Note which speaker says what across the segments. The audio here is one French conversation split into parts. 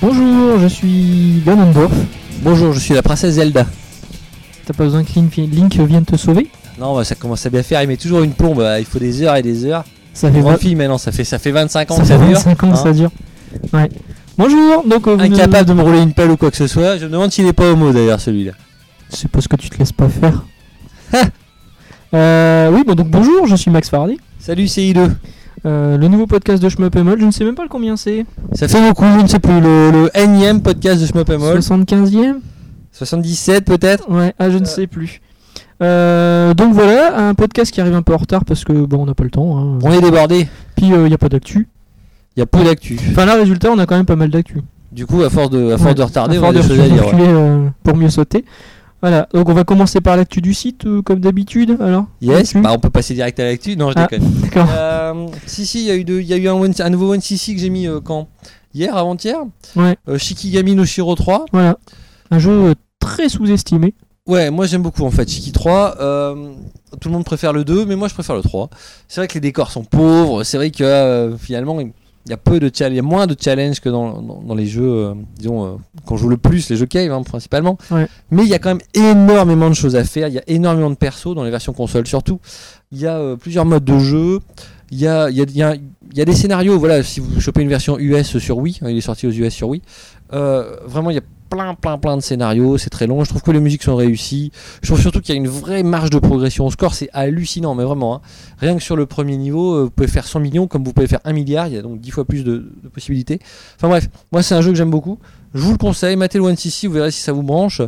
Speaker 1: Bonjour, je suis Ganondorf.
Speaker 2: Bonjour, je suis la princesse Zelda.
Speaker 1: T'as pas besoin que Link vi- Link vienne te sauver
Speaker 2: Non, bah, ça commence à bien faire, il met toujours une plombe, euh, il faut des heures et des heures.
Speaker 1: Ça fait
Speaker 2: Grand
Speaker 1: 20
Speaker 2: fille maintenant, ça fait, ça fait 25 ans
Speaker 1: ça
Speaker 2: que
Speaker 1: fait
Speaker 2: ça dure.
Speaker 1: 25 ans que
Speaker 2: hein.
Speaker 1: ça dure. Ouais. Bonjour, donc euh, vous ne-
Speaker 2: Incapable de me rouler une pelle ou quoi que ce soit, je me demande s'il est pas homo d'ailleurs celui-là.
Speaker 1: C'est parce que tu te laisses pas faire. Euh, oui, bon, donc bonjour, je suis Max Faraday.
Speaker 2: Salut CI2.
Speaker 1: Euh, le nouveau podcast de Shmup Mol, je ne sais même pas le combien c'est.
Speaker 2: Ça fait beaucoup, je ne sais plus, le, le énième podcast de Shmup and Mall.
Speaker 1: 75e
Speaker 2: 77 peut-être
Speaker 1: Ouais, ah, je ne
Speaker 2: Euh.
Speaker 1: sais plus. Euh, donc voilà, un podcast qui arrive un peu en retard parce que bon, on n'a pas le temps. hein.
Speaker 2: On est débordé,
Speaker 1: Puis il n'y a pas d'actu.
Speaker 2: il y a peu d'actu.
Speaker 1: Enfin là, résultat, on a quand même pas mal d'actu.
Speaker 2: Du coup, à force de, à force
Speaker 1: Ouais,
Speaker 2: de retarder,
Speaker 1: à
Speaker 2: on a
Speaker 1: force de
Speaker 2: des choses à dire. ouais.
Speaker 1: reculer, euh, pour mieux sauter. Voilà, donc on va commencer par l'actu du site, euh, comme d'habitude. Alors
Speaker 2: Yes,
Speaker 1: L'actu
Speaker 2: bah on peut passer direct à l'actu. Non, je
Speaker 1: Ah.
Speaker 2: déconne.
Speaker 1: D'accord.
Speaker 2: Euh, si, si, il y a eu, deux- il y a eu un, one- un nouveau One CC que j'ai mis euh, quand Hier, avant-hier
Speaker 1: Ouais.
Speaker 2: Euh, Shikigami no Shiro 3.
Speaker 1: Voilà. Un jeu euh, très sous-estimé.
Speaker 2: Ouais, moi j'aime beaucoup en fait Shiki 3. euh, tout le monde préfère le 2, mais moi je préfère le 3. C'est vrai que les décors sont pauvres, c'est vrai que euh, finalement il y a peu de challenge, moins de challenge que dans, dans- dans les jeux, euh, disons, euh, qu'on joue le plus, les jeux cave hein, principalement.
Speaker 1: Ouais.
Speaker 2: Mais il y a quand même énormément de choses à faire, il y a énormément de persos dans les versions console surtout. Il y a euh, plusieurs modes de jeu. Il y a, il y a- il y a- il y a des scénarios, voilà, si vous chopez une version US sur Wii, hein, il est sorti aux US sur Wii, euh, vraiment il y a plein plein plein de scénarios, c'est très long, je trouve que les musiques sont réussies, je trouve surtout qu'il y a une vraie marge de progression au score, c'est hallucinant, mais vraiment, hein. rien que sur le premier niveau, euh, vous pouvez faire 100 millions comme vous pouvez faire 1 milliard, il y a donc 10 fois plus de, de possibilités. Enfin bref, moi c'est un jeu que j'aime beaucoup, je vous le conseille, matez le 1cc, vous verrez si ça vous branche.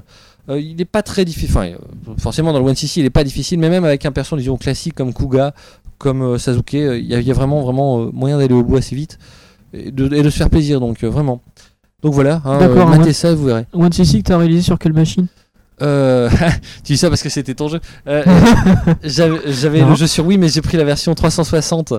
Speaker 2: Euh, il n'est pas très difficile, enfin, euh, forcément dans le 1cc il n'est pas difficile, mais même avec un perso disons classique comme Kuga, comme euh, Sasuke, euh, il y, a- il y a vraiment vraiment euh, moyen d'aller au bout assez vite et de, et de se faire plaisir, donc euh, vraiment. Donc voilà, hein,
Speaker 1: D'accord,
Speaker 2: euh, matez
Speaker 1: ouais.
Speaker 2: ça, vous verrez.
Speaker 1: One CC que t'as réalisé sur quelle machine
Speaker 2: Euh, tu dis ça parce que c'était ton jeu. Euh, j'avais j'avais
Speaker 1: Non.
Speaker 2: le jeu sur Wii, mais j'ai pris la version 360.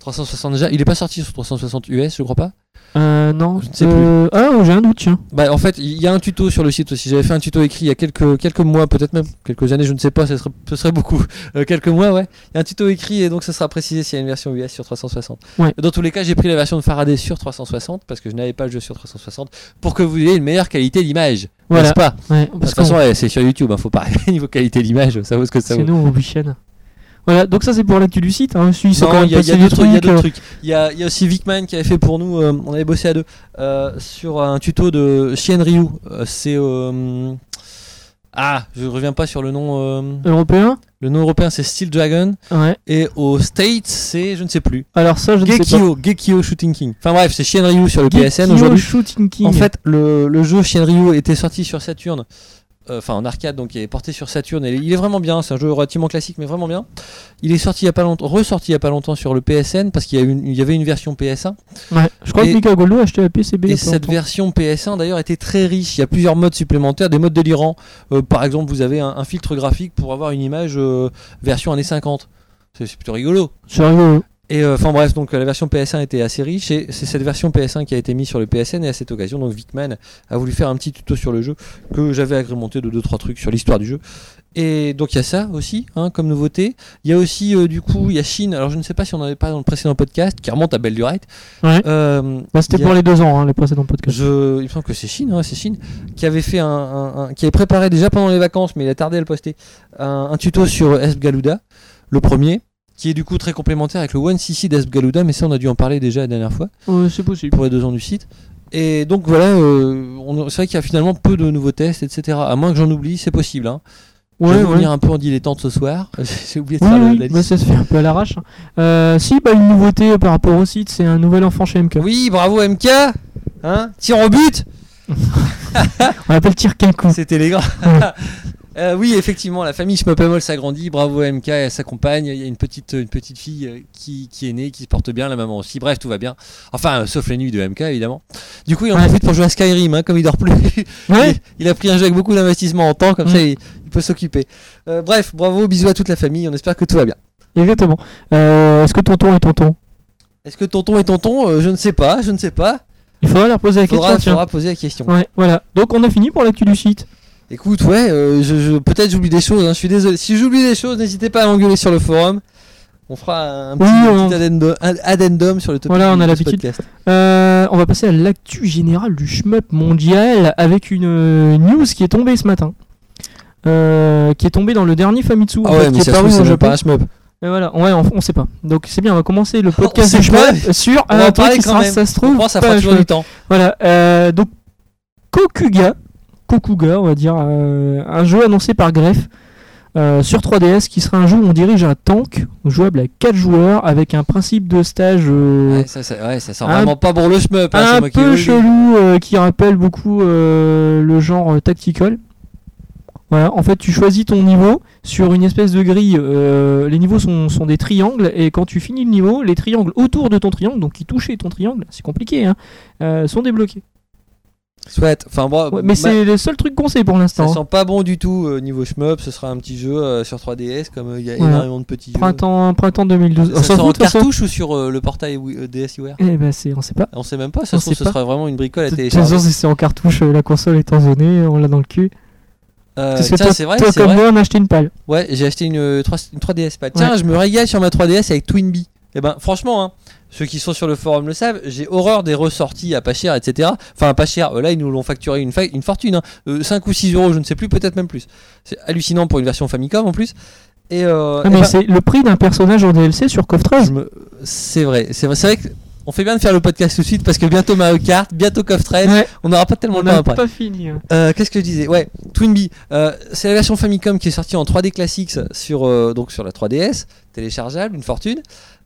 Speaker 2: 360 déjà. Il est pas sorti sur 360 US, je crois pas.
Speaker 1: Euh, non.
Speaker 2: Je ne sais
Speaker 1: euh, Ah, oh, j'ai un doute, tiens.
Speaker 2: Bah, en fait, il y a un tuto sur le site aussi. J'avais fait un tuto écrit il y a quelques, quelques mois, peut-être même quelques années, je ne sais pas, ce serait, ce serait beaucoup. Euh, quelques mois, ouais. Il y a un tuto écrit et donc ça sera précisé s'il y a une version US sur 360.
Speaker 1: Ouais.
Speaker 2: Dans tous les cas, j'ai pris la version de Faraday sur 360 parce que je n'avais pas le jeu sur 360 pour que vous ayez une meilleure qualité d'image.
Speaker 1: Voilà.
Speaker 2: N'est-ce pas
Speaker 1: Ouais,
Speaker 2: De
Speaker 1: parce que
Speaker 2: toute façon, ouais, c'est sur YouTube, hein, faut pas niveau qualité d'image, ça vaut ce que ça vaut.
Speaker 1: sinon, on vous bichonne. Voilà, donc ça c'est pour l'actu du site. Hein. Ils sont
Speaker 2: Non,
Speaker 1: quand même
Speaker 2: il y a, il y a
Speaker 1: passés des
Speaker 2: d'autres il y a
Speaker 1: trucs, euh,
Speaker 2: d'autres trucs. Il y a, il y a aussi Vicman qui avait fait pour nous, euh, on avait bossé à deux, euh, sur un tuto de Chien Ryu. Euh, c'est. euh, ah, je reviens pas sur le nom. euh,
Speaker 1: européens.
Speaker 2: le nom européen c'est Steel Dragon.
Speaker 1: Ouais.
Speaker 2: Et aux States c'est, je ne sais plus,
Speaker 1: Alors ça, je ne sais pas.
Speaker 2: Gekio, Gekio Shooting King. Enfin bref, c'est Chien Ryu sur le PSN
Speaker 1: Gekkyo
Speaker 2: aujourd'hui.
Speaker 1: Shooting King.
Speaker 2: En fait, le, le jeu Shenryu était sorti sur Saturn, euh, enfin en arcade, donc il est porté sur Saturn. Et il est vraiment bien, c'est un jeu relativement classique, mais vraiment bien. Il est sorti il y a pas longtemps, ressorti il y a pas longtemps sur le PSN parce qu'il y, a une- il y avait une version PS1.
Speaker 1: Ouais. je crois
Speaker 2: et-
Speaker 1: que Mika Goldo a acheté la PCB. il y
Speaker 2: Et
Speaker 1: a pas
Speaker 2: cette
Speaker 1: longtemps.
Speaker 2: version PS1 d'ailleurs était très riche. Il y a plusieurs modes supplémentaires, des modes délirants. Euh, par exemple, vous avez un, un filtre graphique pour avoir une image euh, version années 50. C'est c'est plutôt rigolo.
Speaker 1: C'est rigolo.
Speaker 2: Et euh, enfin bref, donc euh, la version PS1 était assez riche et c'est cette version PS1 qui a été mise sur le PSN et à cette occasion, donc Vicman a voulu faire un petit tuto sur le jeu que j'avais agrémenté de 2-3 trucs sur l'histoire du jeu. Et donc il y a ça aussi hein, comme nouveauté. Il y a aussi euh, du coup, il y a Shin, alors je ne sais pas si on en avait parlé dans le précédent podcast, qui remonte à Belle Durite.
Speaker 1: Ouais.
Speaker 2: Euh,
Speaker 1: Bah, c'était
Speaker 2: il y a-
Speaker 1: pour les deux ans, hein, les précédents podcasts.
Speaker 2: je, il me semble que c'est Chine, hein, c'est Chine, qui avait fait un, un- un- qui avait préparé déjà pendant les vacances, mais il a tardé à le poster, un, un tuto sur Esp Galuda, le premier, qui est du coup très complémentaire avec le One CC d'Esp Galuda, mais ça on a dû en parler déjà la dernière fois
Speaker 1: Ouais, Euh, c'est possible.
Speaker 2: pour les deux ans du site. Et donc voilà, euh, on- c'est vrai qu'il y a finalement peu de nouveaux tests, etc. À moins que j'en oublie, c'est possible. Hein. je
Speaker 1: Ouais,
Speaker 2: vais
Speaker 1: ouais.
Speaker 2: venir un peu en dilettante ce soir. J'ai oublié de
Speaker 1: Oui,
Speaker 2: faire le-
Speaker 1: oui,
Speaker 2: la
Speaker 1: bah,
Speaker 2: liste.
Speaker 1: ça se fait un peu à l'arrache. Euh, si, bah, une nouveauté euh, par rapport au site, c'est un nouvel enfant chez E. MK.
Speaker 2: Oui, bravo MK hein Tir au but
Speaker 1: On l'appelle Tirkenko.
Speaker 2: C'était les grands.
Speaker 1: Ouais.
Speaker 2: Euh, oui, effectivement, la famille Schmoppemol s'agrandit. Bravo à MK, elle s'accompagne. Il y a une petite, une petite fille euh, qui, qui est née, qui se porte bien, la maman aussi. Bref, tout va bien. Enfin, euh, sauf les nuits de MK, évidemment. Du coup, il en
Speaker 1: Ouais.
Speaker 2: profite pour jouer à Skyrim, hein, comme il dort plus.
Speaker 1: Ouais,
Speaker 2: il, il a pris un jeu avec beaucoup d'investissement en temps, comme
Speaker 1: Mm.
Speaker 2: ça, il, il peut s'occuper. Euh, bref, bravo, bisous à toute la famille. On espère que tout va bien.
Speaker 1: exactement. Euh, Est-ce que tonton est tonton
Speaker 2: Est-ce que tonton et tonton Euh, Je ne sais pas, je ne sais pas.
Speaker 1: Il faudra leur poser la
Speaker 2: Faudra,
Speaker 1: question, tiens.
Speaker 2: faudra poser la question.
Speaker 1: Ouais, voilà. Donc, on a fini pour l'actu du site.
Speaker 2: Écoute, ouais, euh, je, je- peut-être j'oublie des choses, hein, je suis désolé. Si j'oublie des choses, n'hésitez pas à m'engueuler sur le forum. On fera un petit,
Speaker 1: Oui,
Speaker 2: un
Speaker 1: on-
Speaker 2: petit addendo- un- addendum, sur le topic
Speaker 1: Voilà, on
Speaker 2: du-
Speaker 1: a
Speaker 2: de ce
Speaker 1: l'habitude.
Speaker 2: podcast.
Speaker 1: Euh, Euh, on va passer à l'actu générale du shmup mondial avec une euh, news qui est tombée ce matin. Euh, qui est tombée dans le dernier Famitsu en
Speaker 2: Ah ouais,
Speaker 1: fait,
Speaker 2: mais
Speaker 1: qui est
Speaker 2: ça se
Speaker 1: paru
Speaker 2: trouve,
Speaker 1: au
Speaker 2: c'est même
Speaker 1: Japon.
Speaker 2: pas un shmup.
Speaker 1: Et voilà, ouais, on, on sait pas. Donc c'est bien, on va commencer le
Speaker 2: On
Speaker 1: podcast
Speaker 2: sait
Speaker 1: du shmup
Speaker 2: pas.
Speaker 1: sur
Speaker 2: On va
Speaker 1: Ah, un
Speaker 2: en
Speaker 1: truc
Speaker 2: parler
Speaker 1: qui
Speaker 2: quand
Speaker 1: sera,
Speaker 2: même.
Speaker 1: ça se trouve
Speaker 2: Pour moi, ça
Speaker 1: pas
Speaker 2: fera
Speaker 1: un
Speaker 2: toujours
Speaker 1: shmup.
Speaker 2: du temps.
Speaker 1: Voilà, euh, donc Kokuga, Kokuga, on va dire, euh, un jeu annoncé par Greff euh, sur 3DS qui sera un jeu où on dirige un tank jouable à 4 joueurs avec un principe de stage euh,
Speaker 2: Ouais, ça, ça, ouais, ça sent
Speaker 1: Un-
Speaker 2: vraiment pas bon le shmup. hein, c'est
Speaker 1: un
Speaker 2: moi qui
Speaker 1: peu
Speaker 2: le dis.
Speaker 1: chelou euh, qui rappelle beaucoup euh, le genre euh, tactical. Voilà, en fait, tu choisis ton niveau sur une espèce de grille. euh, les niveaux sont, sont des triangles, et quand tu finis le niveau, les triangles autour de ton triangle, donc qui touchaient ton triangle, c'est compliqué, hein, euh, sont débloqués.
Speaker 2: Souhaite. Enfin, moi,
Speaker 1: Ouais, mais
Speaker 2: ma-
Speaker 1: c'est le seul truc qu'on sait pour l'instant.
Speaker 2: Ah, bah, Ça
Speaker 1: hein.
Speaker 2: sent pas bon du tout euh, niveau shmup, ce sera un petit jeu euh, sur 3DS comme euh, il y a
Speaker 1: Voilà.
Speaker 2: énormément de petits
Speaker 1: Printemps, printemps
Speaker 2: jeux.
Speaker 1: 2012.
Speaker 2: Ça,
Speaker 1: on
Speaker 2: sort
Speaker 1: s'en
Speaker 2: en
Speaker 1: fout, de toute façon.
Speaker 2: cartouche ou sur euh, le portail Wii- euh, DSiWare
Speaker 1: Eh ben, c'est, on sait pas.
Speaker 2: On sait même pas, ça
Speaker 1: On
Speaker 2: se trouve
Speaker 1: sait
Speaker 2: ce
Speaker 1: pas.
Speaker 2: sera vraiment une bricole
Speaker 1: De
Speaker 2: à
Speaker 1: toute façon,
Speaker 2: télécharger.
Speaker 1: si c'est en cartouche, euh, la console étant zonée, on l'a dans le cul.
Speaker 2: Euh,
Speaker 1: Parce que
Speaker 2: tiens,
Speaker 1: toi,
Speaker 2: c'est vrai,
Speaker 1: toi
Speaker 2: c'est
Speaker 1: comme
Speaker 2: vrai.
Speaker 1: moi, on a acheté une palle.
Speaker 2: Ouais, j'ai acheté une, euh, 3, une 3DS pas. Tiens, je me régale sur ma 3DS avec Twinbee. Et ben franchement, hein, ceux qui sont sur le forum le savent, j'ai horreur des ressorties à pas cher, etc. Enfin, à pas cher, euh, là ils nous l'ont facturé une, fa- une fortune, 5 ou 6 euros, je ne sais plus, peut-être même plus. C'est hallucinant pour une version Famicom en plus. Et,
Speaker 1: Ah,
Speaker 2: euh, eh
Speaker 1: mais
Speaker 2: ben,
Speaker 1: c'est le prix d'un personnage en DLC sur Coff 13.
Speaker 2: Je me- C'est vrai, c'est vrai, c'est vrai que on fait bien de faire le podcast tout de suite parce que bientôt Mario Kart, bientôt Coff 13,
Speaker 1: Ouais.
Speaker 2: on n'aura pas tellement
Speaker 1: On
Speaker 2: de temps
Speaker 1: n'a
Speaker 2: après.
Speaker 1: pas fini. hein.
Speaker 2: Euh, Qu'est-ce que je disais Ouais, Twinbee, euh, c'est la version Famicom qui est sortie en 3D Classics sur euh, donc sur la 3DS, téléchargeable, une fortune.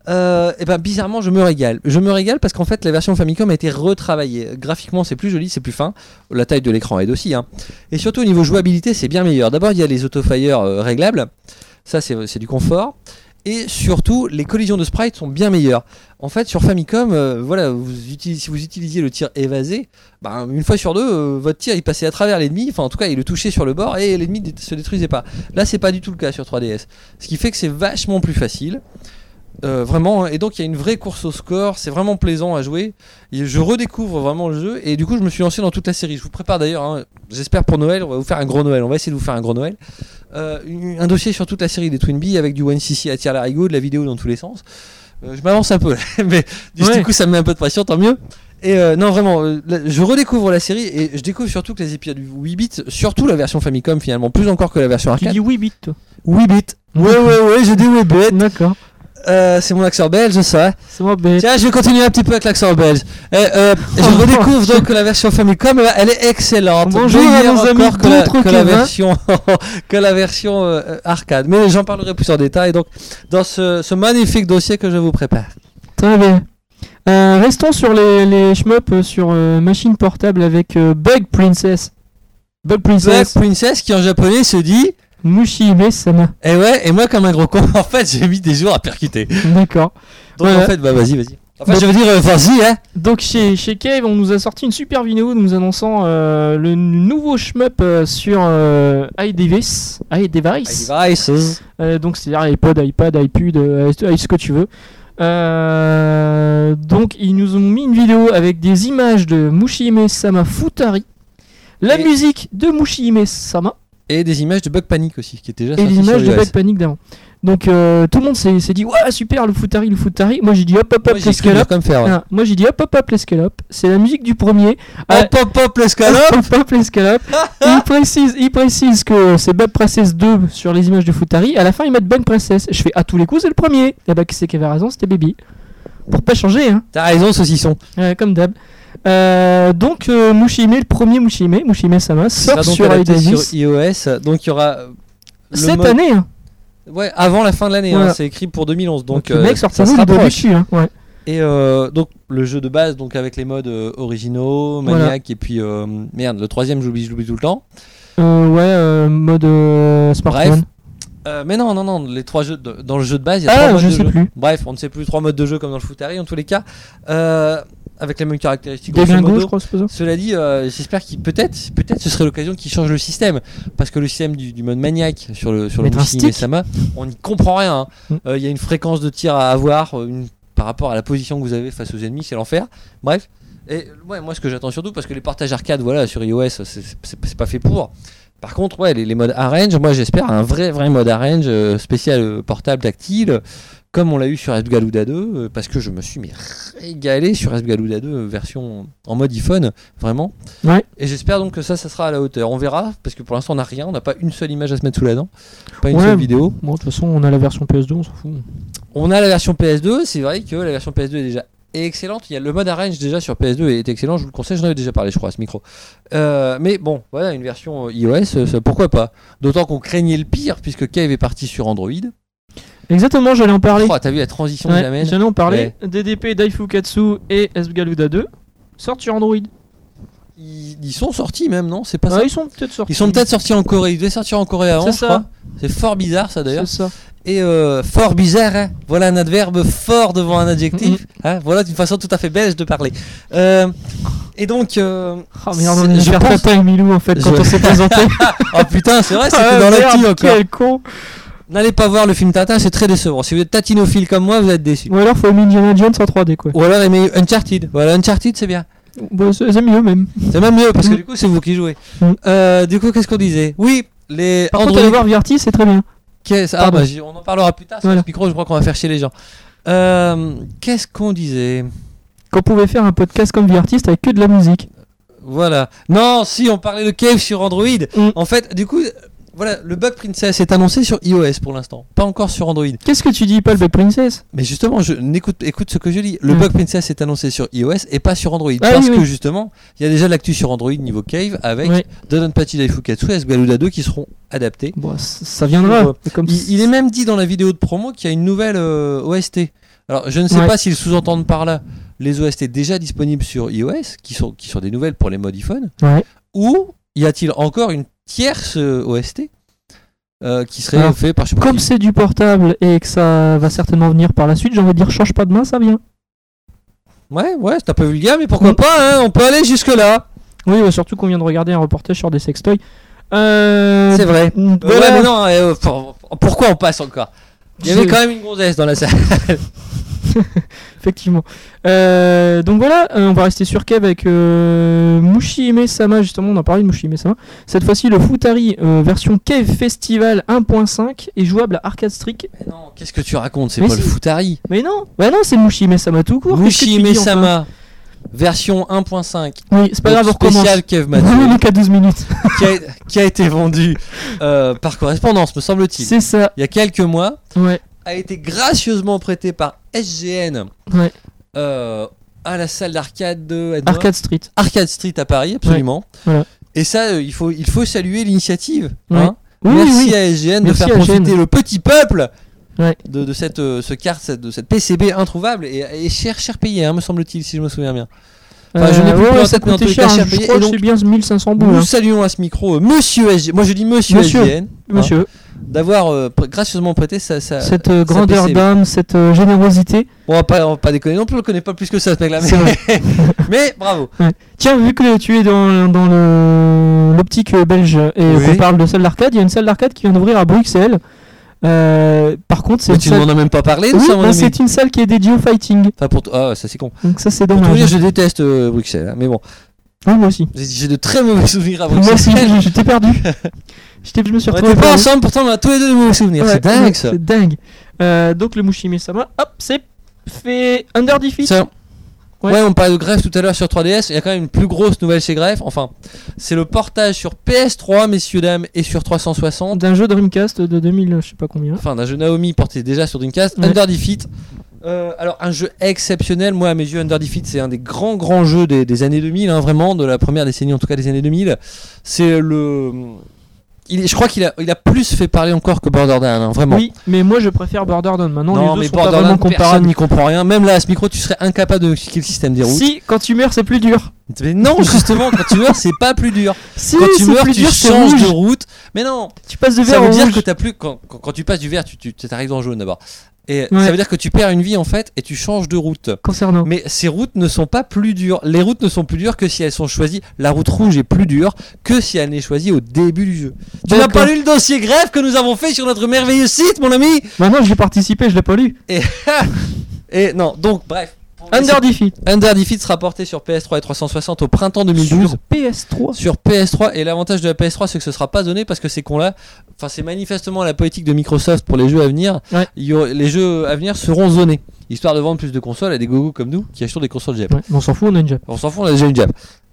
Speaker 2: Euh, et ben bizarrement, je me régale. Je me régale parce qu'en fait, la version Famicom a été retravaillée. Graphiquement, c'est plus joli, c'est plus fin. La taille de l'écran aide aussi. hein. Et surtout, au niveau jouabilité, c'est bien meilleur. D'abord, il y a les autofire euh, réglables. Ça, c'est c'est du confort. Et surtout, les collisions de sprites sont bien meilleures. En fait, sur Famicom, euh, voilà, vous utilisez- si vous utilisiez le tir évasé, ben, une fois sur deux, euh, votre tir il passait à travers l'ennemi, enfin en tout cas il le touchait sur le bord et l'ennemi dé- se détruisait pas. Là c'est pas du tout le cas sur 3DS, ce qui fait que c'est vachement plus facile. Euh, vraiment, et donc il y a une vraie course au score, c'est vraiment plaisant à jouer. Et je redécouvre vraiment le jeu et du coup je me suis lancé dans toute la série. Je vous prépare d'ailleurs, hein, j'espère pour Noël, on va vous faire un gros Noël, on va essayer de vous faire un gros Noël. Euh, une- un dossier sur toute la série des Twin Bee avec du One CC à tir larigot, de la vidéo dans tous les sens. Euh, je m'avance un peu, là, mais du
Speaker 1: Ouais.
Speaker 2: coup ça me met un peu de pression, tant mieux. Et euh, non, vraiment, euh, là, je redécouvre la série et je découvre surtout que les épisodes 8 bits, surtout la version Famicom finalement, plus encore que la version
Speaker 1: Tu
Speaker 2: arcade.
Speaker 1: dis oui, vite, toi.
Speaker 2: 8 bits. Ouais, ouais, ouais, j'ai dit 8 bits.
Speaker 1: D'accord.
Speaker 2: Euh, c'est mon accent belge, ça.
Speaker 1: C'est ben, moi, bête.
Speaker 2: Tiens, je vais continuer un petit peu avec l'accent belge. Et, euh, je redécouvre donc que la version Famicom, euh, elle est excellente.
Speaker 1: Bonjour
Speaker 2: Meilleure
Speaker 1: à nos amis
Speaker 2: encore que la,
Speaker 1: d'autres
Speaker 2: que la
Speaker 1: que vingt.
Speaker 2: version, que la version euh, euh, arcade. Mais j'en parlerai plus en détail donc dans ce, ce magnifique dossier que je vous prépare.
Speaker 1: Très bien. Euh, restons sur les, les shmups, euh, sur euh, machine portable avec euh, Bug Princess. Bug
Speaker 2: Black
Speaker 1: Princess,
Speaker 2: Princess qui en japonais se dit.
Speaker 1: Mushihime Sama.
Speaker 2: Et ouais, et moi comme un gros con, en fait j'ai mis des jours à percuter.
Speaker 1: D'accord.
Speaker 2: Donc
Speaker 1: Voilà.
Speaker 2: en fait, bah vas-y, vas-y. Enfin,
Speaker 1: Donc-
Speaker 2: je veux dire, euh, vas-y, hein.
Speaker 1: Donc chez, chez Cave, on nous a sorti une super vidéo nous annonçant euh, le nouveau shmup euh, sur euh, iDevice. iDevice.
Speaker 2: Devices.
Speaker 1: Euh, donc c'est-à-dire iPod, iPad, iPud, euh, euh, ce que tu veux. Euh, donc ils nous ont mis une vidéo avec des images de Mushihime Sama Futari, la
Speaker 2: Et-
Speaker 1: musique de Mushihime Sama
Speaker 2: Et des images de Bug Panic aussi, qui est déjà
Speaker 1: et
Speaker 2: sorti
Speaker 1: les images de
Speaker 2: sur iOS.
Speaker 1: Bug Panic d'avant. Donc euh, tout le monde s'est s'est dit ouais super le Futari, le Futari. Moi j'ai dit hop hop
Speaker 2: Moi,
Speaker 1: hop
Speaker 2: j'ai
Speaker 1: les
Speaker 2: écrit
Speaker 1: scallops.
Speaker 2: comme faire. ouais.
Speaker 1: Ah, Moi j'ai dit hop hop hop les scallops. C'est la musique du premier. Ah,
Speaker 2: Hop, hop, hop, l'escalope.
Speaker 1: Hop, hop, l'escalope. il, précise, il précise que c'est Bug Princess 2 sur les images de Futari. À la fin, ils mettent Bug Princess. Je fais à tous les coups, c'est le premier. Et bah, qui c'est qui avait raison C'était Baby. Pour pas changer, hein,
Speaker 2: T'as raison, saucisson.
Speaker 1: Ouais, comme d'hab. Euh, donc, euh, Mushihime, le premier Mushihime, Mushihime Sama,
Speaker 2: Ce sera
Speaker 1: sort
Speaker 2: donc
Speaker 1: sur
Speaker 2: adapté
Speaker 1: iDavis
Speaker 2: sur iOS. Donc il y aura. euh, le
Speaker 1: cette
Speaker 2: mode-
Speaker 1: année. hein.
Speaker 2: Ouais, avant la fin de l'année.
Speaker 1: Voilà.
Speaker 2: hein, C'est écrit pour 2011. Donc,
Speaker 1: Donc, le
Speaker 2: euh,
Speaker 1: mec
Speaker 2: ça
Speaker 1: sortira
Speaker 2: se
Speaker 1: le doigt
Speaker 2: rapproche.
Speaker 1: dessus. hein, ouais.
Speaker 2: Et euh, donc le jeu de base, donc avec les modes euh, originaux,
Speaker 1: Voilà.
Speaker 2: maniaque et puis euh, merde, le troisième j'oublie, j'oublie tout le temps.
Speaker 1: Euh, ouais, euh, mode euh, smartphone.
Speaker 2: Euh, mais non, non, non, les trois jeux de- dans le jeu de base, il y a trois
Speaker 1: Ah,
Speaker 2: modes
Speaker 1: je
Speaker 2: de
Speaker 1: sais
Speaker 2: jeu.
Speaker 1: plus.
Speaker 2: Bref, on ne sait plus trois modes de jeu comme dans le Futari en tous les cas, euh, avec les mêmes caractéristiques.
Speaker 1: Des
Speaker 2: grosso
Speaker 1: lingots,
Speaker 2: modo.
Speaker 1: je crois, c'est pas ça.
Speaker 2: Cela dit, euh, j'espère qu'il peut-être, peut-être, ce serait l'occasion qu'il change le système, parce que le système du, du mode maniaque sur le sur le
Speaker 1: Mettre un
Speaker 2: Mushi
Speaker 1: stick.
Speaker 2: Sama, on n'y comprend rien. hein.
Speaker 1: Mm.
Speaker 2: Euh, Il y a une fréquence de tir à avoir euh, une- par rapport à la position que vous avez face aux ennemis, c'est l'enfer. Bref, et ouais, moi ce que j'attends surtout, parce que les partages arcade, voilà, sur iOS, c'est- c'est c'est pas fait pour. Par contre, ouais, les, les modes arrange, moi j'espère un vrai vrai mode arrange euh, spécial euh, portable tactile comme on l'a eu sur Asgaluda 2, euh, parce que je me suis mais, régalé sur Asgaluda 2 euh, version en mode iPhone, vraiment.
Speaker 1: Ouais.
Speaker 2: Et j'espère donc que ça, ça sera à la hauteur. On verra, parce que pour l'instant, on n'a rien, on n'a pas une seule image à se mettre sous la dent, pas une
Speaker 1: Ouais.
Speaker 2: seule vidéo.
Speaker 1: Bon, de toute façon, on a la version PS2, on s'en fout.
Speaker 2: On a la version PS2, c'est vrai que la version PS2 est déjà excellente. Il y a le mode arrange déjà sur PS2 est excellent, je vous le conseille, j'en avais déjà parlé, je crois, à ce micro. Euh, mais bon, voilà, une version euh, iOS, euh, ça, pourquoi pas D'autant qu'on craignait le pire, puisque Cave est parti sur Android.
Speaker 1: Exactement, j'allais en parler.
Speaker 2: Oh, t'as vu la transition
Speaker 1: Ouais,
Speaker 2: de la mène
Speaker 1: J'allais en parler. DDP, Daifukatsu et Esgaluda 2 sortent sur Android.
Speaker 2: ils, ils sont sortis même, non C'est pas
Speaker 1: Ah,
Speaker 2: ça
Speaker 1: ils sont peut-être sortis.
Speaker 2: Ils sont peut-être sortis en Corée, ils devaient sortir en Corée avant,
Speaker 1: C'est
Speaker 2: je
Speaker 1: ça.
Speaker 2: crois. C'est fort bizarre ça d'ailleurs.
Speaker 1: C'est ça.
Speaker 2: Et euh, fort bizarre, hein. voilà un adverbe fort devant un
Speaker 1: Mhm.
Speaker 2: adjectif. hein. Voilà une façon tout à fait belge de parler. Euh, et donc, euh,
Speaker 1: Ah merde, on
Speaker 2: C'est-
Speaker 1: est
Speaker 2: je
Speaker 1: faire
Speaker 2: pense-
Speaker 1: papa et Milou en fait quand
Speaker 2: Je-
Speaker 1: on s'est présenté.
Speaker 2: Oh putain, c'est vrai, c'était
Speaker 1: Ah,
Speaker 2: dans hein. l'actu
Speaker 1: merde,
Speaker 2: encore.
Speaker 1: Quel con.
Speaker 2: N'allez pas voir le film Tintin, c'est très décevant. Si vous êtes tatinophile comme moi, vous êtes déçu.
Speaker 1: Ou alors faut aimer Indiana Jones en 3D quoi.
Speaker 2: Ou alors aimez Uncharted. Voilà, Uncharted, c'est bien.
Speaker 1: Bah, c'est c'est mieux même.
Speaker 2: C'est même mieux parce que
Speaker 1: Mm.
Speaker 2: du coup, c'est vous qui jouez.
Speaker 1: Mm.
Speaker 2: Euh, du coup, qu'est-ce qu'on disait Oui, les
Speaker 1: Par contre,
Speaker 2: Android.
Speaker 1: allez voir Viarty, c'est très bien.
Speaker 2: Qu'est-ce- ah,
Speaker 1: Pardon.
Speaker 2: bah, j'y- on en parlera plus tard. Sur
Speaker 1: Voilà.
Speaker 2: le micro, je crois qu'on va faire chier les gens. Euh, qu'est-ce qu'on disait
Speaker 1: Qu'on pouvait faire un podcast comme Viarty avec que de la musique.
Speaker 2: Voilà. Non, si on parlait de Cave sur Android.
Speaker 1: Mm.
Speaker 2: En fait, du coup, voilà, le Bug Princess est annoncé sur iOS pour l'instant, pas encore sur Android.
Speaker 1: Qu'est-ce que tu dis, Paul Big Princess
Speaker 2: Mais justement, je n'écoute écoute ce que je dis. Le
Speaker 1: Mm.
Speaker 2: Bug Princess est annoncé sur iOS et pas sur Android.
Speaker 1: Ah
Speaker 2: parce
Speaker 1: oui, oui.
Speaker 2: que justement, il y a déjà de l'actu sur Android niveau Cave avec
Speaker 1: Ouais.
Speaker 2: Dodon Pachi Daifukatsu et Sgaluda 2 qui seront adaptés.
Speaker 1: Bon, c- ça viendra.
Speaker 2: Euh,
Speaker 1: C'est Comme
Speaker 2: Il, il est même dit dans la vidéo de promo qu'il y a une nouvelle euh, OST. Alors, je ne sais
Speaker 1: Ouais.
Speaker 2: pas s'ils sous-entendent par là les OST déjà disponibles sur iOS, qui sont, qui sont des nouvelles pour les modes iPhone,
Speaker 1: Ouais.
Speaker 2: ou y a-t-il encore une tierce euh, OST euh, qui serait
Speaker 1: Alors,
Speaker 2: fait par je sais pas,
Speaker 1: Ah. Comme
Speaker 2: qui-
Speaker 1: c'est du portable et que ça va certainement venir par la suite, j'ai envie de dire change pas de main, ça vient.
Speaker 2: Ouais, ouais, c'est un peu vulgaire, mais pourquoi
Speaker 1: Mm.
Speaker 2: pas, hein, on peut aller jusque-là.
Speaker 1: Oui, bah, surtout qu'on vient de regarder un reportage sur des sextoys. Euh,
Speaker 2: C'est vrai.
Speaker 1: mm,
Speaker 2: Euh, Ouais,
Speaker 1: voilà.
Speaker 2: mais non, euh, pour- pourquoi on passe encore Il y
Speaker 1: C'est-
Speaker 2: avait quand même une gonzesse dans la salle.
Speaker 1: Effectivement. Euh, donc voilà, euh, on va rester sur Kev avec euh, Mushihime Sama, justement, on en parlait de Mushihime Sama. Cette fois-ci, le Futari euh, version Kev Festival 1.5 est jouable à Arcade Street.
Speaker 2: Non, qu'est-ce que tu racontes C'est
Speaker 1: Mais
Speaker 2: pas le
Speaker 1: si.
Speaker 2: foutari.
Speaker 1: Mais non, bah non, c'est Mushihime Sama tout court. Qu'est-ce que tu
Speaker 2: Mushi
Speaker 1: dis,
Speaker 2: Mesama, version 1.5.
Speaker 1: enfin oui, c'est pas
Speaker 2: donc
Speaker 1: grave, on recommence.
Speaker 2: spécial Kev Mathieu,
Speaker 1: Vous qu'à 12 minutes.
Speaker 2: qui, a, qui a été vendu euh, par correspondance, me semble-t-il,
Speaker 1: C'est ça,
Speaker 2: il y a quelques mois,
Speaker 1: ouais.
Speaker 2: a été gracieusement prêté par SGN
Speaker 1: Ouais.
Speaker 2: euh, à la salle d'arcade de Edouard.
Speaker 1: Arcade Street.
Speaker 2: Arcade Street à Paris, absolument.
Speaker 1: Voilà.
Speaker 2: Et ça, euh, il faut, il faut saluer l'initiative.
Speaker 1: Ouais.
Speaker 2: hein.
Speaker 1: Oui,
Speaker 2: Merci
Speaker 1: oui, oui.
Speaker 2: à SGN de
Speaker 1: Merci
Speaker 2: faire
Speaker 1: à SGN.
Speaker 2: profiter le petit peuple
Speaker 1: Ouais.
Speaker 2: de, de cette euh, ce carte, cette- de cette PCB introuvable et, et cher cher payé, hein, me semble-t-il, si je me souviens bien. Enfin, je n'ai
Speaker 1: Euh,
Speaker 2: plus
Speaker 1: ouais,
Speaker 2: plus en
Speaker 1: ouais, ça
Speaker 2: tête, mais en
Speaker 1: coûtait
Speaker 2: tous les cas,
Speaker 1: cher.
Speaker 2: cher
Speaker 1: hein. Je
Speaker 2: payé.
Speaker 1: crois
Speaker 2: Et
Speaker 1: que
Speaker 2: donc-
Speaker 1: c'est bien 1500
Speaker 2: Nous
Speaker 1: boules. hein.
Speaker 2: saluons à ce micro euh, Monsieur SGN, moi je dis Monsieur,
Speaker 1: Monsieur.
Speaker 2: SGN, hein,
Speaker 1: Monsieur,
Speaker 2: d'avoir euh, pr- gracieusement prêté ça. ça
Speaker 1: cette euh,
Speaker 2: ça
Speaker 1: grandeur
Speaker 2: PCB.
Speaker 1: d'âme, cette euh, générosité.
Speaker 2: Bon, on, va pas, on va pas déconner non plus, on le connaît pas plus que ça ce mec-là.
Speaker 1: C'est
Speaker 2: Ah, Mais,
Speaker 1: vrai.
Speaker 2: mais bravo.
Speaker 1: Tiens, vu que tu es dans, dans le- l'optique euh, belge et
Speaker 2: Oui.
Speaker 1: qu'on parle de salle d'arcade, il y a une salle d'arcade qui vient d'ouvrir à Bruxelles. Euh, par contre, c'est
Speaker 2: Mais
Speaker 1: une,
Speaker 2: tu ne
Speaker 1: salle...
Speaker 2: m'en as même pas parlé de
Speaker 1: Oui,
Speaker 2: ça, mon
Speaker 1: bah,
Speaker 2: ami.
Speaker 1: c'est une salle qui est dédiée au fighting.
Speaker 2: Enfin, pour t- ah, ça c'est con.
Speaker 1: Donc ça, c'est
Speaker 2: Pour tout
Speaker 1: dommage.
Speaker 2: dire, je déteste euh, Bruxelles, hein, mais bon,
Speaker 1: Oui, moi aussi.
Speaker 2: j'ai- j'ai de très mauvais souvenirs à
Speaker 1: Moi aussi,
Speaker 2: Bruxelles.
Speaker 1: je, je t'ai perdu. je, t'ai- je me suis
Speaker 2: On
Speaker 1: retrouvé.
Speaker 2: était pas
Speaker 1: perdu.
Speaker 2: ensemble, pourtant on a tous les deux de mauvais souvenirs.
Speaker 1: Ouais,
Speaker 2: c'est dingue
Speaker 1: ouais,
Speaker 2: ça.
Speaker 1: C'est dingue. Euh, donc le Mushime Sama, hop, c'est fait Under Defeat.
Speaker 2: Tiens. Ouais.
Speaker 1: Ouais.
Speaker 2: on parlait de Greffe tout à l'heure sur 3DS. Il y a quand même une plus grosse nouvelle chez Greffe. Enfin, c'est le portage sur PS3, messieurs, dames, et sur 360.
Speaker 1: D'un jeu Dreamcast de 2000, euh, je sais pas combien.
Speaker 2: Enfin, d'un jeu Naomi porté déjà sur Dreamcast.
Speaker 1: Ouais.
Speaker 2: Under Defeat. Euh, alors, un jeu exceptionnel. Moi, à mes yeux, Under Defeat, c'est un des grands, grands jeux des, des années 2000, hein, vraiment, de la première décennie, en tout cas des années 2000. C'est le. Il est- je crois qu'il a, il a plus fait parler encore que Borderlands, hein, vraiment.
Speaker 1: Oui, mais moi je préfère Borderlands. Maintenant,
Speaker 2: non,
Speaker 1: les deux
Speaker 2: mais
Speaker 1: sont pas vraiment
Speaker 2: Borderlands, personne
Speaker 1: comparables.
Speaker 2: n'y comprend rien. Même là, à ce micro, tu serais incapable de cliquer le système des roues.
Speaker 1: Si, quand tu meurs, c'est plus dur.
Speaker 2: Mais non, justement, quand tu meurs, c'est pas plus dur.
Speaker 1: Si,
Speaker 2: quand tu
Speaker 1: c'est
Speaker 2: meurs,
Speaker 1: plus
Speaker 2: tu
Speaker 1: dur, c'est
Speaker 2: changes de
Speaker 1: rouge.
Speaker 2: route. Mais non,
Speaker 1: Tu passes de
Speaker 2: ça
Speaker 1: vert
Speaker 2: veut
Speaker 1: au
Speaker 2: dire que
Speaker 1: rouge.
Speaker 2: t'as plus. Quand, quand, quand tu passes du vert, tu, tu, tu t'arrives dans le jaune d'abord. Et
Speaker 1: Ouais.
Speaker 2: ça veut dire que tu perds une vie en fait et tu changes de route.
Speaker 1: Concernant.
Speaker 2: Mais ces routes ne sont pas plus dures. Les routes ne sont plus dures que si elles sont choisies. La route rouge est plus dure que si elle n'est choisie au début du jeu. Tu n'as
Speaker 1: D'accord.
Speaker 2: pas lu le dossier grève que nous avons fait sur notre merveilleux site, mon ami
Speaker 1: Maintenant, j'ai participé, je l'ai pas lu.
Speaker 2: Et non, donc bref,
Speaker 1: Under Defeat
Speaker 2: Under Defeat sera porté sur PS3 et 360 au printemps
Speaker 1: sur
Speaker 2: 2012.
Speaker 1: PS3.
Speaker 2: Sur PS3 et l'avantage de la PS3 c'est que ce sera pas donné parce que ces cons là enfin c'est manifestement la politique de Microsoft pour les jeux à venir
Speaker 1: Ouais.
Speaker 2: Il y aura- les jeux à venir seront zonés histoire de vendre plus de consoles à des gogos comme nous qui achetons des consoles Jap
Speaker 1: Ouais, on s'en fout, on a une Jap.
Speaker 2: on s'en fout on a déjà une Jap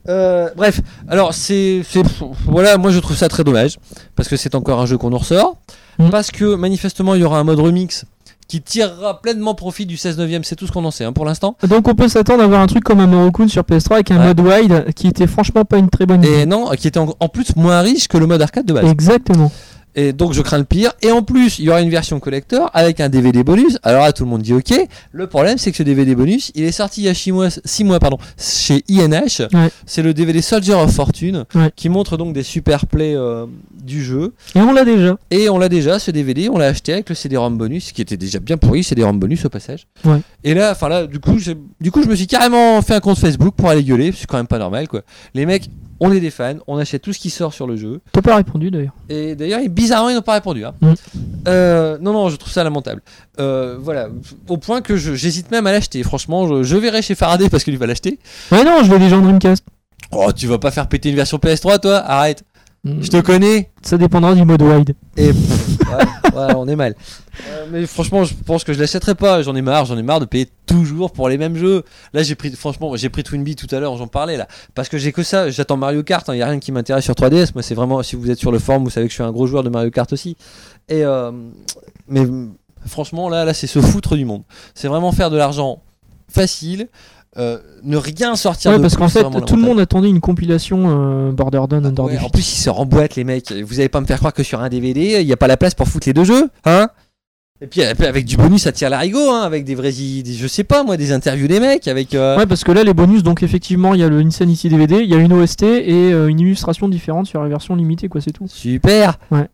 Speaker 2: Euh, bref alors c'est c'est- pff, voilà moi je trouve ça très dommage parce que c'est encore un jeu qu'on nous ressort
Speaker 1: Mhm.
Speaker 2: parce que manifestement il y aura un mode remix qui tirera pleinement profit du 16 9 c'est tout ce qu'on en sait hein, pour l'instant
Speaker 1: Donc on peut s'attendre à avoir un truc comme un Morocco sur PS3 avec un
Speaker 2: Ouais.
Speaker 1: mode wide qui était franchement pas une très bonne idée.
Speaker 2: Et non, qui était en, en plus moins riche que le mode arcade de base.
Speaker 1: Exactement.
Speaker 2: Et donc je crains le pire. Et en plus, il y aura une version collector avec un DVD bonus. Alors là, tout le monde dit OK. Le problème, c'est que ce DVD bonus, il est sorti il y a 6 mois, six mois pardon, chez INH.
Speaker 1: Ouais.
Speaker 2: C'est le DVD Soldier of Fortune
Speaker 1: Ouais.
Speaker 2: qui montre donc des super plays euh, du jeu.
Speaker 1: Et on l'a déjà.
Speaker 2: Et on l'a déjà, ce DVD, on l'a acheté avec le CD-ROM bonus, qui était déjà bien pourri, CD-ROM bonus au passage.
Speaker 1: Ouais.
Speaker 2: Et là, enfin là, du coup, j'ai- du coup, je me suis carrément fait un compte Facebook pour aller gueuler, c'est quand même pas normal, quoi. Les mecs, on est des fans, on achète tout ce qui sort sur le jeu.
Speaker 1: T'as pas répondu d'ailleurs.
Speaker 2: Et d'ailleurs, ils- bizarrement, ils n'ont pas répondu. hein.
Speaker 1: Mm.
Speaker 2: Euh, non, non, je trouve ça lamentable. Euh, voilà, au point que je- j'hésite même à l'acheter. Franchement, je, je verrai chez Faraday parce qu'il va l'acheter.
Speaker 1: Ouais non, je l'ai déjà en Dreamcast.
Speaker 2: Oh, tu vas pas faire péter une version PS3, toi Arrête,
Speaker 1: Hmm,
Speaker 2: je te connais.
Speaker 1: Ça dépendra du mode wide.
Speaker 2: Et pff, ouais, ouais, on est mal. Euh, mais franchement, je pense que je l'achèterai pas. J'en ai marre, j'en ai marre de payer toujours pour les mêmes jeux. Là, j'ai pris, franchement, j'ai pris Twin Bee tout à l'heure, j'en parlais là, parce que j'ai que ça. J'attends Mario Kart. Il y a rien qui m'intéresse sur 3DS. Moi, c'est vraiment, si vous êtes sur le forum, vous savez que je suis un gros joueur de Mario Kart aussi. Et euh, mais euh, franchement, là, là, c'est se foutre du monde. C'est vraiment faire de l'argent facile. euh, ne rien sortir
Speaker 1: Ouais
Speaker 2: de
Speaker 1: parce
Speaker 2: plus,
Speaker 1: qu'en
Speaker 2: c'est
Speaker 1: fait
Speaker 2: vraiment
Speaker 1: tout le
Speaker 2: lamentable.
Speaker 1: monde attendait une compilation euh, Borderlands Under
Speaker 2: Ouais, en
Speaker 1: Defeat.
Speaker 2: plus, ils se remboîtent, les mecs. Vous allez pas me faire croire que sur un DVD, il n'y a pas la place pour foutre les deux jeux, hein Et puis, et puis, avec du bonus, ça tire l'arigot, hein, avec des vrais. Des, je sais pas, moi, des interviews des mecs, avec. euh,
Speaker 1: Ouais parce que là les bonus donc effectivement il y a le Insanity DVD, il y a une OST et euh, une illustration différente sur la version limitée quoi c'est tout.
Speaker 2: Super
Speaker 1: Ouais.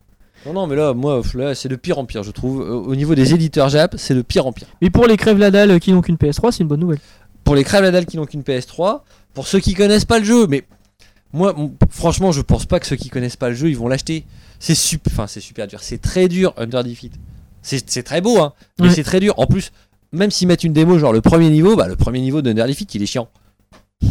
Speaker 2: Non, non, mais là, moi, pff, là, c'est de pire en pire, je trouve. Au au niveau des éditeurs Jap, c'est de pire en pire.
Speaker 1: Mais pour les crèves la dalle qui n'ont qu'une PS3 c'est une bonne nouvelle.
Speaker 2: Pour les crèves la dalle qui n'ont qu'une PS3, pour ceux qui connaissent pas le jeu, mais. Moi, m- franchement, je pense pas que ceux qui connaissent pas le jeu, ils vont l'acheter. C'est sup- enfin, c'est super dur. C'est très dur, Under Defeat. C'est c'est très beau, hein. Mais
Speaker 1: Ouais.
Speaker 2: c'est très dur. En plus, même s'ils mettent une démo, genre le premier niveau, bah le premier niveau d'Under Defeat, il est chiant.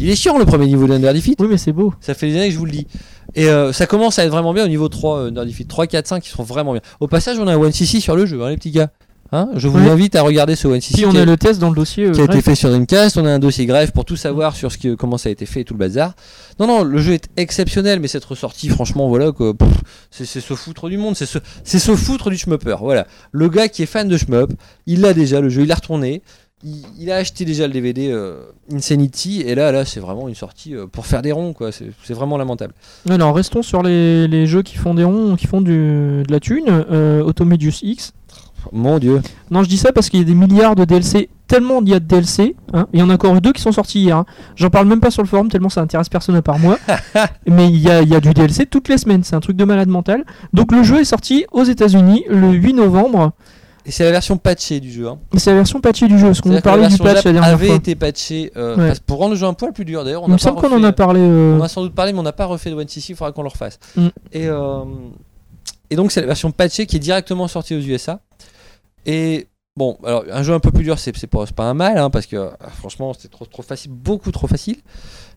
Speaker 2: Il est chiant le premier niveau d'Under Defeat.
Speaker 1: Oui mais c'est beau.
Speaker 2: Ça fait des années que je vous le dis. Et euh, ça commence à être vraiment bien au niveau 3, euh, Under Defeat. 3, 4, 5, ils sont vraiment bien. Au passage, on a un 1cc sur le jeu, hein, les petits gars. Hein je vous
Speaker 1: Ouais.
Speaker 2: invite à regarder ce 1cc
Speaker 1: Si
Speaker 2: qui,
Speaker 1: on
Speaker 2: a,
Speaker 1: a le test dans le dossier euh,
Speaker 2: qui a été
Speaker 1: bref.
Speaker 2: fait sur Dreamcast. On a un dossier greffe pour tout savoir sur ce que, comment ça a été fait et tout le bazar. Non, non, le jeu est exceptionnel, mais cette ressortie, franchement, voilà, quoi, pff, c'est c'est se foutre du monde. C'est se, c'est se foutre du shmuper. Voilà. Le gars qui est fan de shmup, il l'a déjà, le jeu, il l'a retourné. Il, il a acheté déjà le DVD euh, Insanity, et là, là, c'est vraiment une sortie euh, pour faire des ronds, quoi. C'est c'est vraiment lamentable.
Speaker 1: Alors restons sur les, les jeux qui font des ronds, qui font du, de la thune. Euh, Automedius X.
Speaker 2: Mon dieu.
Speaker 1: Non, je dis ça parce qu'il y a des milliards de DLC, tellement il y a de DLC. hein. Il y en a encore eu deux qui sont sortis hier. hein. J'en parle même pas sur le forum tellement ça intéresse personne à part moi. Mais il y a, il y a du DLC toutes les semaines. C'est un truc de malade mental. Donc le jeu est sorti aux États-Unis le 8 novembre.
Speaker 2: Et c'est la version patchée du jeu. Hein.
Speaker 1: Et C'est la version patchée du jeu. Parce qu'on
Speaker 2: C'est-à-dire que
Speaker 1: parlait du
Speaker 2: version
Speaker 1: patch
Speaker 2: Jap
Speaker 1: la dernière
Speaker 2: avait
Speaker 1: fois.
Speaker 2: été patchée euh,
Speaker 1: Ouais.
Speaker 2: parce- pour rendre le jeu un poil plus dur. D'ailleurs, on
Speaker 1: Il
Speaker 2: a
Speaker 1: me
Speaker 2: pas
Speaker 1: semble qu'on en
Speaker 2: refait-
Speaker 1: a parlé. euh,
Speaker 2: On a sans doute parlé, mais on n'a pas refait de 1cc, il faudra qu'on le refasse.
Speaker 1: Mm.
Speaker 2: Et, euh, et donc, c'est la version patchée qui est directement sortie aux USA. Et bon, alors, un jeu un peu plus dur, c'est c'est pas, c'est pas un mal, hein, parce que euh, franchement, c'était trop, trop facile, beaucoup trop facile.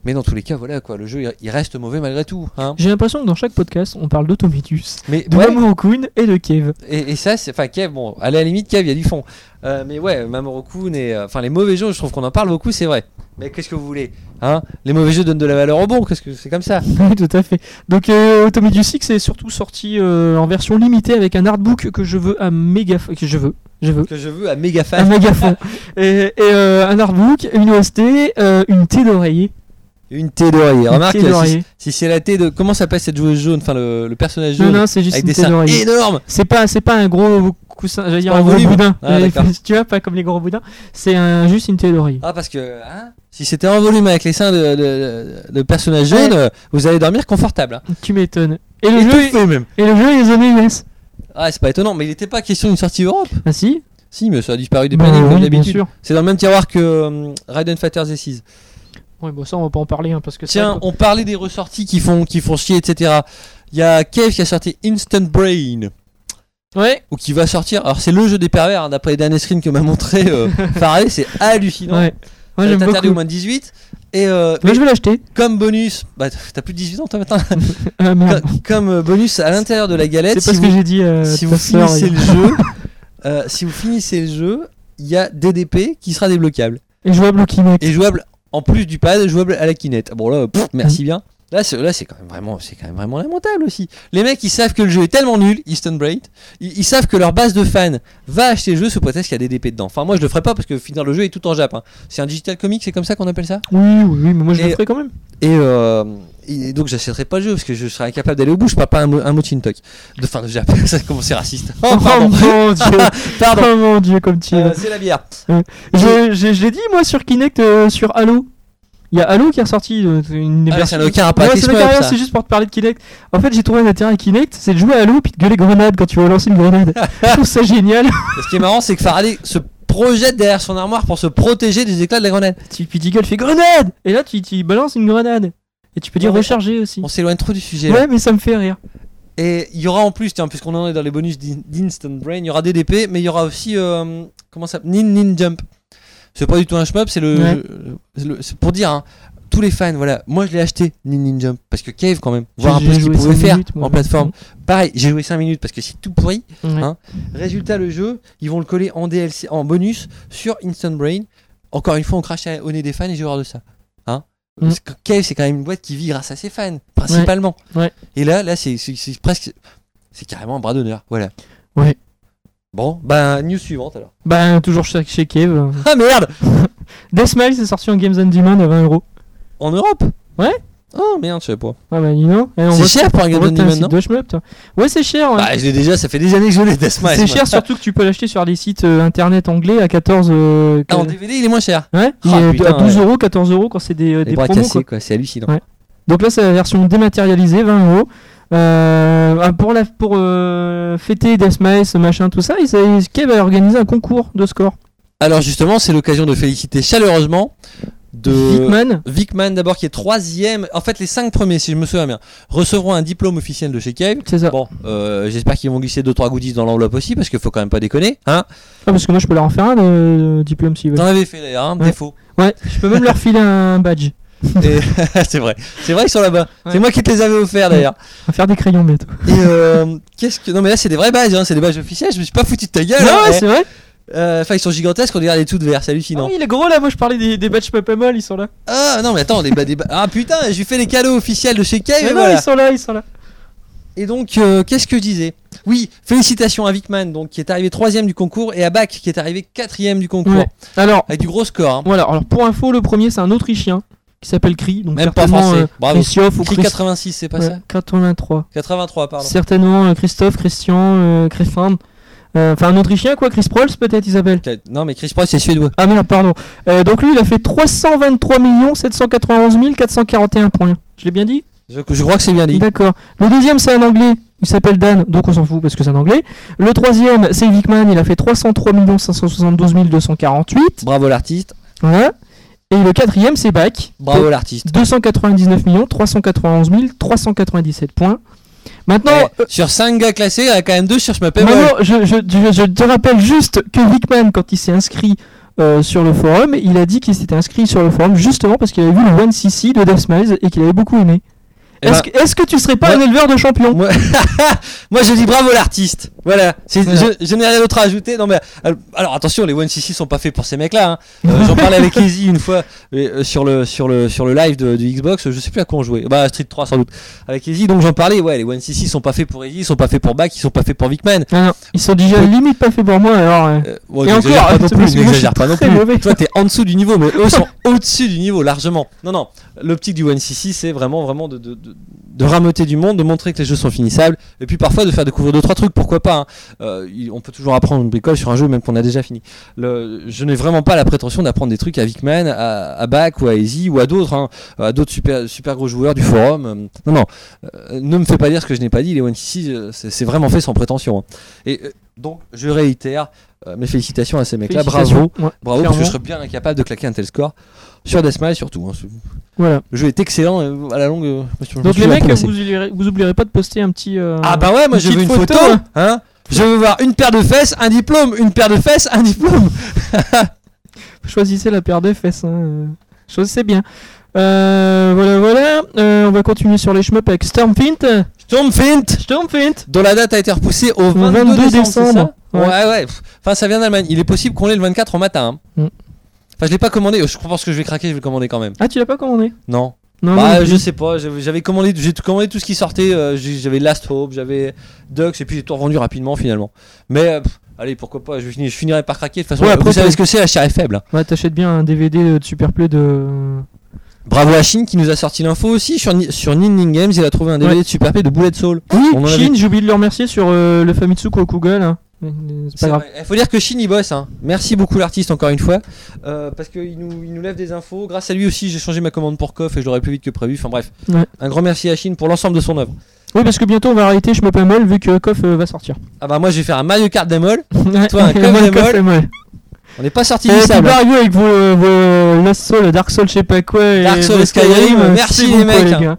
Speaker 2: Mais dans tous les cas, voilà quoi, le jeu il, il reste mauvais malgré tout. hein.
Speaker 1: J'ai l'impression que dans chaque podcast, on parle d'Automedius,
Speaker 2: Mais
Speaker 1: de
Speaker 2: ouais,
Speaker 1: Mamoru Kun et de Cave.
Speaker 2: Et, et ça, c'est. Enfin, Kev, bon, à la limite, Kev, il y a du fond. Euh, mais ouais, Mamoru Kun et. euh, Enfin, les mauvais jeux, je trouve qu'on en parle beaucoup, c'est vrai. Mais qu'est-ce que vous voulez hein Les mauvais jeux donnent de la valeur au bon, qu'est-ce que c'est comme ça
Speaker 1: Oui, tout à fait. Donc, euh, Automedius 6 est surtout sorti euh, en version limitée avec un artbook que je veux à méga. que je veux. Je veux.
Speaker 2: Que je veux à méga
Speaker 1: Un
Speaker 2: fan.
Speaker 1: méga fond. Et, et, euh, un artbook, une OST, euh, une thé d'oreiller.
Speaker 2: Une thé d'oreiller.
Speaker 1: Une
Speaker 2: Remarque,
Speaker 1: thé
Speaker 2: si,
Speaker 1: d'oreiller.
Speaker 2: si c'est la thé de. Comment s'appelle cette joueuse jaune Enfin, le, le personnage
Speaker 1: Non,
Speaker 2: jaune
Speaker 1: non, c'est juste
Speaker 2: Avec
Speaker 1: une
Speaker 2: des
Speaker 1: thé
Speaker 2: seins
Speaker 1: d'oreiller.
Speaker 2: énormes
Speaker 1: C'est pas, c'est pas un gros coussin, j'allais dire
Speaker 2: pas
Speaker 1: un
Speaker 2: un
Speaker 1: gros
Speaker 2: volume.
Speaker 1: boudin.
Speaker 2: Ah, d'accord.
Speaker 1: tu vois, pas comme les gros boudins. C'est un, juste une thé d'oreiller.
Speaker 2: Ah, parce que. Hein si c'était en volume avec les seins de, de- de personnage jaune,
Speaker 1: Ouais.
Speaker 2: euh, vous allez dormir confortable. hein.
Speaker 1: Tu m'étonnes. Et le,
Speaker 2: Et
Speaker 1: jeu,
Speaker 2: tout fait même.
Speaker 1: et le jeu est zoné US.
Speaker 2: Ah, c'est pas étonnant, mais il n'était pas question d'une sortie Europe.
Speaker 1: Ah si
Speaker 2: Si, mais ça a disparu des
Speaker 1: Bah
Speaker 2: paniers
Speaker 1: oui,
Speaker 2: comme
Speaker 1: bien
Speaker 2: d'habitude.
Speaker 1: sûr.
Speaker 2: C'est dans le même tiroir que euh, Raiden Fighters 6
Speaker 1: Ouais, bon, ça, on va pas en parler hein, parce que c'est
Speaker 2: Tiens,
Speaker 1: vrai que-
Speaker 2: on parlait des ressorties qui font, qui font chier, etc. Il y a Kev qui a sorti Instant Brain,
Speaker 1: Ouais,
Speaker 2: ou qui va sortir. Alors, c'est le jeu des pervers, hein, d'après les derniers screens que m'a montré euh, Faraday, c'est hallucinant.
Speaker 1: ouais. Moi,
Speaker 2: Elle
Speaker 1: j'aime
Speaker 2: est interdite au
Speaker 1: beaucoup.
Speaker 2: moins de 18. Et euh,
Speaker 1: Mais
Speaker 2: mais
Speaker 1: je vais l'acheter.
Speaker 2: comme bonus, bah, t'as plus de 18 ans toi maintenant.
Speaker 1: Ah, merde.
Speaker 2: Comme- comme euh, bonus à l'intérieur de la galette,
Speaker 1: C'est pas
Speaker 2: si
Speaker 1: ce
Speaker 2: vous
Speaker 1: que j'ai dit euh, à
Speaker 2: si
Speaker 1: ta
Speaker 2: vous
Speaker 1: sœur,
Speaker 2: finissez
Speaker 1: il-
Speaker 2: le jeu, euh, si vous finissez le jeu, il y a DDP qui sera débloquable
Speaker 1: Et jouable au Kinect.
Speaker 2: et jouable en plus du pad, jouable à la kinette. Bon là, pff, merci bien. Là, c'est là, c'est quand même vraiment, c'est quand même vraiment lamentable aussi. Les mecs, ils savent que le jeu est tellement nul, Easton Braid, ils, ils savent que leur base de fans va acheter le jeu sous prétexte qu'il y a DDP dedans. Enfin, moi, je le ferai pas parce que finir le jeu est tout en jap. hein. C'est un digital comic, c'est comme ça qu'on appelle ça.
Speaker 1: Oui, oui, oui, mais moi je le
Speaker 2: Et-
Speaker 1: ferai quand même.
Speaker 2: Et, euh, et donc j'achèterai pas le jeu parce que je serai incapable d'aller au bout. Je parle pas un mot, un mot de Shintok. De, enfin, de Jap. Ça commence c'est raciste. Oh, pardon.
Speaker 1: mon dieu,
Speaker 2: pardon.
Speaker 1: oh mon dieu, comme tu es.
Speaker 2: Euh, c'est la bière.
Speaker 1: Je, je- je l'ai dit moi sur Kinect, euh, sur Halo. Il y a Halo qui est ressorti euh, une des
Speaker 2: Ah,
Speaker 1: versions-
Speaker 2: ça n'a aucun rapport
Speaker 1: Ouais,
Speaker 2: avec
Speaker 1: c'est
Speaker 2: les
Speaker 1: pas
Speaker 2: smurfs,
Speaker 1: grave,
Speaker 2: ça.
Speaker 1: c'est juste pour te parler de Kinect. En fait, j'ai trouvé un intérêt à Kinect, c'est de jouer à Halo puis de gueuler grenade quand tu vas lancer une grenade. je trouve ça génial.
Speaker 2: Et Ce qui est marrant, c'est que Faraday se projette derrière son armoire pour se protéger des éclats de la grenade.
Speaker 1: tu, puis tu gueules, fais grenade Et là, tu, tu balances une grenade. Et tu peux dire
Speaker 2: Ouais, mais-
Speaker 1: recharger aussi.
Speaker 2: On s'éloigne trop du sujet. là.
Speaker 1: Ouais, mais ça me fait rire.
Speaker 2: Et il y aura en plus, tiens, puisqu'on en est dans les bonus d'In- d'Instant Brain, il y aura DDP, mais il y aura aussi. euh, comment ça Nin Nin Jump. C'est pas du tout un shmup, c'est le.
Speaker 1: Ouais.
Speaker 2: c'est le- c'est pour dire, hein, tous les fans, voilà. Moi, je l'ai acheté, Nin Nin Jump, parce que Cave, quand même, voir un
Speaker 1: J'ai
Speaker 2: peu ce qu'il
Speaker 1: joué
Speaker 2: pouvait
Speaker 1: cinq
Speaker 2: faire
Speaker 1: minutes, moi. Mhm.
Speaker 2: en plateforme. Pareil, j'ai joué 5 minutes parce que c'est tout pourri.
Speaker 1: Ouais.
Speaker 2: Hein Résultat, le jeu, ils vont le coller en DLC, en bonus sur Instant Brain. Encore une fois, on crache au nez des fans et j'ai horreur de ça. Hein
Speaker 1: Mm.
Speaker 2: Parce que Cave, c'est quand même une boîte qui vit grâce à ses fans, principalement.
Speaker 1: Ouais.
Speaker 2: Et là, là, c'est c'est- c'est presque, c'est carrément un bras d'honneur. Voilà.
Speaker 1: Ouais.
Speaker 2: Bon, bah news suivante alors.
Speaker 1: Bah, toujours chez, chez Kev.
Speaker 2: Ah merde,
Speaker 1: Deathmile, c'est sorti en Games on Demand à 20 euros.
Speaker 2: en Europe.
Speaker 1: Ouais.
Speaker 2: Oh merde, je savais pas.
Speaker 1: Ah bah, dis donc. Eh, on voit-
Speaker 2: C'est cher pour un
Speaker 1: on
Speaker 2: Game
Speaker 1: voit
Speaker 2: of
Speaker 1: que t'as un
Speaker 2: Thrones, non
Speaker 1: site de shmup, toi. Ouais, c'est cher. ouais.
Speaker 2: Bah, je l'ai déjà, ça fait des années que je l'ai. Deathmatch,
Speaker 1: c'est
Speaker 2: moi.
Speaker 1: cher, surtout que tu peux l'acheter sur les sites euh, internet anglais à 14. euh,
Speaker 2: Ah, en
Speaker 1: que-
Speaker 2: DVD, il est moins cher.
Speaker 1: Ouais,
Speaker 2: Ah,
Speaker 1: il est
Speaker 2: putain,
Speaker 1: à 12
Speaker 2: ouais.
Speaker 1: euros, 14 euros quand c'est des, euh,
Speaker 2: Les
Speaker 1: des
Speaker 2: bras
Speaker 1: promos. quoi.
Speaker 2: cassés, quoi. C'est hallucinant.
Speaker 1: Ouais. Donc là, c'est la version dématérialisée, 20 euros. Euh, ah, pour la, pour euh, fêter Deathmace, machin, tout ça, ils- Kev a organisé un concours de score.
Speaker 2: Alors justement, c'est l'occasion de féliciter chaleureusement de
Speaker 1: Hitman,
Speaker 2: Vicman d'abord qui est troisième. En fait, les cinq premiers, si je me souviens bien, recevront un diplôme officiel de chez Cave.
Speaker 1: c'est ça.
Speaker 2: Bon, euh, j'espère qu'ils vont glisser deux trois goodies dans l'enveloppe aussi, parce qu'il faut quand même pas déconner. Hein
Speaker 1: Ah, parce que moi, je peux leur en faire un, le le diplôme, s'ils
Speaker 2: T'en
Speaker 1: veulent.
Speaker 2: avais fait d'ailleurs, hein,
Speaker 1: Ouais.
Speaker 2: défaut.
Speaker 1: Ouais, je peux même leur filer un badge.
Speaker 2: Et- c'est vrai, c'est vrai qu'ils sont là-bas. C'est
Speaker 1: Ouais.
Speaker 2: moi qui te les avais offerts d'ailleurs.
Speaker 1: On va faire des crayons bientôt.
Speaker 2: Et euh, qu'est-ce que Non mais là c'est des vraies badges, hein, c'est des badges officiels. Je me suis pas foutu de ta gueule.
Speaker 1: Ah
Speaker 2: hein,
Speaker 1: ouais,
Speaker 2: eh.
Speaker 1: c'est vrai
Speaker 2: Euh, Enfin, ils sont gigantesques. On dirait des tout de verre, c'est
Speaker 1: Ah
Speaker 2: hallucinant.
Speaker 1: oui, il est gros là, moi, je parlais des, des badges Papa Moll, ils sont là.
Speaker 2: Ah non mais attends, des, ba- des ba- ah putain, j'ai fait les cadeaux officiels de chez Cave.
Speaker 1: Mais Ah non,
Speaker 2: voilà.
Speaker 1: ils sont là, ils sont là.
Speaker 2: Et donc, euh, qu'est-ce que je disais Oui, félicitations à Wickman, donc qui est arrivé troisième du concours, et à Bach, qui est arrivé quatrième du concours,
Speaker 1: Ouais. Alors,
Speaker 2: avec du gros score. hein.
Speaker 1: voilà, alors pour info, le premier, c'est un Autrichien qui s'appelle Cri. Donc
Speaker 2: Même pas
Speaker 1: certainement,
Speaker 2: français.
Speaker 1: euh,
Speaker 2: Bravo.
Speaker 1: Christophe ou
Speaker 2: Qui
Speaker 1: Christ-
Speaker 2: 86, c'est pas
Speaker 1: ouais,
Speaker 2: ça
Speaker 1: 83.
Speaker 2: 83, pardon.
Speaker 1: Certainement euh, Christophe, Christian, euh, Christian. euh, Enfin, un Autrichien, quoi, Chris Prolls, peut-être, il s'appelle.
Speaker 2: Peut-être. Non, mais Chris Pross, c'est suédois.
Speaker 1: Ah merde, pardon. Euh, donc lui, il a fait 323 791 441 points. Je l'ai bien dit
Speaker 2: Je, je crois que c'est bien dit.
Speaker 1: D'accord. Le deuxième, c'est un Anglais. Il s'appelle Dan, donc on s'en fout parce que c'est un Anglais. Le troisième, c'est Vicman. Il a fait 303 572 248.
Speaker 2: Bravo l'artiste.
Speaker 1: Voilà. Et le quatrième, c'est Bach.
Speaker 2: Bravo l'artiste.
Speaker 1: 299 391 397 points. Maintenant, euh,
Speaker 2: Ouais. Sur 5 gars classés, il y en a quand même 2 sur Schmappel.
Speaker 1: Maintenant, je, je- je- je te rappelle juste que Wickman, quand il s'est inscrit euh, sur le forum, il a dit qu'il s'était inscrit sur le forum justement parce qu'il avait vu le 1cc de Death Smiles et qu'il avait beaucoup aimé.
Speaker 2: Eh
Speaker 1: Est-ce
Speaker 2: ben,
Speaker 1: que, est-ce que tu serais pas
Speaker 2: moi-
Speaker 1: un éleveur de champions
Speaker 2: Moi, moi, je dis bravo l'artiste. Voilà. C'est-
Speaker 1: Voilà.
Speaker 2: Je, je n'ai rien d'autre à ajouter. Non mais al- alors attention, les 1cc sont pas faits pour ces mecs-là. hein. Euh, J'en parlais avec Easy une fois euh, euh, sur le sur le sur le live de, du Xbox. Je sais plus à quoi on jouait. Bah Street 3 sans doute avec Easy. Donc j'en parlais. Ouais, les 1cc sont pas faits pour Easy, ils sont pas faits pour Back, ils sont pas faits pour Vicman.
Speaker 1: Non, non, ils sont déjà
Speaker 2: Oui.
Speaker 1: limite pas faits pour moi alors. euh,
Speaker 2: Euh, ouais,
Speaker 1: Et
Speaker 2: n'exagère
Speaker 1: encore,
Speaker 2: pas non
Speaker 1: parce que
Speaker 2: plus.
Speaker 1: moi, je
Speaker 2: n'exagère
Speaker 1: suis
Speaker 2: pas non
Speaker 1: très
Speaker 2: plus.
Speaker 1: mauvais.
Speaker 2: Toi t'es en dessous du niveau, mais eux sont au-dessus du niveau largement. Non non, l'optique du 1cc c'est vraiment vraiment de, de, de de rameuter du monde, de montrer que les jeux sont finissables, et puis parfois de faire découvrir deux trois trucs, pourquoi pas. hein. Euh, il- on peut toujours apprendre une bricole sur un jeu même qu'on a déjà fini. Le- je n'ai vraiment pas la prétention d'apprendre des trucs à Vicman, à, à Bach ou à Easy ou à d'autres, hein, à d'autres super, super gros joueurs du forum. Euh, Non, non, euh, ne me fais pas dire ce que je n'ai pas dit. Les One Six, euh, c'est c'est vraiment fait sans prétention. hein. Et euh, donc, je réitère euh, mes félicitations à ces mecs-là. Bravo,
Speaker 1: félicitations. Ouais,
Speaker 2: bravo, parce que
Speaker 1: clairement.
Speaker 2: je serais bien incapable de claquer un tel score sur Deathmatch surtout. hein.
Speaker 1: Voilà.
Speaker 2: Le jeu est excellent euh, à la longue. euh, je- je me
Speaker 1: Donc
Speaker 2: suis
Speaker 1: les
Speaker 2: bien
Speaker 1: mecs,
Speaker 2: prononcé.
Speaker 1: vous oublierez, vous oublierez pas de poster un petit. euh,
Speaker 2: Ah bah ouais, moi
Speaker 1: une
Speaker 2: je veux une
Speaker 1: petite
Speaker 2: photo,
Speaker 1: photo,
Speaker 2: hein. Je veux voir une paire de fesses, un diplôme, une paire de fesses, un diplôme.
Speaker 1: Choisissez la paire de fesses. hein, euh, Choisissez bien. Euh, voilà, voilà. Euh, on va continuer sur les shmups avec Stormfint.
Speaker 2: Sturmfint
Speaker 1: Stormfint
Speaker 2: dont la date a été repoussée au 22,
Speaker 1: 22
Speaker 2: décembre.
Speaker 1: décembre,
Speaker 2: c'est ça
Speaker 1: ouais.
Speaker 2: ouais. ouais, pff. Enfin, ça vient d'Allemagne. Il est possible qu'on l'ait le 24 au matin. hein.
Speaker 1: Mm.
Speaker 2: Enfin, je l'ai pas commandé. Je pense que je vais craquer. Je vais le commander quand même.
Speaker 1: Ah, tu l'as pas commandé
Speaker 2: Non.
Speaker 1: Non,
Speaker 2: bah,
Speaker 1: non plus.
Speaker 2: je sais pas. J'avais j'avais commandé. J'ai tout- commandé tout ce qui sortait. euh, j'ai- j'avais Last Hope. J'avais Dux. Et puis j'ai tout revendu rapidement finalement. Mais euh, pff, allez, pourquoi pas. Je, finis- je finirai par craquer. De toute façon,
Speaker 1: Ouais,
Speaker 2: euh,
Speaker 1: après,
Speaker 2: vous savez
Speaker 1: t'as-
Speaker 2: ce que c'est. La chair est faible. hein.
Speaker 1: Ouais, t'achètes bien un DVD euh, de Superplay de.
Speaker 2: Bravo à Chine qui nous a sorti l'info aussi sur Ni- sur Nin Games. Il a trouvé un DVD de Super P de Bullet Soul.
Speaker 1: Oui,
Speaker 2: On en avait-
Speaker 1: Shin, j'ai oublié de le remercier sur euh, le Famitsu Kokugal. hein. Mais, euh, C'est
Speaker 2: C'est
Speaker 1: pas grave.
Speaker 2: vrai. Il faut dire que Shin il bosse. hein. Merci beaucoup l'artiste encore une fois. Euh, parce qu'il nous, il nous lève des infos. Grâce à lui aussi j'ai changé ma commande pour Koff et je l'aurai plus vite que prévu. Enfin bref.
Speaker 1: Ouais.
Speaker 2: Un grand merci à Shin pour l'ensemble de son œuvre.
Speaker 1: Oui, parce que bientôt on va arrêter Shmup Mol vu que Koff euh, va sortir.
Speaker 2: Ah bah moi je vais faire un Mario Kart Demol.
Speaker 1: Toi,
Speaker 2: un Koff et Mol. On n'est pas sorti du
Speaker 1: Et puis
Speaker 2: sable.
Speaker 1: Mario avec vos, vos Lost Soul, Dark Soul, je sais pas quoi. et
Speaker 2: Dark Souls,
Speaker 1: vos
Speaker 2: Skyrim,
Speaker 1: euh,
Speaker 2: merci
Speaker 1: c'est
Speaker 2: les
Speaker 1: bon, quoi,
Speaker 2: mecs.
Speaker 1: gars.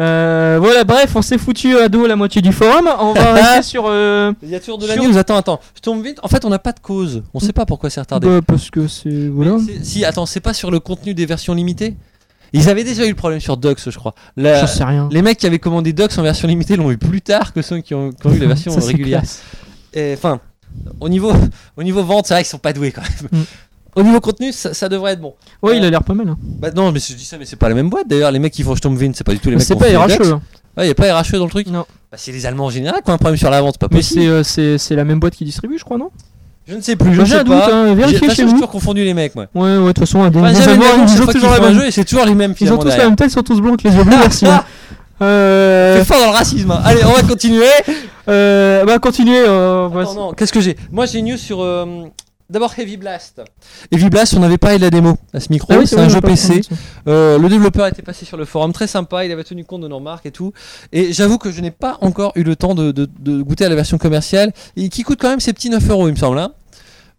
Speaker 1: Euh, voilà, bref, on s'est foutu à dos la moitié du forum. On va rester sur. euh,
Speaker 2: Il y a toujours de la
Speaker 1: Sur-
Speaker 2: news. Attends, attends. Je tombe vite. En fait on n'a pas de cause. On sait pas pourquoi c'est retardé.
Speaker 1: bah, parce que c'est.
Speaker 2: Mais
Speaker 1: Voilà.
Speaker 2: c'est- Si attends c'est pas sur le contenu des versions limitées. Ils avaient déjà eu le problème sur Dux je crois. La-
Speaker 1: J'en sais rien.
Speaker 2: euh, Les mecs qui avaient commandé Dux en version limitée l'ont eu plus tard que ceux qui ont, qui ont eu la version
Speaker 1: Ça, c'est
Speaker 2: régulière.
Speaker 1: classe.
Speaker 2: Et, Enfin, au niveau, au niveau vente, c'est vrai qu'ils sont pas doués quand même.
Speaker 1: Mm.
Speaker 2: Au niveau contenu, ça, ça devrait être bon.
Speaker 1: Ouais, il a l'air pas mal. hein.
Speaker 2: Bah non, mais je dis ça, mais c'est pas la même boîte. D'ailleurs, les mecs qui font Sturmwind, c'est pas du tout les
Speaker 1: Mais
Speaker 2: mecs.
Speaker 1: C'est
Speaker 2: qui ont fait
Speaker 1: pas
Speaker 2: Dex.
Speaker 1: RHE. hein.
Speaker 2: Ouais, y a pas RHE dans le truc.
Speaker 1: Non.
Speaker 2: Bah, c'est les Allemands en général qui ont un problème sur la vente, c'est pas
Speaker 1: Mais
Speaker 2: possible.
Speaker 1: c'est euh, c'est- c'est la même boîte qui distribue, je crois, non
Speaker 2: Je ne sais plus, je
Speaker 1: Moi,
Speaker 2: ne
Speaker 1: J'ai
Speaker 2: sais
Speaker 1: un doute,
Speaker 2: pas.
Speaker 1: hein.
Speaker 2: J'ai- de toute
Speaker 1: vérifiez
Speaker 2: façon,
Speaker 1: chez
Speaker 2: j'ai
Speaker 1: vous.
Speaker 2: toujours confondu les mecs, moi.
Speaker 1: Ouais, ouais, de toute façon, à des
Speaker 2: Enfin,
Speaker 1: des
Speaker 2: jamais
Speaker 1: Allemands,
Speaker 2: les
Speaker 1: ils jouent
Speaker 2: mêmes, chaque
Speaker 1: tous
Speaker 2: fois qu'ils
Speaker 1: dans
Speaker 2: font
Speaker 1: la
Speaker 2: un
Speaker 1: même-
Speaker 2: jeu, et c'est toujours les mêmes
Speaker 1: Ils ont
Speaker 2: finalement.
Speaker 1: tous la
Speaker 2: derrière.
Speaker 1: même tête, ils sont tous blancs avec les yeux bleus, merci. hein. Euh,
Speaker 2: C'est fort dans le racisme. hein. Allez, on va continuer.
Speaker 1: euh, bah continuez. euh, on va-
Speaker 2: Attends, non, qu'est-ce que j'ai Moi, j'ai une news sur. euh, D'abord Heavy Blast. Heavy Blast, on avait parlé de la démo à ce micro.
Speaker 1: Ah oui,
Speaker 2: c'est
Speaker 1: vrai,
Speaker 2: un
Speaker 1: on
Speaker 2: jeu
Speaker 1: a pas
Speaker 2: PC.
Speaker 1: entendu ça.
Speaker 2: Euh, le développeur était passé sur le forum, très sympa, il avait tenu compte de nos remarques et tout. Et j'avoue que je n'ai pas encore eu le temps de, de- de goûter à la version commerciale, et qui coûte quand même ces petits 9 euros, il me semble. hein.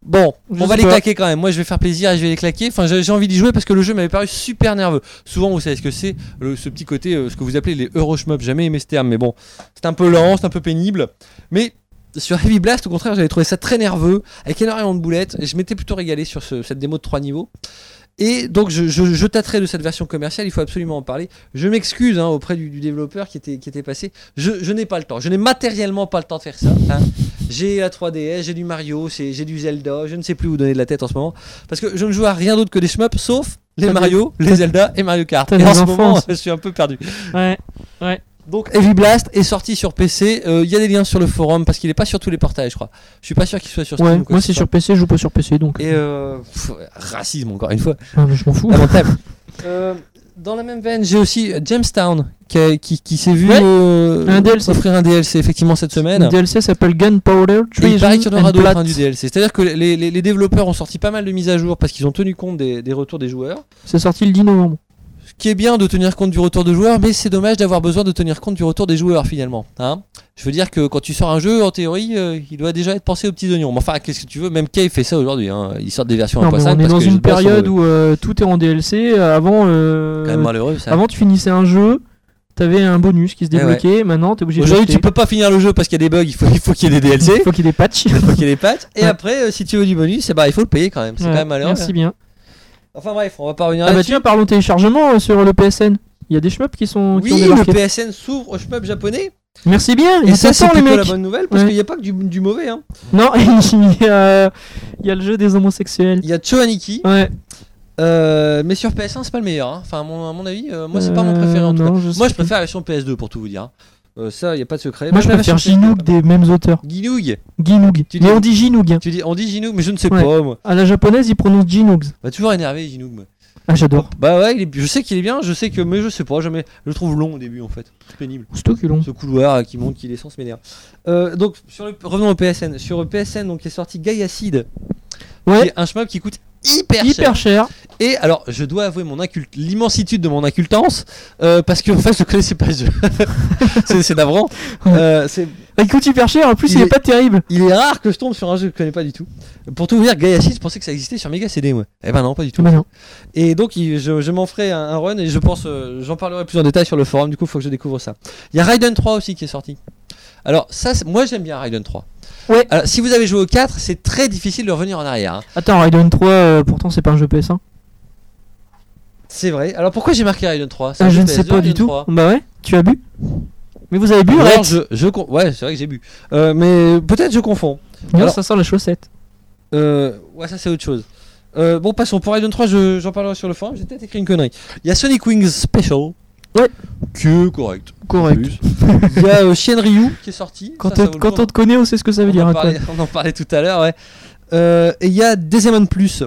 Speaker 2: Bon,
Speaker 1: Je
Speaker 2: on va
Speaker 1: sais
Speaker 2: les
Speaker 1: pas.
Speaker 2: claquer quand même. Moi, je vais faire plaisir et je vais les claquer. Enfin, j'ai j'ai envie d'y jouer parce que le jeu m'avait paru super nerveux. Souvent, vous savez ce que c'est, le- ce petit côté, euh, ce que vous appelez les Euro shmup. J'ai Jamais aimé ce terme, mais bon, c'est un peu lent, c'est un peu pénible. Mais sur Heavy Blast, au contraire, j'avais trouvé ça très nerveux, avec énormément de boulettes. Et je m'étais plutôt régalé sur ce- cette démo de 3 niveaux. Et donc je, je, je tâterai de cette version commerciale, il faut absolument en parler. Je m'excuse hein, auprès du, du développeur qui était, qui était passé. Je, je n'ai pas le temps, je n'ai matériellement pas le temps de faire ça. hein. J'ai la 3DS, j'ai du Mario, c'est- j'ai du Zelda, je ne sais plus où donner de la tête en ce moment. Parce que je ne joue à rien d'autre que des shmups, sauf les
Speaker 1: T'as des-
Speaker 2: Mario, les Zelda et Mario Kart.
Speaker 1: t'as
Speaker 2: Et
Speaker 1: des
Speaker 2: en ce
Speaker 1: enfants,
Speaker 2: moment,
Speaker 1: ça.
Speaker 2: je suis un peu perdu.
Speaker 1: Ouais.
Speaker 2: Donc Heavy Blast est sorti sur PC, Euh, il y a des liens sur le forum parce qu'il n'est pas sur tous les portails je crois. Je suis pas sûr qu'il soit sur Steam
Speaker 1: Ouais,
Speaker 2: ou quoi
Speaker 1: moi
Speaker 2: que ce
Speaker 1: c'est sur PC, je joue pas sur PC donc.
Speaker 2: soit. Et euh, pff, racisme encore une fois.
Speaker 1: Ah, mais je m'en fous.
Speaker 2: Lamentable. Euh, dans la même veine, j'ai aussi euh, Jamestown qui, a- qui, qui s'est vu
Speaker 1: Ouais.
Speaker 2: euh,
Speaker 1: Un DLC.
Speaker 2: offrir un DLC effectivement cette semaine.
Speaker 1: Le DLC s'appelle Gunpowder
Speaker 2: Et il
Speaker 1: Treason
Speaker 2: paraît qu'il y en aura
Speaker 1: and
Speaker 2: d'autres
Speaker 1: Plot.
Speaker 2: hein, du DLC. C'est-à-dire que les, les- les développeurs ont sorti pas mal de mises à jour parce qu'ils ont tenu compte des, des retours des joueurs.
Speaker 1: C'est sorti le 10 novembre.
Speaker 2: Ce qui est bien de tenir compte du retour de joueurs, mais c'est dommage d'avoir besoin de tenir compte du retour des joueurs finalement. hein. Je veux dire que quand tu sors un jeu, en théorie, euh, il doit déjà être pensé aux petits oignons. Mais enfin, qu'est-ce que tu veux Même Kay fait ça aujourd'hui. hein. Ils sortent des versions
Speaker 1: Non, mais
Speaker 2: 1.5
Speaker 1: on est dans
Speaker 2: parce que les jeux
Speaker 1: une
Speaker 2: de base sont
Speaker 1: période
Speaker 2: mauvais.
Speaker 1: où euh, tout est en DLC. euh, Avant, euh,
Speaker 2: Quand même Ah, malheureux ça.
Speaker 1: avant tu finissais un jeu, t'avais un bonus qui se
Speaker 2: Eh ouais.
Speaker 1: débloquait. Maintenant, t'es obligé de.
Speaker 2: Aujourd'hui,
Speaker 1: l'acheter.
Speaker 2: tu peux pas finir le jeu parce qu'il y a des bugs, il faut, il faut qu'il y ait des DLC,
Speaker 1: Il faut qu'il y ait des patchs.
Speaker 2: il faut qu'il y ait des patchs. Et
Speaker 1: Ouais.
Speaker 2: après, euh, si tu veux du bonus, eh ben, il faut le payer quand même. C'est
Speaker 1: Ouais,
Speaker 2: quand même malheureux. hein.
Speaker 1: Merci bien.
Speaker 2: Enfin bref, on va pas revenir
Speaker 1: Ah bah
Speaker 2: là-dessus.
Speaker 1: tiens, parlons téléchargement euh, sur le PSN. Il y a des shmups qui sont qui ont
Speaker 2: oui, le
Speaker 1: débarqué.
Speaker 2: PSN s'ouvre au shmup japonais.
Speaker 1: Merci bien,
Speaker 2: Et
Speaker 1: ils
Speaker 2: ça,
Speaker 1: ça
Speaker 2: c'est
Speaker 1: les
Speaker 2: plutôt
Speaker 1: mecs.
Speaker 2: la bonne nouvelle parce
Speaker 1: Ouais.
Speaker 2: qu'il n'y a pas que du, du mauvais. hein.
Speaker 1: Non, il y, a, il y a le jeu des homosexuels.
Speaker 2: Il y a Choaniki,
Speaker 1: Ouais.
Speaker 2: euh, mais sur PS1, c'est pas le meilleur. hein. Enfin, à mon, à mon avis, euh, moi, c'est pas mon préféré en tout cas. Moi, je préfère la version PS2 pour tout vous dire. hein. Euh, ça, il n'y a pas de secret.
Speaker 1: Moi,
Speaker 2: Même
Speaker 1: je
Speaker 2: la
Speaker 1: préfère
Speaker 2: version
Speaker 1: Ginoog des mêmes auteurs.
Speaker 2: Ginoog.
Speaker 1: Ginoog.
Speaker 2: Tu dis-
Speaker 1: Mais on dit Ginoog. hein.
Speaker 2: Tu dis, on dit Ginoog, mais je ne sais
Speaker 1: Ouais.
Speaker 2: pas, moi.
Speaker 1: À la japonaise, ils prononcent Ginoog.
Speaker 2: Bah, toujours énervé, Ginoog. moi.
Speaker 1: Ah, j'adore.
Speaker 2: Bah ouais, il est- je sais qu'il est bien, je sais que, mais je sais pas, jamais. Je le trouve long au début en fait, Oh, C'est pénible.
Speaker 1: C'est tout long.
Speaker 2: Ce couloir euh, qui monte, qui descend, ça m'énerve. Euh, donc sur le, revenons au PSN. Sur le PSN, donc est sorti Gaia Seed, qui
Speaker 1: Ouais,
Speaker 2: est un shmup qui coûte hyper, cher.
Speaker 1: hyper cher.
Speaker 2: Et alors, je dois avouer mon inculte, l'immensitude de mon incultance, euh, parce que en fait, je connaissais pas ce jeu. c'est, c'est navrant. Euh, c'est-
Speaker 1: Bah, il coûte hyper cher, en plus,
Speaker 2: Il
Speaker 1: il est
Speaker 2: est-
Speaker 1: pas terrible.
Speaker 2: il est rare que je tombe sur un jeu que je connais pas du tout. Pour tout vous dire, Gaia Seed, je pensais que ça existait sur Mega CD, moi. Eh ben non, pas du tout.
Speaker 1: Bah non.
Speaker 2: Et donc il- je, je m'en ferai un, un run et je pense, euh, j'en parlerai plus en détail sur le forum, du coup il faut que je découvre ça. Il y a Raiden 3 aussi qui est sorti. Alors, ça, c'est- moi j'aime bien Raiden 3.
Speaker 1: Ouais.
Speaker 2: Alors, si vous avez joué au 4, c'est très difficile de revenir en arrière. hein.
Speaker 1: Attends, Raiden 3, euh, pourtant c'est pas un jeu PS1.
Speaker 2: C'est vrai. Alors, pourquoi j'ai marqué Raiden 3 C'est
Speaker 1: Ah,
Speaker 2: un
Speaker 1: je
Speaker 2: jeu
Speaker 1: ne sais
Speaker 2: PS2,
Speaker 1: pas du
Speaker 2: Raiden
Speaker 1: tout.
Speaker 2: 3.
Speaker 1: Bah ouais, tu as bu Mais vous avez bu,
Speaker 2: Alors,
Speaker 1: Red
Speaker 2: je, je con- Ouais, c'est vrai que j'ai bu. Euh, mais peut-être je confonds.
Speaker 1: Non,
Speaker 2: alors-
Speaker 1: ça sort la chaussette.
Speaker 2: Euh, ouais, ça c'est autre chose. Euh, bon, passons. Pour Raiden 3, je- j'en parlerai sur le forum. J'ai peut-être écrit une connerie. Il y a Sonic Wings Special.
Speaker 1: Ouais.
Speaker 2: Qui est correct.
Speaker 1: Correct.
Speaker 2: Plus. Il y a euh, Shenryu qui est sorti.
Speaker 1: Quand,
Speaker 2: Ça, ça
Speaker 1: on,
Speaker 2: vaut le
Speaker 1: quand
Speaker 2: coup. hein.
Speaker 1: on te connaît, on sait ce que ça veut
Speaker 2: on,
Speaker 1: dire.
Speaker 2: en
Speaker 1: hein,
Speaker 2: parlait,
Speaker 1: toi.
Speaker 2: on en parlait tout à l'heure, ouais. Euh, et il y a Desemon Plus.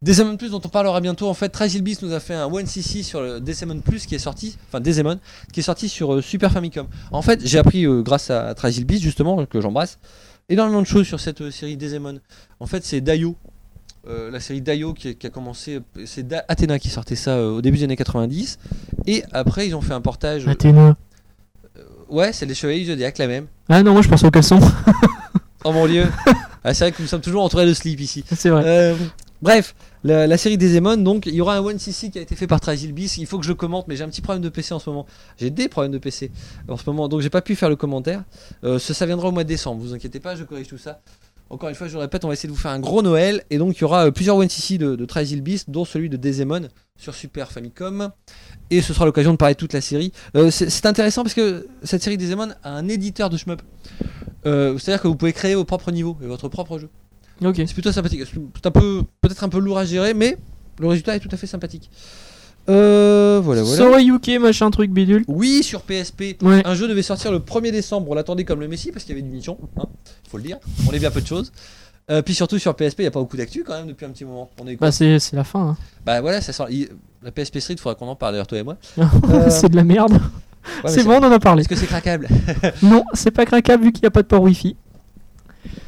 Speaker 2: Desemon Plus dont on parlera bientôt. En fait, Trace Beast nous a fait un 1cc sur le Desemon Plus qui est sorti, enfin Desemon, qui est sorti sur euh, Super Famicom. En fait, j'ai appris euh, grâce à Trace Beast justement que j'embrasse énormément de choses sur cette euh, série Desemon. En fait, c'est Dayo. euh, la série Dayo qui, est- qui a commencé, euh, c'est Da- Athéna qui sortait ça euh, au début des années 90, et après ils ont fait un portage.
Speaker 1: Athéna.
Speaker 2: ouais, c'est les Chevaliers du Zodiac la même,
Speaker 1: Ah non, moi je pensais au caleçon.
Speaker 2: en mon lieu. c'est vrai que nous sommes toujours entourés de slip ici.
Speaker 1: c'est vrai.
Speaker 2: Euh, bref, la, la série des Emon, donc il y aura un 1cc qui a été fait par Trazilbis. Il faut que je le commente, mais j'ai un petit problème de PC en ce moment. J'ai des problèmes de PC en ce moment, donc j'ai pas pu faire le commentaire. Euh, ça, ça viendra au mois de décembre, vous inquiétez pas, je corrige tout ça. Encore une fois, je vous le répète, on va essayer de vous faire un gros Noël. Et donc, il y aura euh, plusieurs 1cc de, de Trazil Beast, dont celui de Desemon sur Super Famicom. Et ce sera l'occasion de parler de toute la série. Euh, c'est c'est intéressant parce que cette série Desemon a un éditeur de shmup. Euh, C'est-à-dire que vous pouvez créer au propre niveau et votre propre jeu.
Speaker 1: Ok.
Speaker 2: C'est plutôt sympathique. C'est un peu, peut-être un peu lourd à gérer, mais le résultat est tout à fait sympathique. Euh, voilà, voilà. Ah.
Speaker 1: Sorayuki, machin truc bidule.
Speaker 2: Oui, sur PSP.
Speaker 1: Ouais.
Speaker 2: Un jeu devait sortir le 1er décembre. On l'attendait comme le Messi parce qu'il y avait du mission. hein, Il faut le dire. On est bien peu de choses. Euh, puis surtout sur PSP, il n'y a pas beaucoup d'actu quand même depuis un petit moment. On est
Speaker 1: Bah c'est c'est la fin.
Speaker 2: Bah voilà, ça sort. il- La PSP Street, il faudra qu'on en parle d'ailleurs, toi et moi.
Speaker 1: hein.
Speaker 2: Euh,
Speaker 1: c'est de la merde.
Speaker 2: Ouais, mais
Speaker 1: c'est bon, on en a parlé.
Speaker 2: Est-ce que c'est craquable
Speaker 1: Non, c'est pas craquable vu qu'il n'y a pas de port wifi.